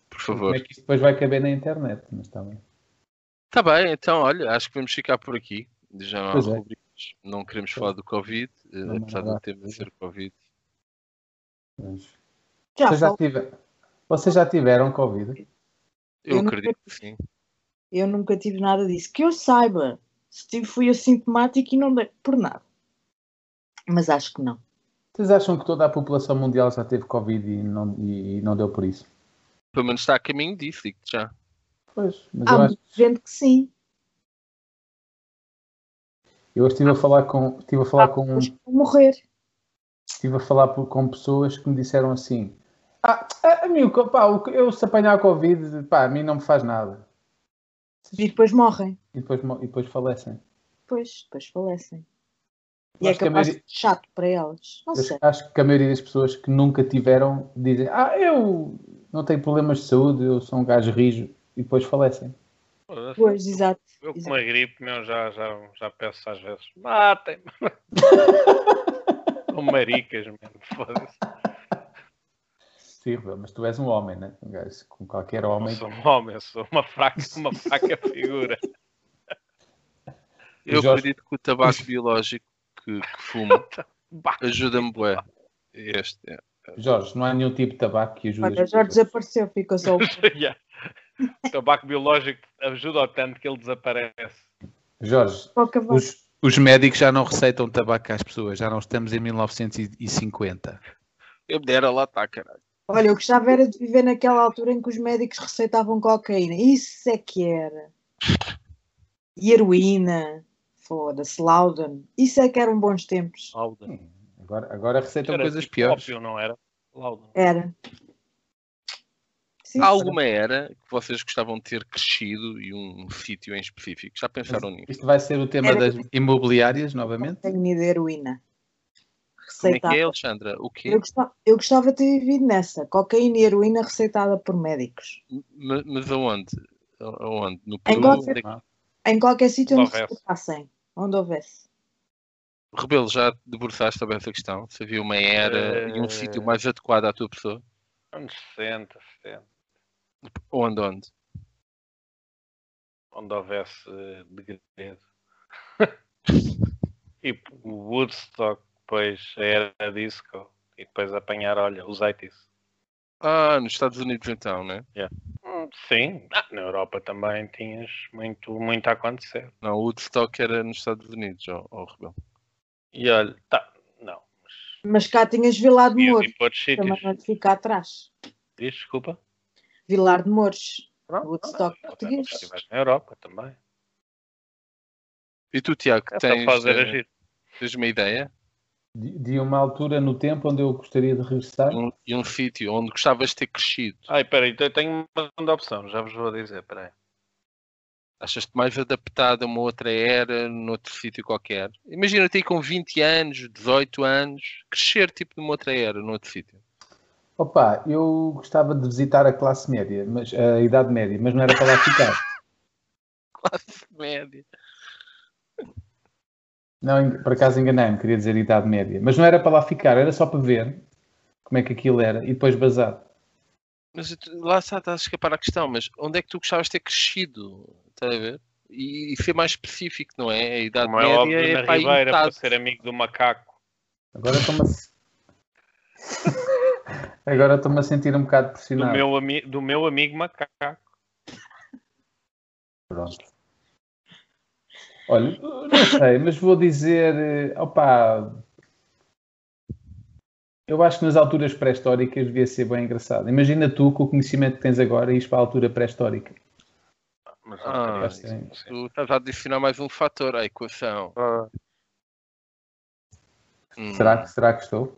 [SPEAKER 2] Por
[SPEAKER 3] Como
[SPEAKER 2] favor.
[SPEAKER 3] é que isto depois vai caber na internet? Mas está bem.
[SPEAKER 2] Tá bem, então, olha, acho que vamos ficar por aqui. Já não há
[SPEAKER 3] Pois é.
[SPEAKER 2] rubricas. Não queremos falar do Covid, eh,
[SPEAKER 3] Não, não
[SPEAKER 2] apesar
[SPEAKER 3] dá.
[SPEAKER 2] do tema ser Covid.
[SPEAKER 3] Mas-
[SPEAKER 5] Já
[SPEAKER 3] Vocês já,
[SPEAKER 5] fal-
[SPEAKER 3] tiver- vocês já tiveram Covid?
[SPEAKER 2] Eu,
[SPEAKER 5] Eu não-
[SPEAKER 2] acredito que sim.
[SPEAKER 5] Eu nunca tive nada disso. Que eu saiba. Se tive, fui assintomático e não dei por nada. Mas acho que não.
[SPEAKER 3] Vocês acham que toda a população mundial já teve Covid e não, e, e não deu por isso?
[SPEAKER 2] Pelo menos está a caminho disso, digo já.
[SPEAKER 3] Pois, mas eu,
[SPEAKER 5] Há
[SPEAKER 3] acho,
[SPEAKER 5] muita gente que sim.
[SPEAKER 3] eu hoje estive a falar com estive a falar com
[SPEAKER 5] Mas vão morrer.
[SPEAKER 3] estive a falar por- com pessoas que me disseram assim: ah, a, a mim, o co- pá, o que- eu se apanhar Covid, pá, a mim não me faz nada.
[SPEAKER 5] E depois morrem.
[SPEAKER 3] E depois, mo- e depois falecem.
[SPEAKER 5] Pois, depois falecem.
[SPEAKER 3] Eu
[SPEAKER 5] E é
[SPEAKER 3] acho que a
[SPEAKER 5] capaz de
[SPEAKER 3] maioria-
[SPEAKER 5] ser chato para elas. Não
[SPEAKER 3] Eu
[SPEAKER 5] sei.
[SPEAKER 3] acho que a maioria das pessoas que nunca tiveram dizem: Ah, eu não tenho problemas de saúde, eu sou um gajo rijo, e depois falecem.
[SPEAKER 4] Foda-se.
[SPEAKER 5] Pois, exato.
[SPEAKER 4] Eu com uma gripe, meu, já, já, já peço às vezes, matem-me. São maricas, mesmo, foda-se.
[SPEAKER 3] Sim, Rebelo, mas tu és um homem, né? Um gajo com qualquer
[SPEAKER 4] Não
[SPEAKER 3] homem.
[SPEAKER 4] sou um homem, eu sou uma fraca, uma fraca figura.
[SPEAKER 2] Eu
[SPEAKER 3] Jorge-
[SPEAKER 2] acredito que o tabaco biológico que, que fumo
[SPEAKER 4] Bah,
[SPEAKER 2] ajuda-me bué. Este, é.
[SPEAKER 3] Jorge, não há nenhum tipo de tabaco que ajude.
[SPEAKER 5] Olha,
[SPEAKER 3] as
[SPEAKER 5] já
[SPEAKER 3] pessoas.
[SPEAKER 5] desapareceu, ficou só o.
[SPEAKER 4] yeah. O tabaco biológico ajuda ao tanto que ele desaparece.
[SPEAKER 3] Jorge,
[SPEAKER 5] Pouca voz.
[SPEAKER 3] os, Os médicos já não receitam tabaco às pessoas, já não estamos em 1950.
[SPEAKER 2] Eu me dera lá, tá, caralho.
[SPEAKER 5] Olha, eu gostava era de viver naquela altura em que os médicos receitavam cocaína. Isso é que era. E heroína. Foda-se, Loudon. Isso é que eram bons tempos.
[SPEAKER 2] Loudon.
[SPEAKER 3] Agora, agora receitam Então coisas piores.
[SPEAKER 4] tipo Óbvio, não era? Loudon.
[SPEAKER 5] Era. Sim,
[SPEAKER 2] Há alguma era que vocês gostavam de ter crescido e um sítio em específico? Já pensaram nisso?
[SPEAKER 3] Isto vai ser o tema
[SPEAKER 5] Era-
[SPEAKER 3] das imobiliárias, tipo novamente?
[SPEAKER 5] Tenho de heroína.
[SPEAKER 2] Como é
[SPEAKER 5] Receitada.
[SPEAKER 2] que é, Alexandra? O quê?
[SPEAKER 5] Eu gostava, eu gostava de ter vivido nessa. Cocaína e heroína receitada por médicos.
[SPEAKER 2] Ma- Mas aonde? A- Aonde? No
[SPEAKER 5] Em
[SPEAKER 2] Peru?
[SPEAKER 5] qualquer-
[SPEAKER 2] Onde é que-
[SPEAKER 5] Em qualquer sítio onde
[SPEAKER 4] Houvesse.
[SPEAKER 5] receitassem. Onde houvesse.
[SPEAKER 2] Rebelo, já debruçaste sobre essa questão? Se havia uma era e um
[SPEAKER 4] Eh,
[SPEAKER 2] sítio mais adequado à tua pessoa?
[SPEAKER 4] Anos 60, 70.
[SPEAKER 2] Onde, onde?
[SPEAKER 4] Onde houvesse eh, degredo. e o Woodstock, depois a era disco. E depois apanhar, olha, os 80s.
[SPEAKER 2] Ah, nos Estados Unidos então, né?
[SPEAKER 4] Hum, Sim, Ah, na Europa também tinhas muito, muito a acontecer.
[SPEAKER 2] Não, o Woodstock era nos Estados Unidos, ó ó, Rebelo.
[SPEAKER 4] E olha, tá, não.
[SPEAKER 5] Mas cá tinhas Vilar de
[SPEAKER 4] Ias
[SPEAKER 5] Mouros.
[SPEAKER 4] ir para outros sítios.
[SPEAKER 5] Também não é te fica atrás.
[SPEAKER 4] Diz, desculpa.
[SPEAKER 5] Vilar de Mouros.
[SPEAKER 4] Pronto,
[SPEAKER 5] Woodstock é
[SPEAKER 4] não,
[SPEAKER 5] português.
[SPEAKER 4] não, estiveste Na Europa também.
[SPEAKER 2] E tu, Tiago,
[SPEAKER 4] É
[SPEAKER 2] tens,
[SPEAKER 4] para fazer
[SPEAKER 2] eh,
[SPEAKER 4] agir.
[SPEAKER 2] tens uma ideia?
[SPEAKER 3] De, de uma altura no tempo onde eu gostaria de regressar?
[SPEAKER 2] E um, e um sítio onde gostavas de ter crescido?
[SPEAKER 4] Ai, peraí, eu tenho uma segunda opção, já vos vou dizer, peraí.
[SPEAKER 2] Achas-te mais adaptado a uma outra era, noutro sítio qualquer? Imagina-te aí com 20 anos, 18 anos, crescer tipo numa outra era, noutro sítio.
[SPEAKER 3] Opa, eu gostava de visitar a classe média, mas, a idade média, mas não era para lá ficar.
[SPEAKER 2] Classe média.
[SPEAKER 3] Não, en- por acaso enganei-me, queria dizer idade média. Mas não era para lá ficar, era só para ver como é que aquilo era e depois bazar.
[SPEAKER 2] Mas tu- lá está, estás a escapar à questão, mas onde é que tu gostavas de ter crescido? Estás a ver? E, e ser mais específico, não é? A idade
[SPEAKER 4] Como é
[SPEAKER 2] média
[SPEAKER 4] óbvio,
[SPEAKER 2] é
[SPEAKER 4] na
[SPEAKER 2] para aí
[SPEAKER 4] Ribeira, para
[SPEAKER 2] metade.
[SPEAKER 4] ser amigo do macaco.
[SPEAKER 3] Agora estou-me a... se- Agora estou-me a sentir um bocado
[SPEAKER 4] Do
[SPEAKER 3] pressionado.
[SPEAKER 4] meu, ami- do meu amigo macaco.
[SPEAKER 3] Pronto. Olha, não sei, mas vou dizer, eh, opá, eu acho que nas alturas pré-históricas devia ser bem engraçado. Imagina tu com o conhecimento que tens agora ires para a altura pré-histórica.
[SPEAKER 4] Mas
[SPEAKER 2] Ah,
[SPEAKER 4] não
[SPEAKER 3] isso
[SPEAKER 4] queria
[SPEAKER 3] sim.
[SPEAKER 4] isso, sim.
[SPEAKER 2] Tu estás a adicionar mais um fator à equação. Hum,
[SPEAKER 3] Será, que- será que estou?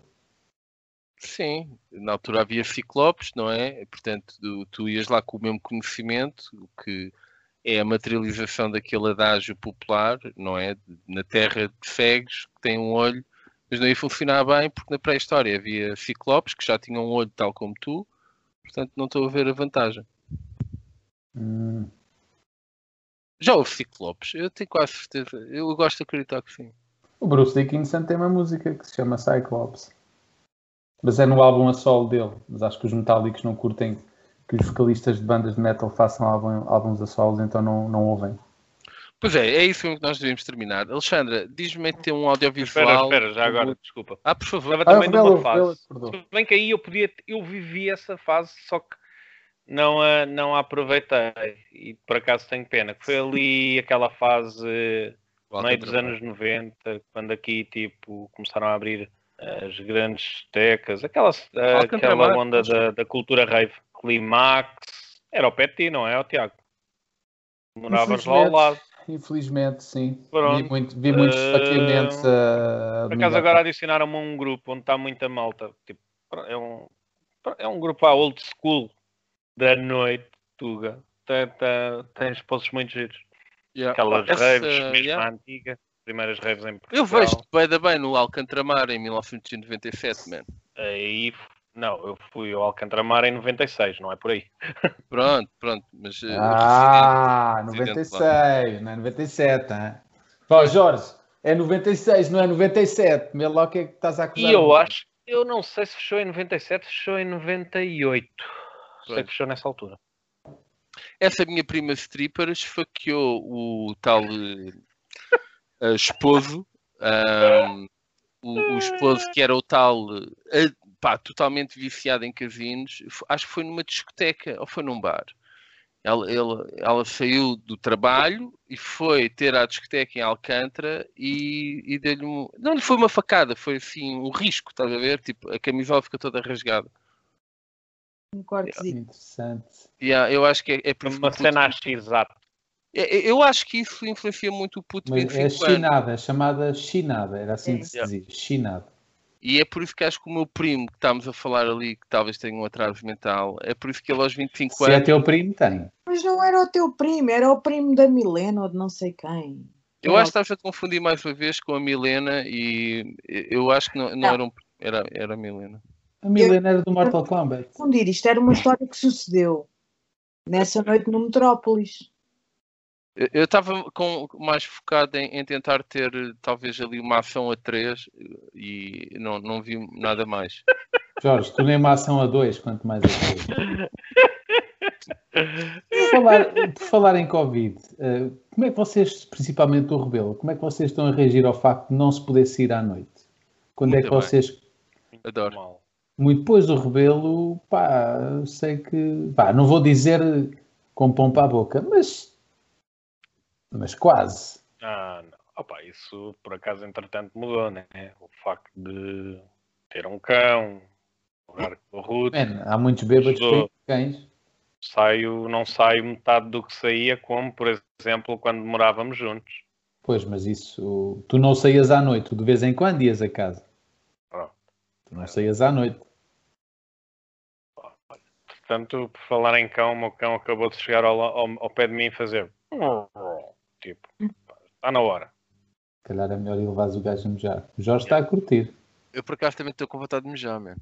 [SPEAKER 2] Sim, na altura havia ciclopes, não é? Portanto, do- tu ias lá com o mesmo conhecimento, o que é a materialização daquele adágio popular, não é? De- Na terra de cegos, que tem um olho, mas não ia funcionar bem, porque na pré-história havia ciclopes que já tinham um olho tal como tu, portanto, não estou a ver a vantagem.
[SPEAKER 3] Hum,
[SPEAKER 2] Já houve ciclopes, eu tenho quase certeza, eu gosto de acreditar que sim.
[SPEAKER 3] O Bruce Dickinson tem uma música que se chama Cyclops. Mas é no álbum a solo dele. Mas acho que os metálicos não curtem que os vocalistas de bandas de metal façam álbum- álbuns a solos, então não, não ouvem.
[SPEAKER 2] Pois é, é isso mesmo que nós devíamos terminar. Alexandra, diz-me ter um audiovisual.
[SPEAKER 4] Espera, espera, já
[SPEAKER 2] do-
[SPEAKER 4] agora, desculpa.
[SPEAKER 2] Ah, por favor.
[SPEAKER 4] Estava também
[SPEAKER 3] o
[SPEAKER 4] numa
[SPEAKER 3] Rebelo-
[SPEAKER 4] fase.
[SPEAKER 3] Rebelo acordou.
[SPEAKER 4] Se bem que aí eu podia, eu vivi essa fase, só que não a, não a aproveitei. E por acaso tenho pena, que foi ali aquela fase
[SPEAKER 2] Volta
[SPEAKER 4] meio
[SPEAKER 2] a
[SPEAKER 4] dos
[SPEAKER 2] trabalhar.
[SPEAKER 4] anos 90, quando aqui tipo começaram a abrir as grandes discotecas, aquela, eh,
[SPEAKER 2] Alcântara
[SPEAKER 4] aquela
[SPEAKER 2] Bar,
[SPEAKER 4] onda da, da cultura rave, climax, era o pé de ti, não é, o Tiago? Moravas lá ao
[SPEAKER 3] Infelizmente.
[SPEAKER 4] lado.
[SPEAKER 3] Infelizmente, sim.
[SPEAKER 4] Pronto.
[SPEAKER 3] Vi, muito, ah, vi muitos
[SPEAKER 4] Eh,
[SPEAKER 3] esfaqueamentos. a
[SPEAKER 4] Por acaso agora adicionaram-me um grupo onde está muita malta. Tipo, é um, é um grupo à old school da noite, Tuga. Tem, tem, tem esposos muito giros.
[SPEAKER 2] Yeah.
[SPEAKER 4] Aquelas
[SPEAKER 2] Essa,
[SPEAKER 4] raves, mesmo
[SPEAKER 2] yeah.
[SPEAKER 4] à antiga. Primeiras raves em Portugal.
[SPEAKER 2] Eu vejo-te bem da bem no Alcantramar em 1997, man.
[SPEAKER 4] Aí, não, eu fui ao Alcantramar em 96, não é por aí.
[SPEAKER 2] Pronto, pronto, mas eh,
[SPEAKER 3] Ah,
[SPEAKER 2] Residente,
[SPEAKER 3] 96, não é 97, hein? Ó, Jorge, é 96, não é 97. Vê lá o que é que estás a acusar.
[SPEAKER 4] E eu acho, eu não sei se fechou em 97, fechou em 98. Sei
[SPEAKER 2] Pois.
[SPEAKER 4] que fechou nessa altura.
[SPEAKER 2] essa minha prima stripper esfaqueou o tal eh, eh, esposo, ahm, o, o esposo que era o tal, eh, pá, totalmente viciado em casinos, f- acho que foi numa discoteca ou foi num bar. Ela, ela, ela saiu do trabalho e foi ter à discoteca em Alcântara e, e deu-lhe um. Não lhe foi uma facada, foi assim um risco, estás a ver? Tipo, a camisola fica toda rasgada.
[SPEAKER 5] Um cortezinho.
[SPEAKER 3] Yeah. Interessante.
[SPEAKER 2] Yeah, eu acho que é, é
[SPEAKER 4] por Uma cena puto... exato.
[SPEAKER 2] É, eu acho que isso influencia muito o puto
[SPEAKER 3] Mas é chinada, é chamada chinada, era assim que se dizia, yeah. chinada.
[SPEAKER 2] E é por isso que acho que o meu primo, que estávamos a falar ali, que talvez tenha um atraso mental, é por isso que ele aos 25
[SPEAKER 3] Se anos. Se é teu primo, tem.
[SPEAKER 5] Mas não era o teu primo, era o primo da Milena ou de não sei quem.
[SPEAKER 2] Eu acho que estavas a confundir mais uma vez com a Milena e eu acho que não, não, não. era um era, era a Milena.
[SPEAKER 3] A Milena eu, era do Mortal Kombat.
[SPEAKER 5] Confundir, isto era uma história que sucedeu nessa noite no Metrópolis.
[SPEAKER 2] Eu estava mais focado em, em, tentar ter talvez ali uma ação a 3 e não, não vi nada mais.
[SPEAKER 3] Jorge, tu nem uma ação a 2, quanto mais a 3. por, falar, por falar em Covid, como é que vocês, principalmente o Rebelo, como é que vocês estão a reagir ao facto de não se poder sair à noite? Quando Muito é que bem. vocês.
[SPEAKER 2] Adoro.
[SPEAKER 3] Muito depois do Rebelo, pá, sei que. Pá, não vou dizer com pompa à boca, mas mas quase.
[SPEAKER 4] Ah, não. Opa, isso por acaso entretanto mudou, né? O facto de ter um cão, jogar com o Ruth.
[SPEAKER 3] Man, É, há muitos bêbados que cães.
[SPEAKER 4] Saio, não saio metade do que saía, como por exemplo quando morávamos juntos.
[SPEAKER 3] Pois, mas isso. Tu não saías à noite, tu de vez em quando ias a casa.
[SPEAKER 4] Pronto.
[SPEAKER 3] Tu não saías à noite.
[SPEAKER 4] Portanto, por falar em cão, o meu cão acabou de chegar ao, ao, ao pé de mim e fazer tipo, está na hora.
[SPEAKER 3] Calhar é melhor ele levar o gajo a mejar. O Jorge está a curtir.
[SPEAKER 2] Eu por acaso também estou com vontade de Ah, mejar, mesmo.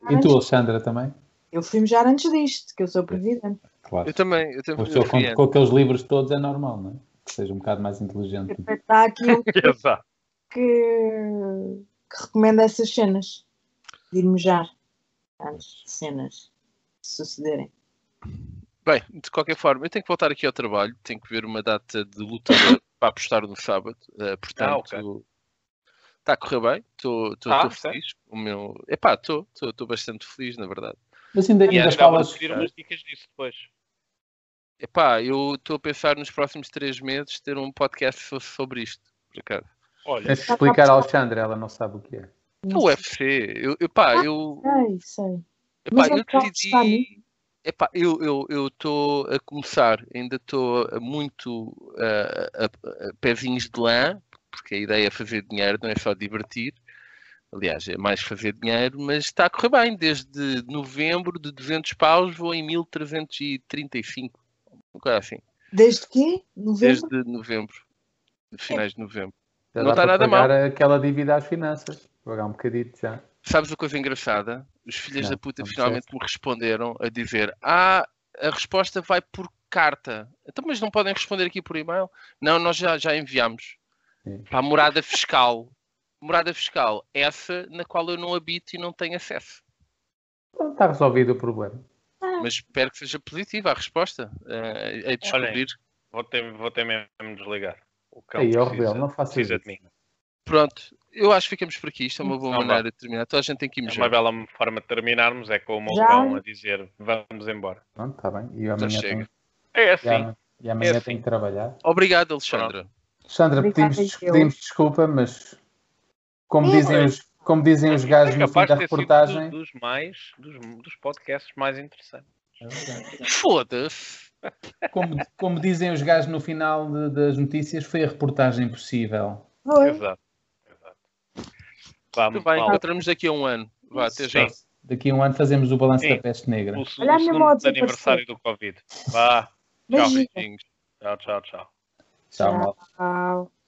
[SPEAKER 3] Uh, e tu, Alexandra, também?
[SPEAKER 5] Eu fui mejar antes disto, que eu sou previdente.
[SPEAKER 2] Claro. Eu também. Eu também
[SPEAKER 3] Mas com, com aqueles livros todos é normal, não é? Que seja um bocado mais inteligente.
[SPEAKER 5] Está aqui um que, que, que recomenda essas cenas. De ir mejar. Antes de cenas sucederem.
[SPEAKER 2] Bem, de qualquer forma, eu tenho que voltar aqui ao trabalho, tenho que ver uma data de lutador para apostar no sábado, uh, portanto, ah, okay. está a correr bem, estou ah, feliz, é? o meu, epá, estou, estou bastante feliz, na verdade.
[SPEAKER 3] Mas ainda, ainda e falas...
[SPEAKER 4] pedir umas dicas disso depois.
[SPEAKER 2] Epá, eu estou a pensar nos próximos três meses ter um podcast sobre isto, por acaso.
[SPEAKER 3] Olha, Tens de explicar a Alexandra, ela não sabe o que é.
[SPEAKER 2] O UFC, eu, epá, eu...
[SPEAKER 5] Sei, sei.
[SPEAKER 2] Epá, Mas é eu decidi... Epá, eu estou a começar, ainda estou muito uh, a, a, pezinhos de lã, porque a ideia é fazer dinheiro, não é só divertir. Aliás, é mais fazer dinheiro, mas está a correr bem. Desde novembro, de 200 paus, vou em 1335. Coisa assim.
[SPEAKER 5] Desde quê? Novembro?
[SPEAKER 2] Desde É. novembro. Finais de novembro.
[SPEAKER 3] Já não está nada pagar mal. aquela dívida às finanças. Pagar um bocadito já.
[SPEAKER 2] Sabes uma coisa engraçada? Os filhos não, da puta finalmente me responderam a dizer: Ah, a resposta vai por carta. Então, mas não podem responder aqui por e-mail? Não, nós já, já enviámos Sim. para a morada fiscal. Morada fiscal, essa na qual eu não habito e não tenho acesso.
[SPEAKER 3] Não está resolvido o problema.
[SPEAKER 2] Mas espero que seja positiva a resposta. Uh, é descobrir. Olhem,
[SPEAKER 4] vou, ter, vou ter mesmo desligar.
[SPEAKER 3] O cão Ei, precisa, não faço precisa isso. de mim.
[SPEAKER 2] Pronto, eu acho que ficamos por aqui. Isto é uma boa não, maneira não. de terminar. Então a gente tem que ir
[SPEAKER 4] mejar. É uma bela forma de terminarmos é com o meu cão a dizer vamos embora.
[SPEAKER 3] Pronto, está bem. E amanhã
[SPEAKER 4] chega. Tem... É assim. E amanhã,
[SPEAKER 3] e amanhã é assim. tem que trabalhar.
[SPEAKER 2] Obrigado, Alexandra.
[SPEAKER 3] Alexandra, pedimos, pedimos, desculpa, mas como Sim, dizem os, como dizem
[SPEAKER 4] é
[SPEAKER 3] os gajos no fim da reportagem.
[SPEAKER 4] Dos, dos, mais, dos, dos podcasts mais interessantes.
[SPEAKER 2] É Foda-se.
[SPEAKER 3] Como, como dizem os gajos no final de, das notícias, foi a reportagem possível.
[SPEAKER 5] Oi.
[SPEAKER 4] Exato.
[SPEAKER 2] Vá, Muito bem, encontramos daqui a um ano. Vá, até já.
[SPEAKER 3] Daqui a um ano fazemos o balanço da peste negra.
[SPEAKER 4] O, o, Olha o segundo aniversário do Covid. Vá. Tchau, beijinhos. Tchau, tchau, tchau.
[SPEAKER 3] Tchau, tchau.